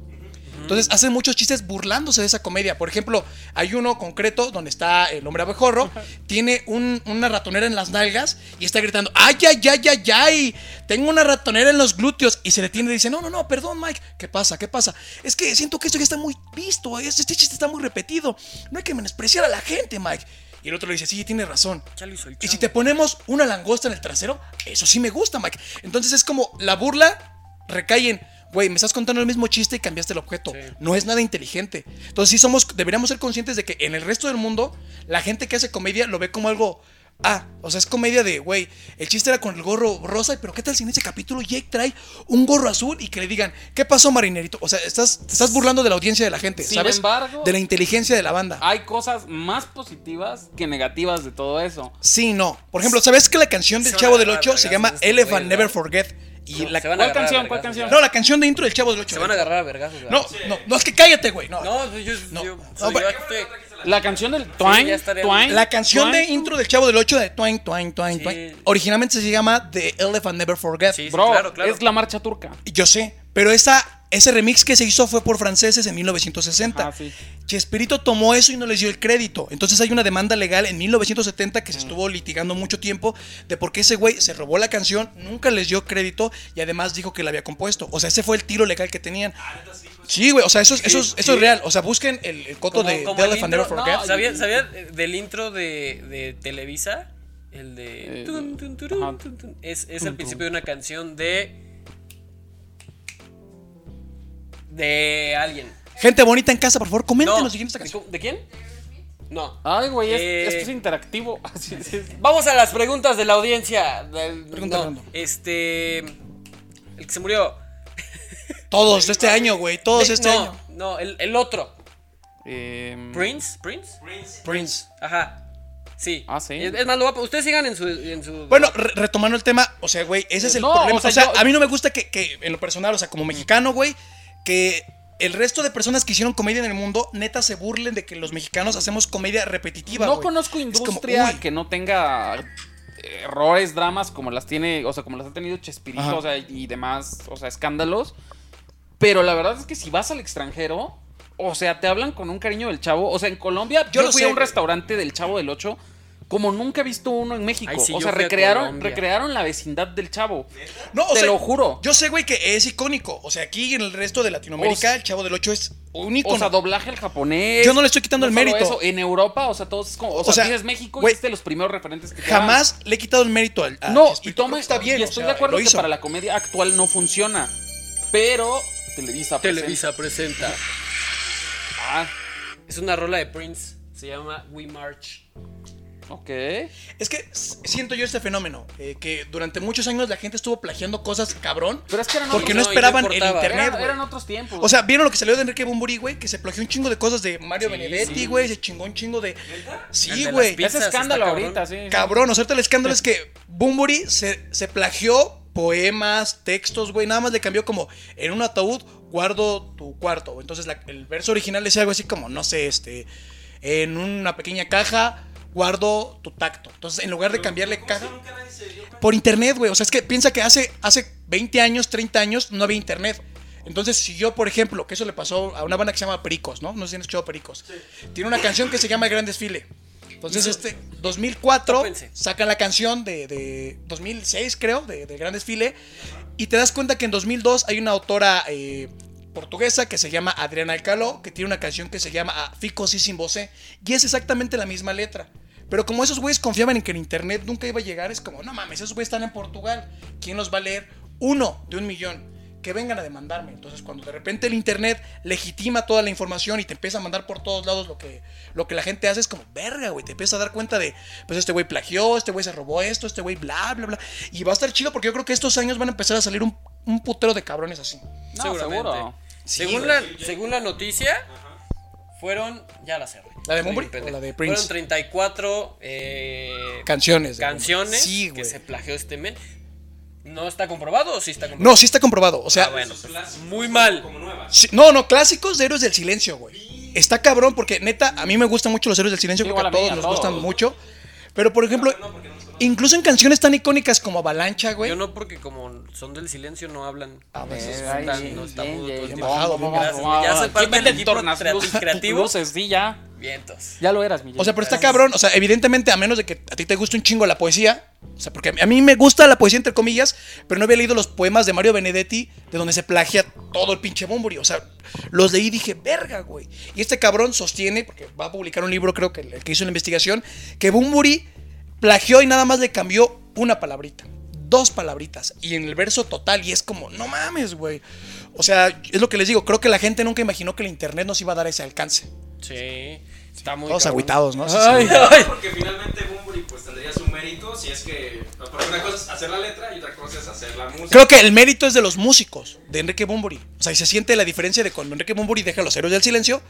[SPEAKER 3] Entonces hacen muchos chistes burlándose de esa comedia. Por ejemplo, hay uno concreto donde está el hombre abejorro, tiene un- una ratonera en las nalgas y está gritando, ay, ay, ay, ay, ay, tengo una ratonera en los glúteos. Y se detiene y dice, no, no, no, perdón Mike, ¿qué pasa? ¿Qué pasa? Es que siento que esto ya está muy visto, este este chiste está muy repetido. No hay que menospreciar a la gente, Mike. Y el otro le dice, sí, tiene razón.
[SPEAKER 1] Ya lo hizo el
[SPEAKER 3] Y si
[SPEAKER 1] Chavo.
[SPEAKER 3] te ponemos una langosta en el trasero, eso sí me gusta, Mike. Entonces es como la burla recae en, güey, me estás contando el mismo chiste y cambiaste el objeto.
[SPEAKER 1] Sí.
[SPEAKER 3] No es nada inteligente. Entonces sí somos, deberíamos ser conscientes de que en el resto del mundo, la gente que hace comedia lo ve como algo... Ah, o sea, es comedia de, güey, el chiste era con el gorro rosa, pero ¿qué tal si en ese capítulo Jake trae un gorro azul y que le digan, ¿qué pasó, marinerito? O sea, estás, te estás burlando de la audiencia de la gente,
[SPEAKER 2] Sin
[SPEAKER 3] ¿sabes?
[SPEAKER 2] embargo-
[SPEAKER 3] de la inteligencia de la banda.
[SPEAKER 2] Hay cosas más positivas que negativas de todo eso.
[SPEAKER 3] Sí, no. Por ejemplo, ¿sabes que la canción del
[SPEAKER 1] Se van
[SPEAKER 3] Chavo
[SPEAKER 1] a
[SPEAKER 3] del
[SPEAKER 1] agarrar
[SPEAKER 3] Ocho se
[SPEAKER 1] vergazos
[SPEAKER 3] llama
[SPEAKER 1] estos
[SPEAKER 3] Elephant
[SPEAKER 1] güeyes,
[SPEAKER 3] Never
[SPEAKER 1] ¿no?
[SPEAKER 3] Forget? Y
[SPEAKER 1] No,
[SPEAKER 3] la...
[SPEAKER 1] se van a
[SPEAKER 2] ¿Cuál
[SPEAKER 1] agarrar a
[SPEAKER 2] canción? ¿Cuál
[SPEAKER 1] vergazos,
[SPEAKER 2] canción?
[SPEAKER 1] ya.
[SPEAKER 3] No, la canción de intro del Chavo del Ocho. eh.
[SPEAKER 1] Se van a agarrar a vergazos. ya.
[SPEAKER 3] No, no, no, es que cállate, güey. No.
[SPEAKER 1] No, pues, yo, yo,
[SPEAKER 3] No.
[SPEAKER 1] yo- este.
[SPEAKER 3] No,
[SPEAKER 1] yo
[SPEAKER 3] pero-
[SPEAKER 1] aquí estoy-
[SPEAKER 2] La canción del Twine.
[SPEAKER 1] ya estaría
[SPEAKER 2] Twine,
[SPEAKER 1] bien.
[SPEAKER 3] La canción de
[SPEAKER 2] Twine,
[SPEAKER 3] intro del Chavo del Ocho de Twang, Twang, Twang,
[SPEAKER 1] Sí.
[SPEAKER 3] Twang. Originalmente se llama The Elephant Never Forget.
[SPEAKER 1] Sí, sí,
[SPEAKER 2] Bro,
[SPEAKER 1] claro, claro.
[SPEAKER 2] es la marcha turca.
[SPEAKER 3] Yo sé, pero esa, ese remix que se hizo fue por franceses en 1960.
[SPEAKER 2] Ajá, Ah, sí.
[SPEAKER 3] Chespirito tomó eso y no les dio el crédito. Entonces hay una demanda legal en 1970
[SPEAKER 1] Mm.
[SPEAKER 3] que se estuvo litigando mucho tiempo de por qué ese güey se robó la canción, nunca les dio crédito y además dijo que la había compuesto. O sea, ese fue el tiro legal que tenían.
[SPEAKER 1] Ah,
[SPEAKER 3] Sí, güey, o sea, eso, es- eso, es- eso es real. O sea, busquen el, el coto
[SPEAKER 1] Como-
[SPEAKER 3] de,
[SPEAKER 1] como
[SPEAKER 3] de
[SPEAKER 1] el
[SPEAKER 3] Elephant
[SPEAKER 1] intro-
[SPEAKER 3] Never Forget.
[SPEAKER 1] no, ¿Sabían sabían, eh, del intro de, de Televisa? El de.
[SPEAKER 2] Eh,
[SPEAKER 1] tun, tun, turun,
[SPEAKER 2] ajá.
[SPEAKER 1] tun, tun. Es, es el principio de una canción de. De alguien.
[SPEAKER 3] Gente bonita en casa, por favor, coméntenos
[SPEAKER 1] No,
[SPEAKER 3] si quieren esta
[SPEAKER 1] ¿de
[SPEAKER 3] canción.
[SPEAKER 1] cu- ¿De quién? No.
[SPEAKER 2] Ay, güey, es-
[SPEAKER 1] Eh,
[SPEAKER 2] esto es interactivo. Ah, Así es.
[SPEAKER 1] Vamos a las preguntas de la audiencia. del-
[SPEAKER 3] Pregunta
[SPEAKER 1] no,
[SPEAKER 3] random.
[SPEAKER 1] Este. El que se murió. Eh,
[SPEAKER 3] Todos de este año, güey, todos de este
[SPEAKER 1] no,
[SPEAKER 3] año.
[SPEAKER 1] no, el, el otro.
[SPEAKER 2] Em,
[SPEAKER 1] Prince, Prince.
[SPEAKER 4] Prince,
[SPEAKER 3] Prince.
[SPEAKER 1] Ajá. Sí.
[SPEAKER 2] Ah, sí.
[SPEAKER 1] Es es más, lo voy a- ustedes sigan en su. En su
[SPEAKER 3] Bueno, re- retomando el tema, o sea, güey, ese es el
[SPEAKER 2] No,
[SPEAKER 3] problema. O
[SPEAKER 2] o
[SPEAKER 3] sea,
[SPEAKER 2] sea, yo-
[SPEAKER 3] a mí no me gusta que, que, en lo personal, o sea, como mexicano, güey, que el resto de personas que hicieron comedia en el mundo, neta, se burlen de que los mexicanos hacemos comedia repetitiva.
[SPEAKER 2] no
[SPEAKER 3] güey.
[SPEAKER 2] conozco
[SPEAKER 3] Es como,
[SPEAKER 2] industria
[SPEAKER 3] uy,
[SPEAKER 2] que no tenga errores, dramas como las tiene, o sea, como las ha tenido Chespirito,
[SPEAKER 3] Ajá.
[SPEAKER 2] o sea, y demás, o sea, escándalos. Pero la verdad es que si vas al extranjero, o sea, te hablan con un cariño del chavo. O sea, en Colombia
[SPEAKER 3] Yo
[SPEAKER 2] yo,
[SPEAKER 3] lo
[SPEAKER 2] fui
[SPEAKER 3] sé,
[SPEAKER 2] a un
[SPEAKER 3] güey.
[SPEAKER 2] restaurante del chavo del 8 como nunca he visto uno en México.
[SPEAKER 1] Ay, sí, yo
[SPEAKER 2] o sea,
[SPEAKER 1] fui a
[SPEAKER 2] recrearon,
[SPEAKER 1] Colombia.
[SPEAKER 2] recrearon la vecindad del chavo.
[SPEAKER 3] No, o
[SPEAKER 2] Te
[SPEAKER 3] sea,
[SPEAKER 2] lo juro.
[SPEAKER 3] Yo sé, güey, que es icónico. O sea, aquí en el resto de Latinoamérica,
[SPEAKER 2] O sea-
[SPEAKER 3] el Chavo del 8 es un ícono.
[SPEAKER 2] O sea, doblaje al japonés.
[SPEAKER 3] Yo no le estoy quitando el
[SPEAKER 2] solo
[SPEAKER 3] mérito.
[SPEAKER 2] eso, en Europa, o sea, todos es como. O,
[SPEAKER 3] O
[SPEAKER 2] sea,
[SPEAKER 3] sea,
[SPEAKER 2] tienes México y
[SPEAKER 3] güey,
[SPEAKER 2] es de los primeros referentes que te dan.
[SPEAKER 3] Jamás le he quitado el mérito al. a
[SPEAKER 2] No, y
[SPEAKER 3] Chespirito.
[SPEAKER 2] toma.
[SPEAKER 3] Ah, Está bien.
[SPEAKER 2] Y
[SPEAKER 3] o
[SPEAKER 2] estoy
[SPEAKER 3] sea,
[SPEAKER 2] de acuerdo
[SPEAKER 3] lo
[SPEAKER 2] que
[SPEAKER 3] hizo.
[SPEAKER 2] para la comedia actual no funciona. Pero. Televisa. presenta.
[SPEAKER 1] Televisa presenta.
[SPEAKER 2] Ah,
[SPEAKER 1] Es una rola de Prince. Se llama We March.
[SPEAKER 2] ok.
[SPEAKER 3] Es que s- siento yo este fenómeno. eh, que durante muchos años la gente estuvo plagiando cosas cabrón.
[SPEAKER 2] Pero es que eran
[SPEAKER 3] Porque
[SPEAKER 2] otros,
[SPEAKER 1] no,
[SPEAKER 3] no,
[SPEAKER 1] y no
[SPEAKER 3] esperaban el
[SPEAKER 1] importaba.
[SPEAKER 2] eran-
[SPEAKER 3] internet, güey.
[SPEAKER 2] eran otros tiempos.
[SPEAKER 3] O sea, ¿vieron lo que salió de Enrique Bumburi, güey? Que se plagió un chingo de cosas de Mario
[SPEAKER 1] Sí,
[SPEAKER 3] Benedetti,
[SPEAKER 1] sí.
[SPEAKER 3] güey. Se chingó un chingo de.
[SPEAKER 1] El
[SPEAKER 3] Sí,
[SPEAKER 1] de las
[SPEAKER 3] güey.
[SPEAKER 1] pizzas
[SPEAKER 2] es escándalo
[SPEAKER 1] está cabrón.
[SPEAKER 2] ahorita, sí.
[SPEAKER 3] Cabrón, o sea, ahorita el escándalo es que Bumburi se, se plagió poemas, textos, güey. Nada más le cambió como en un ataúd guardo tu cuarto. Entonces la- el verso original decía algo así como, no sé, este. En una pequeña caja guardo tu tacto. Entonces, en lugar de cambiarle caja.
[SPEAKER 4] Nunca nadie se dio cuenta.
[SPEAKER 3] Por internet, güey. O sea, es que piensa que hace, hace 20 años, 30 años, no había internet. Entonces, si yo, por ejemplo, que eso le pasó a una banda que se llama Pericos, ¿no? No sé si han escuchado Pericos. Tiene una canción que se llama El Gran Desfile. Entonces, este, 2004,
[SPEAKER 1] Tópense.
[SPEAKER 3] sacan la canción de, de 2006, creo, de, de Gran Desfile. Y te das cuenta que en 2002 hay una autora eh, portuguesa que se llama Adriana Alcaló, que tiene una canción que se llama A Fico sí sin vocé. Y es exactamente la misma letra. Pero como esos güeyes confiaban en que el internet nunca iba a llegar, es como, no mames, esos güeyes están en Portugal. ¿Quién los va a leer? Uno de un millón. Que vengan a demandarme. Entonces, cuando de repente el internet legitima toda la información y te empieza a mandar por todos lados lo que, lo que la gente hace, es como, verga, güey. Te empiezas a dar cuenta de, pues este güey plagió, este güey se robó esto, este güey bla, bla, bla. Y va a estar chido porque yo creo que estos años van a empezar a salir un, un putero de cabrones así.
[SPEAKER 2] No,
[SPEAKER 1] Seguramente.
[SPEAKER 2] seguro.
[SPEAKER 3] Sí,
[SPEAKER 1] según,
[SPEAKER 3] güey.
[SPEAKER 1] la, según la noticia, fueron. Ya la cerré.
[SPEAKER 3] ¿La de
[SPEAKER 1] Soy
[SPEAKER 3] Bunbury
[SPEAKER 1] un pendejo.
[SPEAKER 3] o la de Prince?
[SPEAKER 1] Fueron 34 eh,
[SPEAKER 3] Canciones. de-
[SPEAKER 1] canciones
[SPEAKER 3] Sí,
[SPEAKER 1] que
[SPEAKER 3] güey.
[SPEAKER 1] se plagió este men. ¿No está comprobado o sí está comprobado?
[SPEAKER 3] No, sí está comprobado. O sea,
[SPEAKER 1] Ah, bueno.
[SPEAKER 4] Sus clásicos
[SPEAKER 1] Muy
[SPEAKER 4] como-
[SPEAKER 1] mal.
[SPEAKER 4] Como nuevas.
[SPEAKER 3] Sí, no, no, clásicos de Héroes del Silencio, güey. Está cabrón porque neta, a mí me gustan mucho los Héroes del Silencio,
[SPEAKER 2] Sí,
[SPEAKER 3] creo
[SPEAKER 2] igual
[SPEAKER 3] que a
[SPEAKER 2] a mí,
[SPEAKER 3] todos
[SPEAKER 2] a
[SPEAKER 3] nos
[SPEAKER 2] todos.
[SPEAKER 3] gustan mucho. Pero por ejemplo,
[SPEAKER 4] No, porque no nos conocen.
[SPEAKER 3] incluso en canciones tan icónicas como Avalancha, güey.
[SPEAKER 1] Yo no, porque como son del silencio, no hablan.
[SPEAKER 3] A veces
[SPEAKER 2] Ay,
[SPEAKER 1] están-
[SPEAKER 2] bien,
[SPEAKER 1] no está
[SPEAKER 2] bien,
[SPEAKER 1] mudo
[SPEAKER 2] bien,
[SPEAKER 1] todo el
[SPEAKER 2] bien,
[SPEAKER 3] tiempo.
[SPEAKER 2] bajado,
[SPEAKER 3] Bien,
[SPEAKER 2] bajado,
[SPEAKER 1] gracias. Ya
[SPEAKER 2] bajado.
[SPEAKER 1] soy parte
[SPEAKER 2] Aquí
[SPEAKER 1] del
[SPEAKER 2] meten
[SPEAKER 1] equipo
[SPEAKER 2] tornas,
[SPEAKER 1] creati-
[SPEAKER 2] luces,
[SPEAKER 1] creativo.
[SPEAKER 2] Luces, sí, ya.
[SPEAKER 1] Vientos.
[SPEAKER 2] Ya lo eras, mi
[SPEAKER 3] O sea,
[SPEAKER 2] Jay.
[SPEAKER 3] pero está cabrón. O sea, evidentemente, a menos de que a ti te guste un chingo la poesía. O sea, porque a mí- a mí me gusta la poesía, entre comillas, pero no había leído los poemas de Mario Benedetti, de donde se plagia todo el pinche Bumburi. O sea, los leí y dije, verga, güey. Y este cabrón sostiene, porque va a publicar un libro, creo que el el que hizo la investigación, que Bumburi plagió y nada más le cambió una palabrita. Dos palabritas. Y en el verso total, y es como, no mames, güey. O sea, es lo que les digo, creo que la gente nunca imaginó que el internet nos iba a dar ese alcance.
[SPEAKER 1] Sí. Está muy.
[SPEAKER 3] Todos
[SPEAKER 1] cabrón.
[SPEAKER 3] agüitados, ¿no? Sí, sí.
[SPEAKER 1] Ay, ay.
[SPEAKER 4] Porque finalmente Bumburi pues tendría su mérito si es que. Porque una cosa es hacer la letra y otra cosa es hacer la música.
[SPEAKER 3] Creo que el mérito es de los músicos, de Enrique Bumburi. O sea, y se siente la diferencia de cuando Enrique Bumburi deja los héroes del silencio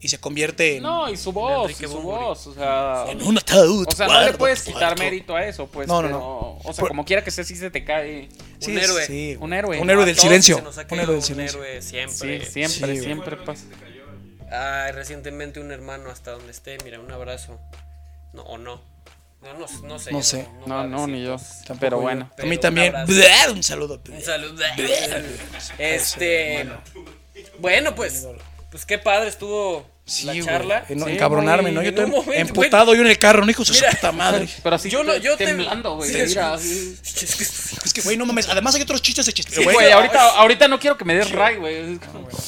[SPEAKER 3] y se convierte en,
[SPEAKER 2] No, y su voz,
[SPEAKER 1] Enrique
[SPEAKER 2] y su
[SPEAKER 1] Bunbury.
[SPEAKER 2] voz, o sea...
[SPEAKER 3] en un ataúd.
[SPEAKER 2] O sea, no
[SPEAKER 3] guardo
[SPEAKER 2] le puedes
[SPEAKER 3] tu
[SPEAKER 2] quitar
[SPEAKER 3] cuarto.
[SPEAKER 2] mérito a eso, pues.
[SPEAKER 3] No, no,
[SPEAKER 2] pero,
[SPEAKER 3] no.
[SPEAKER 2] O sea,
[SPEAKER 3] Por-
[SPEAKER 2] como quiera que sea, si se te cae.
[SPEAKER 3] Sí,
[SPEAKER 1] Un héroe.
[SPEAKER 3] sí,
[SPEAKER 2] Un héroe.
[SPEAKER 3] Un héroe
[SPEAKER 1] A
[SPEAKER 3] del
[SPEAKER 1] todos
[SPEAKER 3] silencio.
[SPEAKER 1] se nos ha
[SPEAKER 3] Un
[SPEAKER 1] caído
[SPEAKER 3] héroe del silencio.
[SPEAKER 1] Un héroe
[SPEAKER 2] Sí,
[SPEAKER 1] siempre.
[SPEAKER 2] siempre,
[SPEAKER 3] Sí, güey.
[SPEAKER 2] siempre pasa.
[SPEAKER 1] Ay, recientemente un hermano hasta donde esté, mira, un abrazo. No, o no. No, no, no sé.
[SPEAKER 3] No sé.
[SPEAKER 1] va a
[SPEAKER 2] No, no,
[SPEAKER 1] decir.
[SPEAKER 2] ni yo.
[SPEAKER 3] Tampoco
[SPEAKER 2] Pero
[SPEAKER 3] yo.
[SPEAKER 2] bueno.
[SPEAKER 3] A mí
[SPEAKER 1] Pero
[SPEAKER 3] también.
[SPEAKER 1] un
[SPEAKER 3] Blah,
[SPEAKER 1] abrazo.
[SPEAKER 3] Un, saludo.
[SPEAKER 1] Un saludo. Este. Bueno, pues. Pues qué padre estuvo
[SPEAKER 3] Sí,
[SPEAKER 1] la
[SPEAKER 3] güey.
[SPEAKER 1] charla.
[SPEAKER 3] En-
[SPEAKER 1] Sí,
[SPEAKER 3] encabronarme,
[SPEAKER 1] güey,
[SPEAKER 3] ¿no? Yo
[SPEAKER 1] en un
[SPEAKER 3] todo
[SPEAKER 1] momento,
[SPEAKER 3] emputado y en el carro, no hijo de su
[SPEAKER 1] Mira.
[SPEAKER 3] puta madre.
[SPEAKER 2] Pero así
[SPEAKER 1] Yo no- yo te-
[SPEAKER 2] temblando, güey.
[SPEAKER 1] Sí,
[SPEAKER 2] mira, así.
[SPEAKER 3] Es que, güey, no mames. Además hay otros chistes de chistes.
[SPEAKER 1] Sí,
[SPEAKER 3] güey,
[SPEAKER 2] Güey,
[SPEAKER 1] no,
[SPEAKER 2] ahorita,
[SPEAKER 1] es-
[SPEAKER 2] ahorita no quiero que me des ray, güey.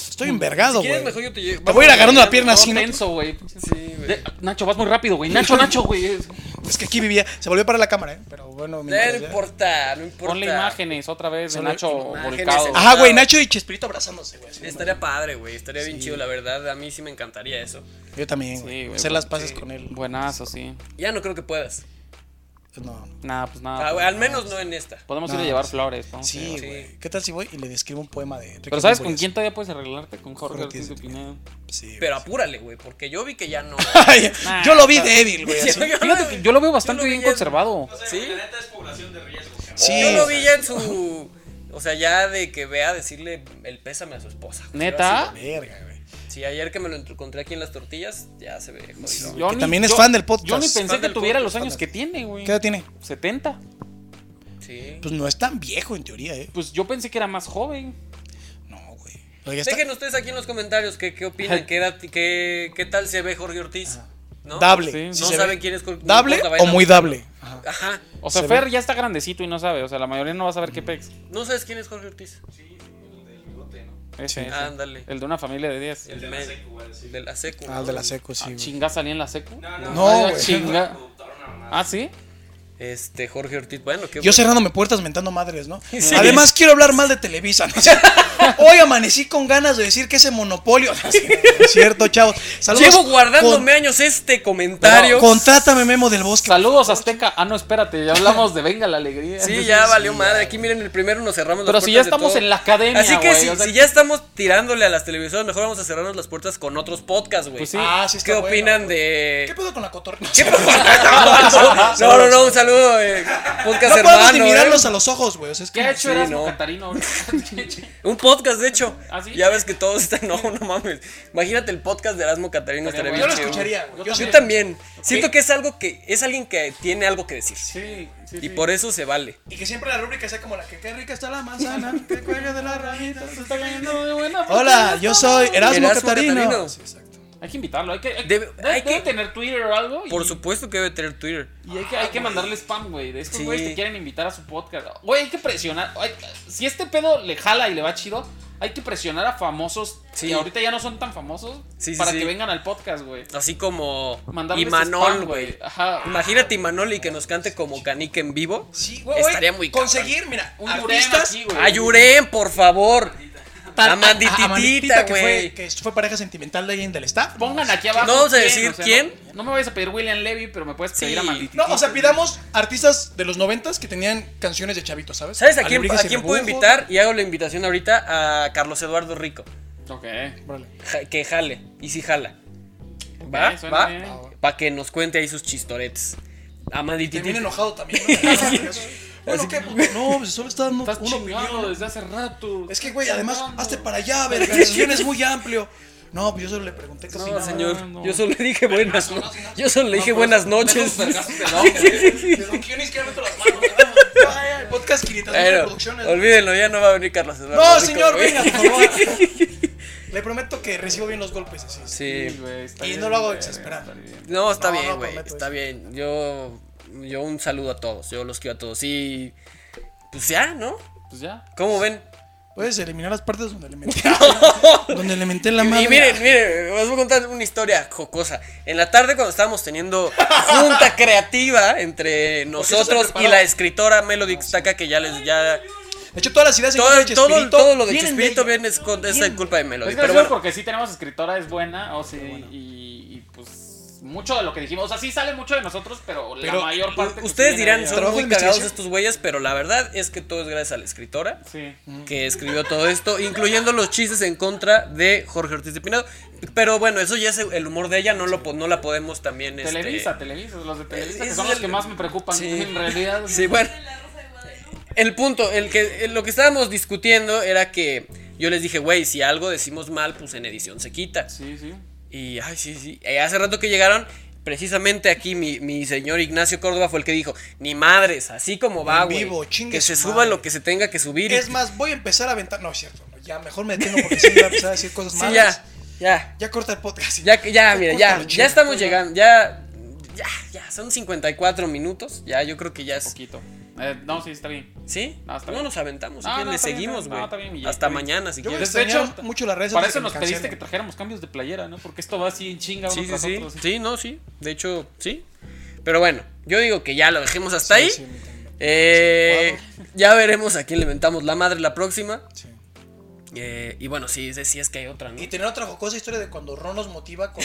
[SPEAKER 3] estoy envergado,
[SPEAKER 1] ¿Quieres
[SPEAKER 3] güey.
[SPEAKER 1] mejor yo te llevo?
[SPEAKER 3] Te voy a ir agarrando la pierna
[SPEAKER 2] Todo
[SPEAKER 3] así, ¿no?
[SPEAKER 2] tenso, güey.
[SPEAKER 1] Sí, güey.
[SPEAKER 2] De- Nacho, vas muy rápido, güey. Nacho, Nacho, güey.
[SPEAKER 3] Es que aquí vivía. Se volvió para la cámara, ¿eh? Pero bueno,
[SPEAKER 1] Ya
[SPEAKER 3] mientras
[SPEAKER 1] No
[SPEAKER 3] ya.
[SPEAKER 1] importa, no importa.
[SPEAKER 2] Ponle imágenes otra vez de
[SPEAKER 3] Solo
[SPEAKER 2] Nacho
[SPEAKER 1] imágenes,
[SPEAKER 2] volcado.
[SPEAKER 1] el-
[SPEAKER 3] Ajá, güey, Nacho y Chespirito abrazándose, güey. así.
[SPEAKER 1] Estaría padre, güey. Estaría bien chido, la verdad. A mí sí me encantaría eso.
[SPEAKER 3] Yo también,
[SPEAKER 2] Sí,
[SPEAKER 3] güey.
[SPEAKER 2] güey,
[SPEAKER 3] Hacer
[SPEAKER 2] bueno,
[SPEAKER 3] las paces con él.
[SPEAKER 2] Buenazo, sí.
[SPEAKER 1] Ya no creo que puedas.
[SPEAKER 3] No.
[SPEAKER 2] Nada, pues
[SPEAKER 1] Ah, güey,
[SPEAKER 2] nada.
[SPEAKER 1] al menos no en esta.
[SPEAKER 2] Podemos
[SPEAKER 3] No,
[SPEAKER 2] ir a llevar
[SPEAKER 3] sí.
[SPEAKER 2] flores. ¿no?
[SPEAKER 3] Sí,
[SPEAKER 1] Sí.
[SPEAKER 3] güey. ¿Qué tal si voy y le describo un poema de Enrique
[SPEAKER 2] Pero ¿sabes con
[SPEAKER 3] Bunbury?
[SPEAKER 2] quién todavía puedes arreglarte? Con Jorge
[SPEAKER 3] Jorge
[SPEAKER 2] Ortiz de
[SPEAKER 3] Ortiz de
[SPEAKER 2] Pinedo.
[SPEAKER 3] Sí.
[SPEAKER 1] Pero apúrale, güey, porque yo vi que ya no.
[SPEAKER 3] Ay, yo lo vi
[SPEAKER 2] está-
[SPEAKER 3] débil, güey. así.
[SPEAKER 1] Yo-
[SPEAKER 2] Fíjate que yo lo veo bastante
[SPEAKER 1] vi
[SPEAKER 2] bien
[SPEAKER 1] ya-
[SPEAKER 2] conservado.
[SPEAKER 4] O sea,
[SPEAKER 1] ¿Sí?
[SPEAKER 4] la neta es población de riesgo. cabrón.
[SPEAKER 3] Sí.
[SPEAKER 1] Yo lo vi ya en su. O sea, ya de que vea decirle el pésame a su esposa. güey.
[SPEAKER 2] ¿Neta?
[SPEAKER 1] Yo así
[SPEAKER 3] Verga, güey.
[SPEAKER 1] Sí, ayer que me lo encontré aquí en las tortillas, ya se ve jodido.
[SPEAKER 2] Yo
[SPEAKER 3] Que también es fan del podcast.
[SPEAKER 2] Yo ni pensé
[SPEAKER 3] Fan
[SPEAKER 2] que
[SPEAKER 3] del
[SPEAKER 2] tuviera
[SPEAKER 3] podcast,
[SPEAKER 2] los años
[SPEAKER 3] fan
[SPEAKER 2] que tiene, güey.
[SPEAKER 3] ¿Qué edad tiene?
[SPEAKER 2] 70.
[SPEAKER 1] Sí.
[SPEAKER 3] Pues no es tan viejo en teoría, ¿eh?
[SPEAKER 2] Pues yo pensé que era más joven.
[SPEAKER 3] No, güey. Oye, está-
[SPEAKER 1] Dejen ustedes aquí en los comentarios qué, qué opinan, qué, edad- qué, qué tal se ve Jorge Ortiz. ¿No?
[SPEAKER 3] Dable.
[SPEAKER 2] Sí,
[SPEAKER 3] si
[SPEAKER 1] no
[SPEAKER 3] se
[SPEAKER 1] saben
[SPEAKER 3] ve.
[SPEAKER 1] quién es Jorge
[SPEAKER 3] ¿Dable
[SPEAKER 1] importa,
[SPEAKER 3] o
[SPEAKER 1] vayan a-
[SPEAKER 3] muy dable?
[SPEAKER 1] Ajá.
[SPEAKER 2] O sea,
[SPEAKER 3] Se
[SPEAKER 2] Fer
[SPEAKER 3] ve.
[SPEAKER 2] ya está grandecito y no sabe. O sea, la mayoría no va a saber qué pex.
[SPEAKER 1] ¿No sabes quién es Jorge Ortiz?
[SPEAKER 2] Ese,
[SPEAKER 3] Sí.
[SPEAKER 2] ese.
[SPEAKER 1] Ándale.
[SPEAKER 2] El de una familia de 10.
[SPEAKER 1] El, men- el de la secu.
[SPEAKER 3] Ah,
[SPEAKER 1] ¿no?
[SPEAKER 3] de la seco, sí.
[SPEAKER 2] Ah,
[SPEAKER 3] güey.
[SPEAKER 2] chinga, salí en la secu.
[SPEAKER 3] No,
[SPEAKER 2] Ah,
[SPEAKER 3] güey.
[SPEAKER 2] chinga. Ah, sí.
[SPEAKER 1] Este, Jorge Ortiz. Bueno, qué
[SPEAKER 3] Yo
[SPEAKER 1] bueno.
[SPEAKER 3] cerrándome puertas mentando madres, ¿no?
[SPEAKER 1] Sí.
[SPEAKER 3] Además, quiero hablar mal de Televisa. ¿no? Hoy amanecí con ganas de decir que ese monopolio. No es cierto, chavos. Saludos.
[SPEAKER 1] Llevo guardándome
[SPEAKER 3] Con-
[SPEAKER 1] años este comentario.
[SPEAKER 3] contrátame, Memo del Bosque.
[SPEAKER 2] Saludos, Azteca. Ah, no, espérate. Ya hablamos de Venga la Alegría.
[SPEAKER 1] Sí, ya valió madre. Aquí miren, el primero nos cerramos las
[SPEAKER 2] Pero si
[SPEAKER 1] puertas
[SPEAKER 2] ya
[SPEAKER 1] de
[SPEAKER 2] estamos
[SPEAKER 1] todo.
[SPEAKER 2] en la academia,
[SPEAKER 1] Así que
[SPEAKER 2] güey,
[SPEAKER 1] si,
[SPEAKER 2] o sea-
[SPEAKER 1] si ya estamos tirándole a las televisoras, mejor vamos a cerrarnos las puertas con otros podcasts, güey.
[SPEAKER 2] Pues sí.
[SPEAKER 3] Ah, sí está
[SPEAKER 1] ¿Qué
[SPEAKER 3] bueno.
[SPEAKER 1] opinan de.?
[SPEAKER 3] ¿Qué pedo con la cotorra?
[SPEAKER 1] ¿Qué pedo? no, no, no, un saludo, eh, podcast
[SPEAKER 3] No
[SPEAKER 1] hermano.
[SPEAKER 3] podemos ni mirarlos
[SPEAKER 1] eh.
[SPEAKER 3] a los ojos, güey. O sea, es
[SPEAKER 2] ¿Qué ha
[SPEAKER 3] que.
[SPEAKER 2] hecho
[SPEAKER 1] Sí,
[SPEAKER 2] Erasmo
[SPEAKER 1] no.
[SPEAKER 2] Catarino?
[SPEAKER 1] Un podcast, de hecho.
[SPEAKER 2] ¿Ah, sí?
[SPEAKER 1] Ya ves que todos están. No, no mames. Imagínate el podcast de Erasmo Catarino.
[SPEAKER 2] Estaría
[SPEAKER 1] Estaría
[SPEAKER 2] bueno.
[SPEAKER 3] Yo
[SPEAKER 1] bien
[SPEAKER 3] lo
[SPEAKER 1] chido.
[SPEAKER 3] escucharía, güey. Yo
[SPEAKER 1] Yo
[SPEAKER 3] sí.
[SPEAKER 1] también. Siento que es algo que. Es alguien que tiene algo que decir.
[SPEAKER 2] Sí, sí,
[SPEAKER 1] Y por eso se vale.
[SPEAKER 3] Y que siempre la rúbrica sea como la que qué rica está la manzana, que cuelga de la ramita.
[SPEAKER 2] Se está cayendo de buena
[SPEAKER 3] Hola, yo soy Erasmo,
[SPEAKER 1] Erasmo
[SPEAKER 3] Catarino.
[SPEAKER 1] Catarino.
[SPEAKER 3] Sí, exacto.
[SPEAKER 2] Hay que invitarlo, hay que, hay,
[SPEAKER 1] Debe-
[SPEAKER 2] debe-
[SPEAKER 1] hay
[SPEAKER 2] debe
[SPEAKER 1] que-
[SPEAKER 2] tener Twitter o algo. Y,
[SPEAKER 1] Por supuesto que debe tener Twitter.
[SPEAKER 2] y hay que, hay que mandarle spam, güey. de Estos
[SPEAKER 1] Sí.
[SPEAKER 2] güeyes te quieren invitar a su podcast. Güey, hay que presionar. hay- si este pedo le jala y le va chido, hay que presionar a famosos
[SPEAKER 1] Sí.
[SPEAKER 2] que ahorita ya no son tan famosos
[SPEAKER 1] Sí, sí,
[SPEAKER 2] para
[SPEAKER 1] sí.
[SPEAKER 2] que vengan al podcast, güey.
[SPEAKER 1] Así como.
[SPEAKER 2] Mandarles
[SPEAKER 1] Imanol,
[SPEAKER 2] spam,
[SPEAKER 1] güey.
[SPEAKER 2] Ajá.
[SPEAKER 1] Imagínate Imanol y que nos cante como Canique en vivo.
[SPEAKER 3] Sí, güey.
[SPEAKER 1] Estaría muy cabrón.
[SPEAKER 3] Conseguir, mira,
[SPEAKER 2] Un Yurem
[SPEAKER 3] artistas.
[SPEAKER 2] aquí, güey.
[SPEAKER 1] Ayuren, por favor.
[SPEAKER 3] Tan- a- a
[SPEAKER 1] Amandititita,
[SPEAKER 3] Amanditita, que fue,
[SPEAKER 1] güey.
[SPEAKER 3] que fue pareja sentimental de alguien del staff.
[SPEAKER 2] Pongan aquí abajo.
[SPEAKER 1] No vamos a decir quién.
[SPEAKER 2] No, no me vayas a pedir William Levy, pero me puedes
[SPEAKER 1] Sí.
[SPEAKER 2] pedir a Maldititita.
[SPEAKER 3] No, o sea, pidamos artistas de los noventas que tenían canciones de chavitos, ¿sabes?
[SPEAKER 1] ¿Sabes a quién, a
[SPEAKER 3] Alebrijes y
[SPEAKER 1] quién puedo
[SPEAKER 3] Rebujos.
[SPEAKER 1] invitar? Y hago la invitación ahorita a Carlos Eduardo Rico.
[SPEAKER 2] Ok.
[SPEAKER 3] Órale.
[SPEAKER 1] Ja- que jale. Y si jala. ¿Va?
[SPEAKER 2] Ok, suena bien.
[SPEAKER 3] Ah,
[SPEAKER 1] ¿Va? Para que nos cuente ahí sus chistoretes. Ah,
[SPEAKER 3] Termina
[SPEAKER 1] Amandititita.
[SPEAKER 3] enojado también. ¿no? bueno, ¿qué? puto? No, pues solo está dando
[SPEAKER 2] Estás
[SPEAKER 3] una
[SPEAKER 2] chingado
[SPEAKER 3] opinión.
[SPEAKER 2] desde hace rato.
[SPEAKER 3] Es que, güey, además,
[SPEAKER 2] Chingando.
[SPEAKER 3] hazte para allá, verga. El guión es muy amplio. No, pues yo solo le pregunté qué opinaba.
[SPEAKER 1] No, señor.
[SPEAKER 2] no.
[SPEAKER 1] Yo solo le dije buenas noches. Yo solo le dije buenas noches.
[SPEAKER 3] De Don Quionis que ya meto las manos. ¿verdad? Ay, ay, Podcast 500
[SPEAKER 1] Bueno,
[SPEAKER 3] producciones.
[SPEAKER 1] olvídenlo, ya no va a venir Carlos Eduardo.
[SPEAKER 3] No,
[SPEAKER 1] Rico,
[SPEAKER 3] señor,
[SPEAKER 1] güey.
[SPEAKER 3] venga, por favor. Le prometo que recibo bien los golpes así.
[SPEAKER 1] Sí.
[SPEAKER 3] Y no lo hago exasperado.
[SPEAKER 1] No, está
[SPEAKER 3] No,
[SPEAKER 1] bien,
[SPEAKER 3] no
[SPEAKER 1] güey.
[SPEAKER 3] prometo
[SPEAKER 1] está
[SPEAKER 3] eso.
[SPEAKER 1] bien. Yo, yo un saludo a todos. Yo los quiero a todos. Y pues ya, ¿no?
[SPEAKER 2] Pues ya.
[SPEAKER 1] ¿Cómo ven?
[SPEAKER 3] Puedes eliminar las partes donde le menté. donde le menté la
[SPEAKER 1] Y-
[SPEAKER 3] madre.
[SPEAKER 1] Y miren, miren, os voy a contar una historia jocosa. En la tarde cuando estábamos teniendo junta creativa entre nosotros y
[SPEAKER 3] preparó.
[SPEAKER 1] la escritora Melody Xtaca que ya les ya
[SPEAKER 3] De hecho, todas las ideas en
[SPEAKER 1] todo,
[SPEAKER 3] contra de
[SPEAKER 1] todo-
[SPEAKER 3] Chespirito
[SPEAKER 1] todo lo de
[SPEAKER 3] vienen
[SPEAKER 1] Chespirito
[SPEAKER 3] ella.
[SPEAKER 1] viene es, con- es
[SPEAKER 3] Vienen.
[SPEAKER 1] culpa de Melody,
[SPEAKER 2] Es
[SPEAKER 1] pero
[SPEAKER 2] gracioso
[SPEAKER 1] bueno.
[SPEAKER 2] porque sí tenemos escritora, es buena, o sí, y, y, pues mucho de lo que dijimos, o sea, sí sale mucho de nosotros, pero,
[SPEAKER 3] Pero,
[SPEAKER 2] la mayor parte... pues,
[SPEAKER 1] Ustedes
[SPEAKER 2] viene de
[SPEAKER 1] dirán,
[SPEAKER 2] ella.
[SPEAKER 1] son
[SPEAKER 3] Trabajo de
[SPEAKER 1] muy cagados
[SPEAKER 3] investigación.
[SPEAKER 1] estos güeyes, pero la verdad es que todo es gracias a la escritora.
[SPEAKER 2] Sí.
[SPEAKER 1] que escribió todo esto, incluyendo los chistes en contra de Jorge Ortiz de Pinedo. Pero bueno, eso ya es el humor de ella, no, lo, po- no la podemos también... este-
[SPEAKER 2] Televisa, Televisa, los de Televisa, que
[SPEAKER 1] es
[SPEAKER 2] son los
[SPEAKER 1] el-
[SPEAKER 2] que más me preocupan
[SPEAKER 1] Sí.
[SPEAKER 2] en realidad.
[SPEAKER 1] Sí, bueno. El punto, el que, el- lo que estábamos discutiendo era que yo les dije, güey, si algo decimos mal, pues en edición se quita.
[SPEAKER 2] Sí, sí.
[SPEAKER 1] Y, ay, sí, sí. Eh, hace rato que llegaron, precisamente aquí mi, mi señor Ignacio Córdoba fue el que dijo, ni madres, así como va,
[SPEAKER 3] En
[SPEAKER 1] güey.
[SPEAKER 3] vivo, chingue
[SPEAKER 1] Que se
[SPEAKER 3] su
[SPEAKER 1] suba
[SPEAKER 3] madre".
[SPEAKER 1] lo que se tenga que subir. y-
[SPEAKER 3] Es más, voy a empezar a aventar. No, es cierto. no, ya, mejor me detengo porque sí voy a empezar a decir cosas
[SPEAKER 1] sí,
[SPEAKER 3] malas.
[SPEAKER 1] ya, ya.
[SPEAKER 3] Ya corta el podcast.
[SPEAKER 1] Ya, que- ya, mira, ya, ya
[SPEAKER 3] Córtalo, chido.
[SPEAKER 1] estamos llegando, ya, ya, ya, son 54 minutos, ya, yo creo que ya es,
[SPEAKER 2] Poquito. Eh, no, sí, está bien.
[SPEAKER 1] ¿sí,
[SPEAKER 2] No, está
[SPEAKER 1] no
[SPEAKER 2] bien.
[SPEAKER 1] nos aventamos, si
[SPEAKER 2] No,
[SPEAKER 1] quieren
[SPEAKER 2] no,
[SPEAKER 1] le
[SPEAKER 2] está bien,
[SPEAKER 1] seguimos,
[SPEAKER 2] no,
[SPEAKER 1] güey,
[SPEAKER 2] está bien, Miguel,
[SPEAKER 1] hasta
[SPEAKER 2] está bien.
[SPEAKER 1] mañana si
[SPEAKER 3] Yo voy a
[SPEAKER 1] quieres,
[SPEAKER 2] De hecho,
[SPEAKER 3] extrañar mucho las redes
[SPEAKER 2] Para
[SPEAKER 3] antes
[SPEAKER 2] eso
[SPEAKER 3] que me
[SPEAKER 2] nos pediste
[SPEAKER 3] cancelen.
[SPEAKER 2] que trajéramos cambios de playera, ¿no? Porque esto va así en chinga uno
[SPEAKER 1] sí, sí,
[SPEAKER 2] tras
[SPEAKER 1] sí,
[SPEAKER 2] otro, así.
[SPEAKER 1] sí, no, sí, de hecho, sí, pero bueno, yo digo que ya lo dejemos hasta ahí,
[SPEAKER 3] Sí, sí, me encanta.
[SPEAKER 1] eh, ya veremos a quién le mentamos la madre la próxima,
[SPEAKER 3] Sí.
[SPEAKER 1] eh, y bueno, sí, sí, sí es que hay otra, ¿no?
[SPEAKER 3] Y tener otra jocosa historia de cuando Ron nos motiva con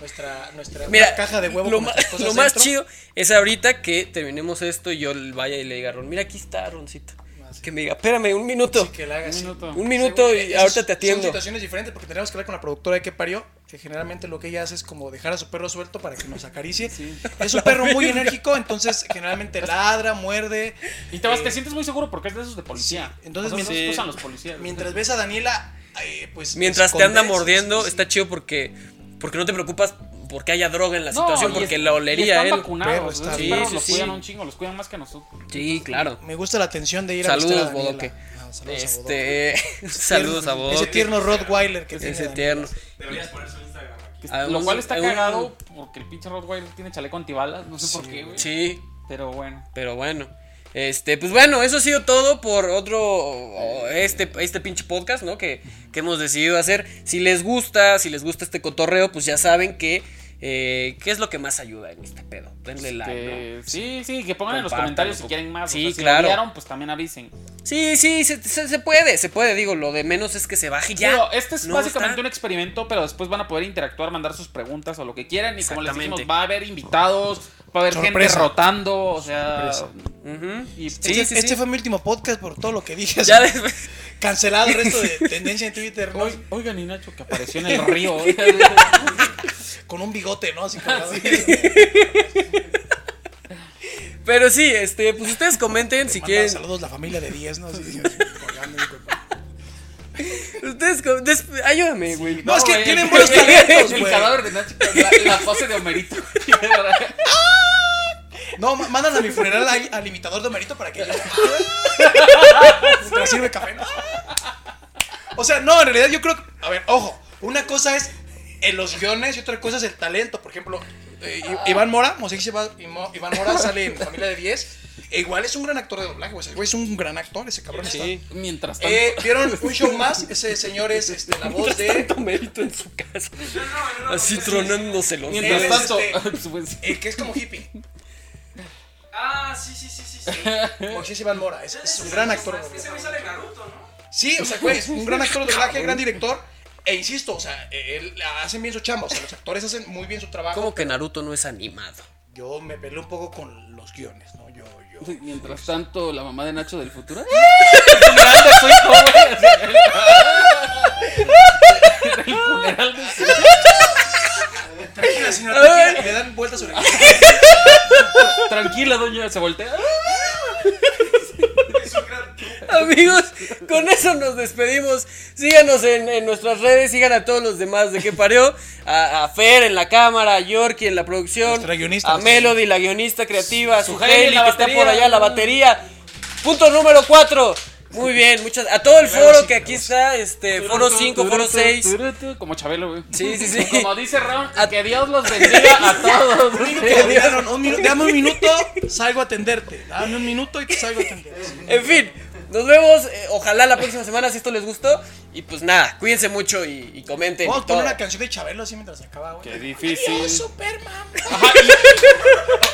[SPEAKER 3] nuestra, nuestra
[SPEAKER 1] Mira,
[SPEAKER 3] caja de huevo.
[SPEAKER 1] lo,
[SPEAKER 3] con
[SPEAKER 1] ma-
[SPEAKER 3] nuestras cosas
[SPEAKER 1] lo más
[SPEAKER 3] dentro.
[SPEAKER 1] chido es ahorita que terminemos esto y yo le vaya y le diga a Ron, mira aquí está Roncito.
[SPEAKER 3] más.
[SPEAKER 1] Que me diga, espérame un minuto.
[SPEAKER 3] Ah, Sí, que la haga
[SPEAKER 2] Un
[SPEAKER 3] así.
[SPEAKER 2] minuto.
[SPEAKER 1] Un minuto
[SPEAKER 3] Según-
[SPEAKER 1] y
[SPEAKER 3] esas
[SPEAKER 1] ahorita te atiendo.
[SPEAKER 3] Son situaciones diferentes porque tenemos que hablar con la productora de que parió, que generalmente lo que ella hace es como dejar a su perro suelto para que nos acaricie. Es un perro muy enérgico, entonces generalmente ladra, muerde.
[SPEAKER 2] Y te, vas,
[SPEAKER 3] Eh,
[SPEAKER 2] te sientes muy seguro porque es de esos de policía.
[SPEAKER 3] Sí, entonces
[SPEAKER 2] O sea, esos
[SPEAKER 1] mientras-
[SPEAKER 2] usan los policías.
[SPEAKER 3] Mientras ves a Daniela, eh, pues...
[SPEAKER 1] Mientras te anda
[SPEAKER 3] esconderse,
[SPEAKER 1] mordiendo,
[SPEAKER 3] sí, sí.
[SPEAKER 1] está chido porque, porque no te preocupas porque haya droga en la
[SPEAKER 2] No,
[SPEAKER 1] situación,
[SPEAKER 2] y
[SPEAKER 1] porque
[SPEAKER 2] es-
[SPEAKER 1] la
[SPEAKER 2] y
[SPEAKER 1] olería
[SPEAKER 2] están
[SPEAKER 1] él.
[SPEAKER 2] vacunados,
[SPEAKER 3] Pero
[SPEAKER 2] ¿no?
[SPEAKER 3] está
[SPEAKER 2] Esos
[SPEAKER 1] bien.
[SPEAKER 2] perros
[SPEAKER 1] Sí,
[SPEAKER 2] los
[SPEAKER 1] sí,
[SPEAKER 2] cuidan
[SPEAKER 1] sí.
[SPEAKER 2] un chingo, los cuidan más que nosotros.
[SPEAKER 1] Sí, claro.
[SPEAKER 3] Me gusta la atención de ir a
[SPEAKER 1] Saludos,
[SPEAKER 3] visitar a Daniela.
[SPEAKER 1] Bodoque.
[SPEAKER 3] Ah, saludos a Bodoque.
[SPEAKER 1] Este. Saludos a vos.
[SPEAKER 3] Ese tierno Rottweiler que tiene
[SPEAKER 1] Ese
[SPEAKER 3] Daniela.
[SPEAKER 1] tierno.
[SPEAKER 4] Deberías poner su Instagram aquí.
[SPEAKER 2] Que-
[SPEAKER 1] Además,
[SPEAKER 2] lo cual está
[SPEAKER 1] un-
[SPEAKER 2] cagado porque el pinche Rottweiler tiene chaleco antibalas. No sé por
[SPEAKER 3] Sí,
[SPEAKER 2] qué, güey.
[SPEAKER 1] Sí,
[SPEAKER 2] Pero bueno.
[SPEAKER 1] pero bueno. Este, pues bueno, eso ha sido todo por otro o- este, este pinche podcast, ¿no? Que, que hemos decidido hacer. Si les gusta, si les gusta este cotorreo, pues ya saben que eh, qué es lo que más ayuda en este pedo. Denle like, ¿no?
[SPEAKER 2] Que- sí, pues. sí, que pongan en los
[SPEAKER 1] Compártanlo,
[SPEAKER 2] comentarios si
[SPEAKER 1] po-
[SPEAKER 2] quieren más.
[SPEAKER 1] Sí,
[SPEAKER 2] o sea, si
[SPEAKER 1] claro.
[SPEAKER 2] lo vieron, pues también avisen.
[SPEAKER 1] Sí, sí, se, se- se puede, se puede, digo, lo de menos es que se baje ya.
[SPEAKER 2] Digo, este es
[SPEAKER 1] No
[SPEAKER 2] básicamente
[SPEAKER 1] está-
[SPEAKER 2] un experimento, pero después van a poder interactuar, mandar sus preguntas o lo que quieran. Y como les dijimos,
[SPEAKER 1] Exactamente.
[SPEAKER 2] va a haber invitados, va a haber gente
[SPEAKER 3] Sorpresa.
[SPEAKER 2] rotando, o sea.
[SPEAKER 1] Ujú.
[SPEAKER 2] Y
[SPEAKER 1] Sí,
[SPEAKER 3] este
[SPEAKER 1] sí,
[SPEAKER 3] este
[SPEAKER 1] sí.
[SPEAKER 3] fue mi último podcast por todo lo que dije.
[SPEAKER 1] Ya
[SPEAKER 3] así,
[SPEAKER 1] después-
[SPEAKER 3] Cancelado el resto de tendencia en Twitter, ¿no?
[SPEAKER 2] Oy- Oigan, y Nacho que apareció en el río.
[SPEAKER 3] Con un bigote, ¿no?
[SPEAKER 1] Ah,
[SPEAKER 3] Así colgado.
[SPEAKER 1] Pero sí, este, pues ustedes comenten si
[SPEAKER 3] Manda
[SPEAKER 1] quieren.
[SPEAKER 3] Saludos la familia de 10, ¿no? Así, colgando en el cuerpo.
[SPEAKER 1] Ustedes com- des- ayúdame, güey.
[SPEAKER 3] No, es que
[SPEAKER 2] güey.
[SPEAKER 3] tienen buenos talentos,
[SPEAKER 2] El
[SPEAKER 3] güey.
[SPEAKER 2] cadáver de Nacho, la, la pose de Homerito.
[SPEAKER 3] No, ma- mandan a mi funeral ahí al imitador de Marito para que yo. Mientras sirve café. ¿no? O sea, no, en realidad yo creo. que- A ver, ojo. Una cosa es en los guiones y otra cosa es el talento. Por ejemplo, eh, I- Iván Mora, Mosix Iva- Imo- Iván Mora sale en Familia de 10. E igual es un gran actor de doblaje, güey. Ese güey es un gran actor, ese cabrón.
[SPEAKER 1] Sí.
[SPEAKER 2] Mientras
[SPEAKER 3] está-
[SPEAKER 2] tanto.
[SPEAKER 3] Eh, ¿Vieron un show más? Ese señor es este, la voz de.
[SPEAKER 1] Tanto mérito en su casa.
[SPEAKER 4] No, no, no, no,
[SPEAKER 1] Así
[SPEAKER 4] no, no,
[SPEAKER 1] tronándose los
[SPEAKER 3] Mientras
[SPEAKER 1] dedos.
[SPEAKER 3] tanto-
[SPEAKER 2] pues,
[SPEAKER 3] El eh, que es como hippie.
[SPEAKER 4] Ah, sí, sí, sí, sí. sí.
[SPEAKER 3] Moisés Iván Mora. Es, es un gran actor. de doblaje.
[SPEAKER 4] Ese güey sale en Naruto, ¿no?
[SPEAKER 3] Sí, o sea, güey, es un gran actor de doblaje, gran director. E insisto, o sea, él hacen bien su chamba. O sea, los actores hacen muy bien su trabajo.
[SPEAKER 1] ¿Cómo que Naruto no es animado?
[SPEAKER 3] Yo me peleo un poco con los guiones, ¿no? Yo, yo.
[SPEAKER 2] mientras tanto, la mamá de Nacho del futuro.
[SPEAKER 1] ¡Eh!
[SPEAKER 2] ¡Es un grande soy joven! El funeral de su-
[SPEAKER 3] Tranquila, señora, tranquila, y le dan vueltas sobre
[SPEAKER 2] Tranquila, doña, se voltea.
[SPEAKER 1] Amigos, con eso nos despedimos. Síganos en, en nuestras redes, sigan a todos los demás de que parió. A, a Fer en la cámara, a Yorkie en la producción,
[SPEAKER 3] Nuestra guionista,
[SPEAKER 1] a
[SPEAKER 3] nuestra-
[SPEAKER 1] Melody, la guionista creativa, a
[SPEAKER 2] Su
[SPEAKER 1] su
[SPEAKER 2] Heidi,
[SPEAKER 1] Heidi,
[SPEAKER 2] la
[SPEAKER 1] que está
[SPEAKER 2] batería.
[SPEAKER 1] por allá, la batería. Punto número 4. Muy bien, muchas a todo el foro que aquí está, este foro 5, foro 6.
[SPEAKER 2] Como Chabelo, güey.
[SPEAKER 1] Sí, sí, sí.
[SPEAKER 2] Como dice Ron, que Dios los bendiga a todos.
[SPEAKER 3] Dieron un minuto, dame un minuto, salgo a atenderte. Dame un minuto y te salgo a atender.
[SPEAKER 1] En fin, nos vemos. eh, ojalá la próxima semana si esto les gustó. Y pues nada, cuídense mucho y, y comenten. y
[SPEAKER 3] Vamos a poner
[SPEAKER 1] todo.
[SPEAKER 3] una canción de Chabelo así mientras acaba, güey.
[SPEAKER 2] Qué difícil.
[SPEAKER 3] Adiós, Superman.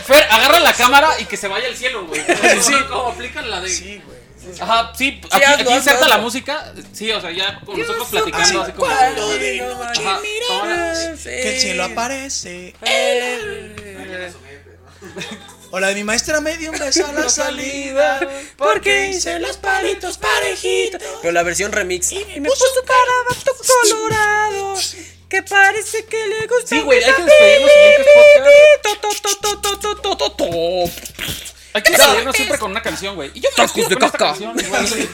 [SPEAKER 2] Fer, agarra la cámara y que se vaya al cielo, güey. Sí, como aplican la de.
[SPEAKER 3] Sí, güey.
[SPEAKER 2] Ajá, sí, aquí,
[SPEAKER 1] hazlo,
[SPEAKER 2] aquí
[SPEAKER 1] hazlo,
[SPEAKER 2] inserta la
[SPEAKER 1] hazlo.
[SPEAKER 2] música. Sí, o sea, ya con nosotros
[SPEAKER 3] Así,
[SPEAKER 2] platicando, así como.
[SPEAKER 3] cuando de noche
[SPEAKER 2] Ajá,
[SPEAKER 3] mirarás,
[SPEAKER 1] sí.
[SPEAKER 3] que el cielo aparece.
[SPEAKER 1] Eh,
[SPEAKER 3] Hola, mi maestra me dio un beso a la salida. Porque hice los palitos parejitos.
[SPEAKER 1] Pero la versión remix.
[SPEAKER 3] Y me puso su cara
[SPEAKER 1] colorado. Que parece que le gusta.
[SPEAKER 2] Sí, güey, hay que despedir los siguientes podcasts. Hay que despedirnos siempre con una canción, güey. Y yo me
[SPEAKER 1] Tacos
[SPEAKER 2] despido
[SPEAKER 1] de
[SPEAKER 2] con esta
[SPEAKER 1] caca.
[SPEAKER 2] canción, güey.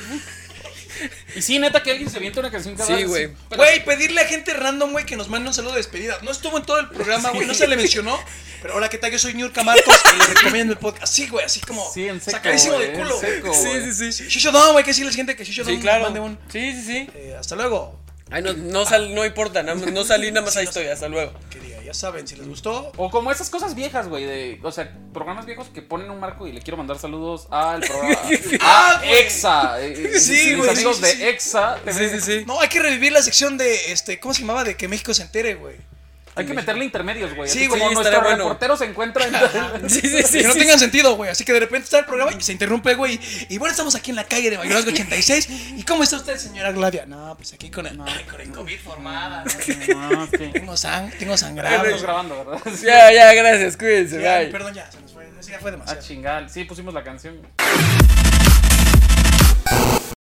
[SPEAKER 2] Y sí, neta, que alguien se aviente una canción cada
[SPEAKER 1] Sí,
[SPEAKER 2] vez,
[SPEAKER 1] güey.
[SPEAKER 2] pero-
[SPEAKER 3] Güey, pedirle a gente random, güey, que nos mande un saludo de despedida. No estuvo en todo el programa, güey, no se le mencionó. Pero hola, ¿qué tal? Yo soy Niurka Marcos y le recomiendo el podcast. Sí, güey, así como
[SPEAKER 2] Sí, en seco.
[SPEAKER 3] sacadísimo
[SPEAKER 2] güey,
[SPEAKER 3] de
[SPEAKER 2] en
[SPEAKER 3] culo.
[SPEAKER 2] seco,
[SPEAKER 1] Sí,
[SPEAKER 2] güey.
[SPEAKER 1] sí, sí.
[SPEAKER 3] Shisho Don, güey, que decirle a la gente que Shisho Don
[SPEAKER 1] Sí,
[SPEAKER 3] nos
[SPEAKER 1] claro.
[SPEAKER 3] mande un.
[SPEAKER 1] Sí, sí, sí.
[SPEAKER 3] eh, hasta luego.
[SPEAKER 1] Ay, no, no, sal- no importa, nada más- no salí, nada más ahí estoy. Hasta luego.
[SPEAKER 3] Que diga, ya saben, si les gustó,
[SPEAKER 2] O como esas cosas viejas, güey, de, o sea, programas viejos que ponen un marco y le quiero mandar saludos al programa a
[SPEAKER 3] Ah, güey.
[SPEAKER 2] Exa, eh, eh,
[SPEAKER 3] Sí,
[SPEAKER 2] mis
[SPEAKER 3] güey,
[SPEAKER 2] amigos
[SPEAKER 3] sí,
[SPEAKER 2] de
[SPEAKER 3] sí.
[SPEAKER 2] Exa, te-
[SPEAKER 1] Sí, sí, sí.
[SPEAKER 3] No, hay que revivir la sección de este, ¿cómo se llamaba? De que México se entere, güey.
[SPEAKER 2] hay que meterle intermedios, güey,
[SPEAKER 3] Sí,
[SPEAKER 2] así
[SPEAKER 3] güey,
[SPEAKER 2] como
[SPEAKER 1] estaría
[SPEAKER 2] nuestro
[SPEAKER 1] bueno.
[SPEAKER 2] reportero se Ah, encuentra en
[SPEAKER 1] Sí, sí, sí.
[SPEAKER 3] que no
[SPEAKER 1] sí,
[SPEAKER 3] tengan sentido, güey. Así que de repente está el programa y se interrumpe, güey. Y bueno, estamos aquí en la calle de Mayorazgo 86. ¿Y cómo está usted, señora Glavia? No, pues aquí con el, con el COVID formada. ¿no?
[SPEAKER 2] Ah, sí.
[SPEAKER 3] Tengo sang, tengo sangrado.
[SPEAKER 2] Estamos grabando, ¿verdad?
[SPEAKER 1] sí. Ya, ya, gracias. Cuídense.
[SPEAKER 3] Ya,
[SPEAKER 1] Bye.
[SPEAKER 3] perdón, ya, se nos fue. Ese ya fue
[SPEAKER 2] Ah,
[SPEAKER 3] demasiado.
[SPEAKER 2] chingal. Sí, pusimos la canción.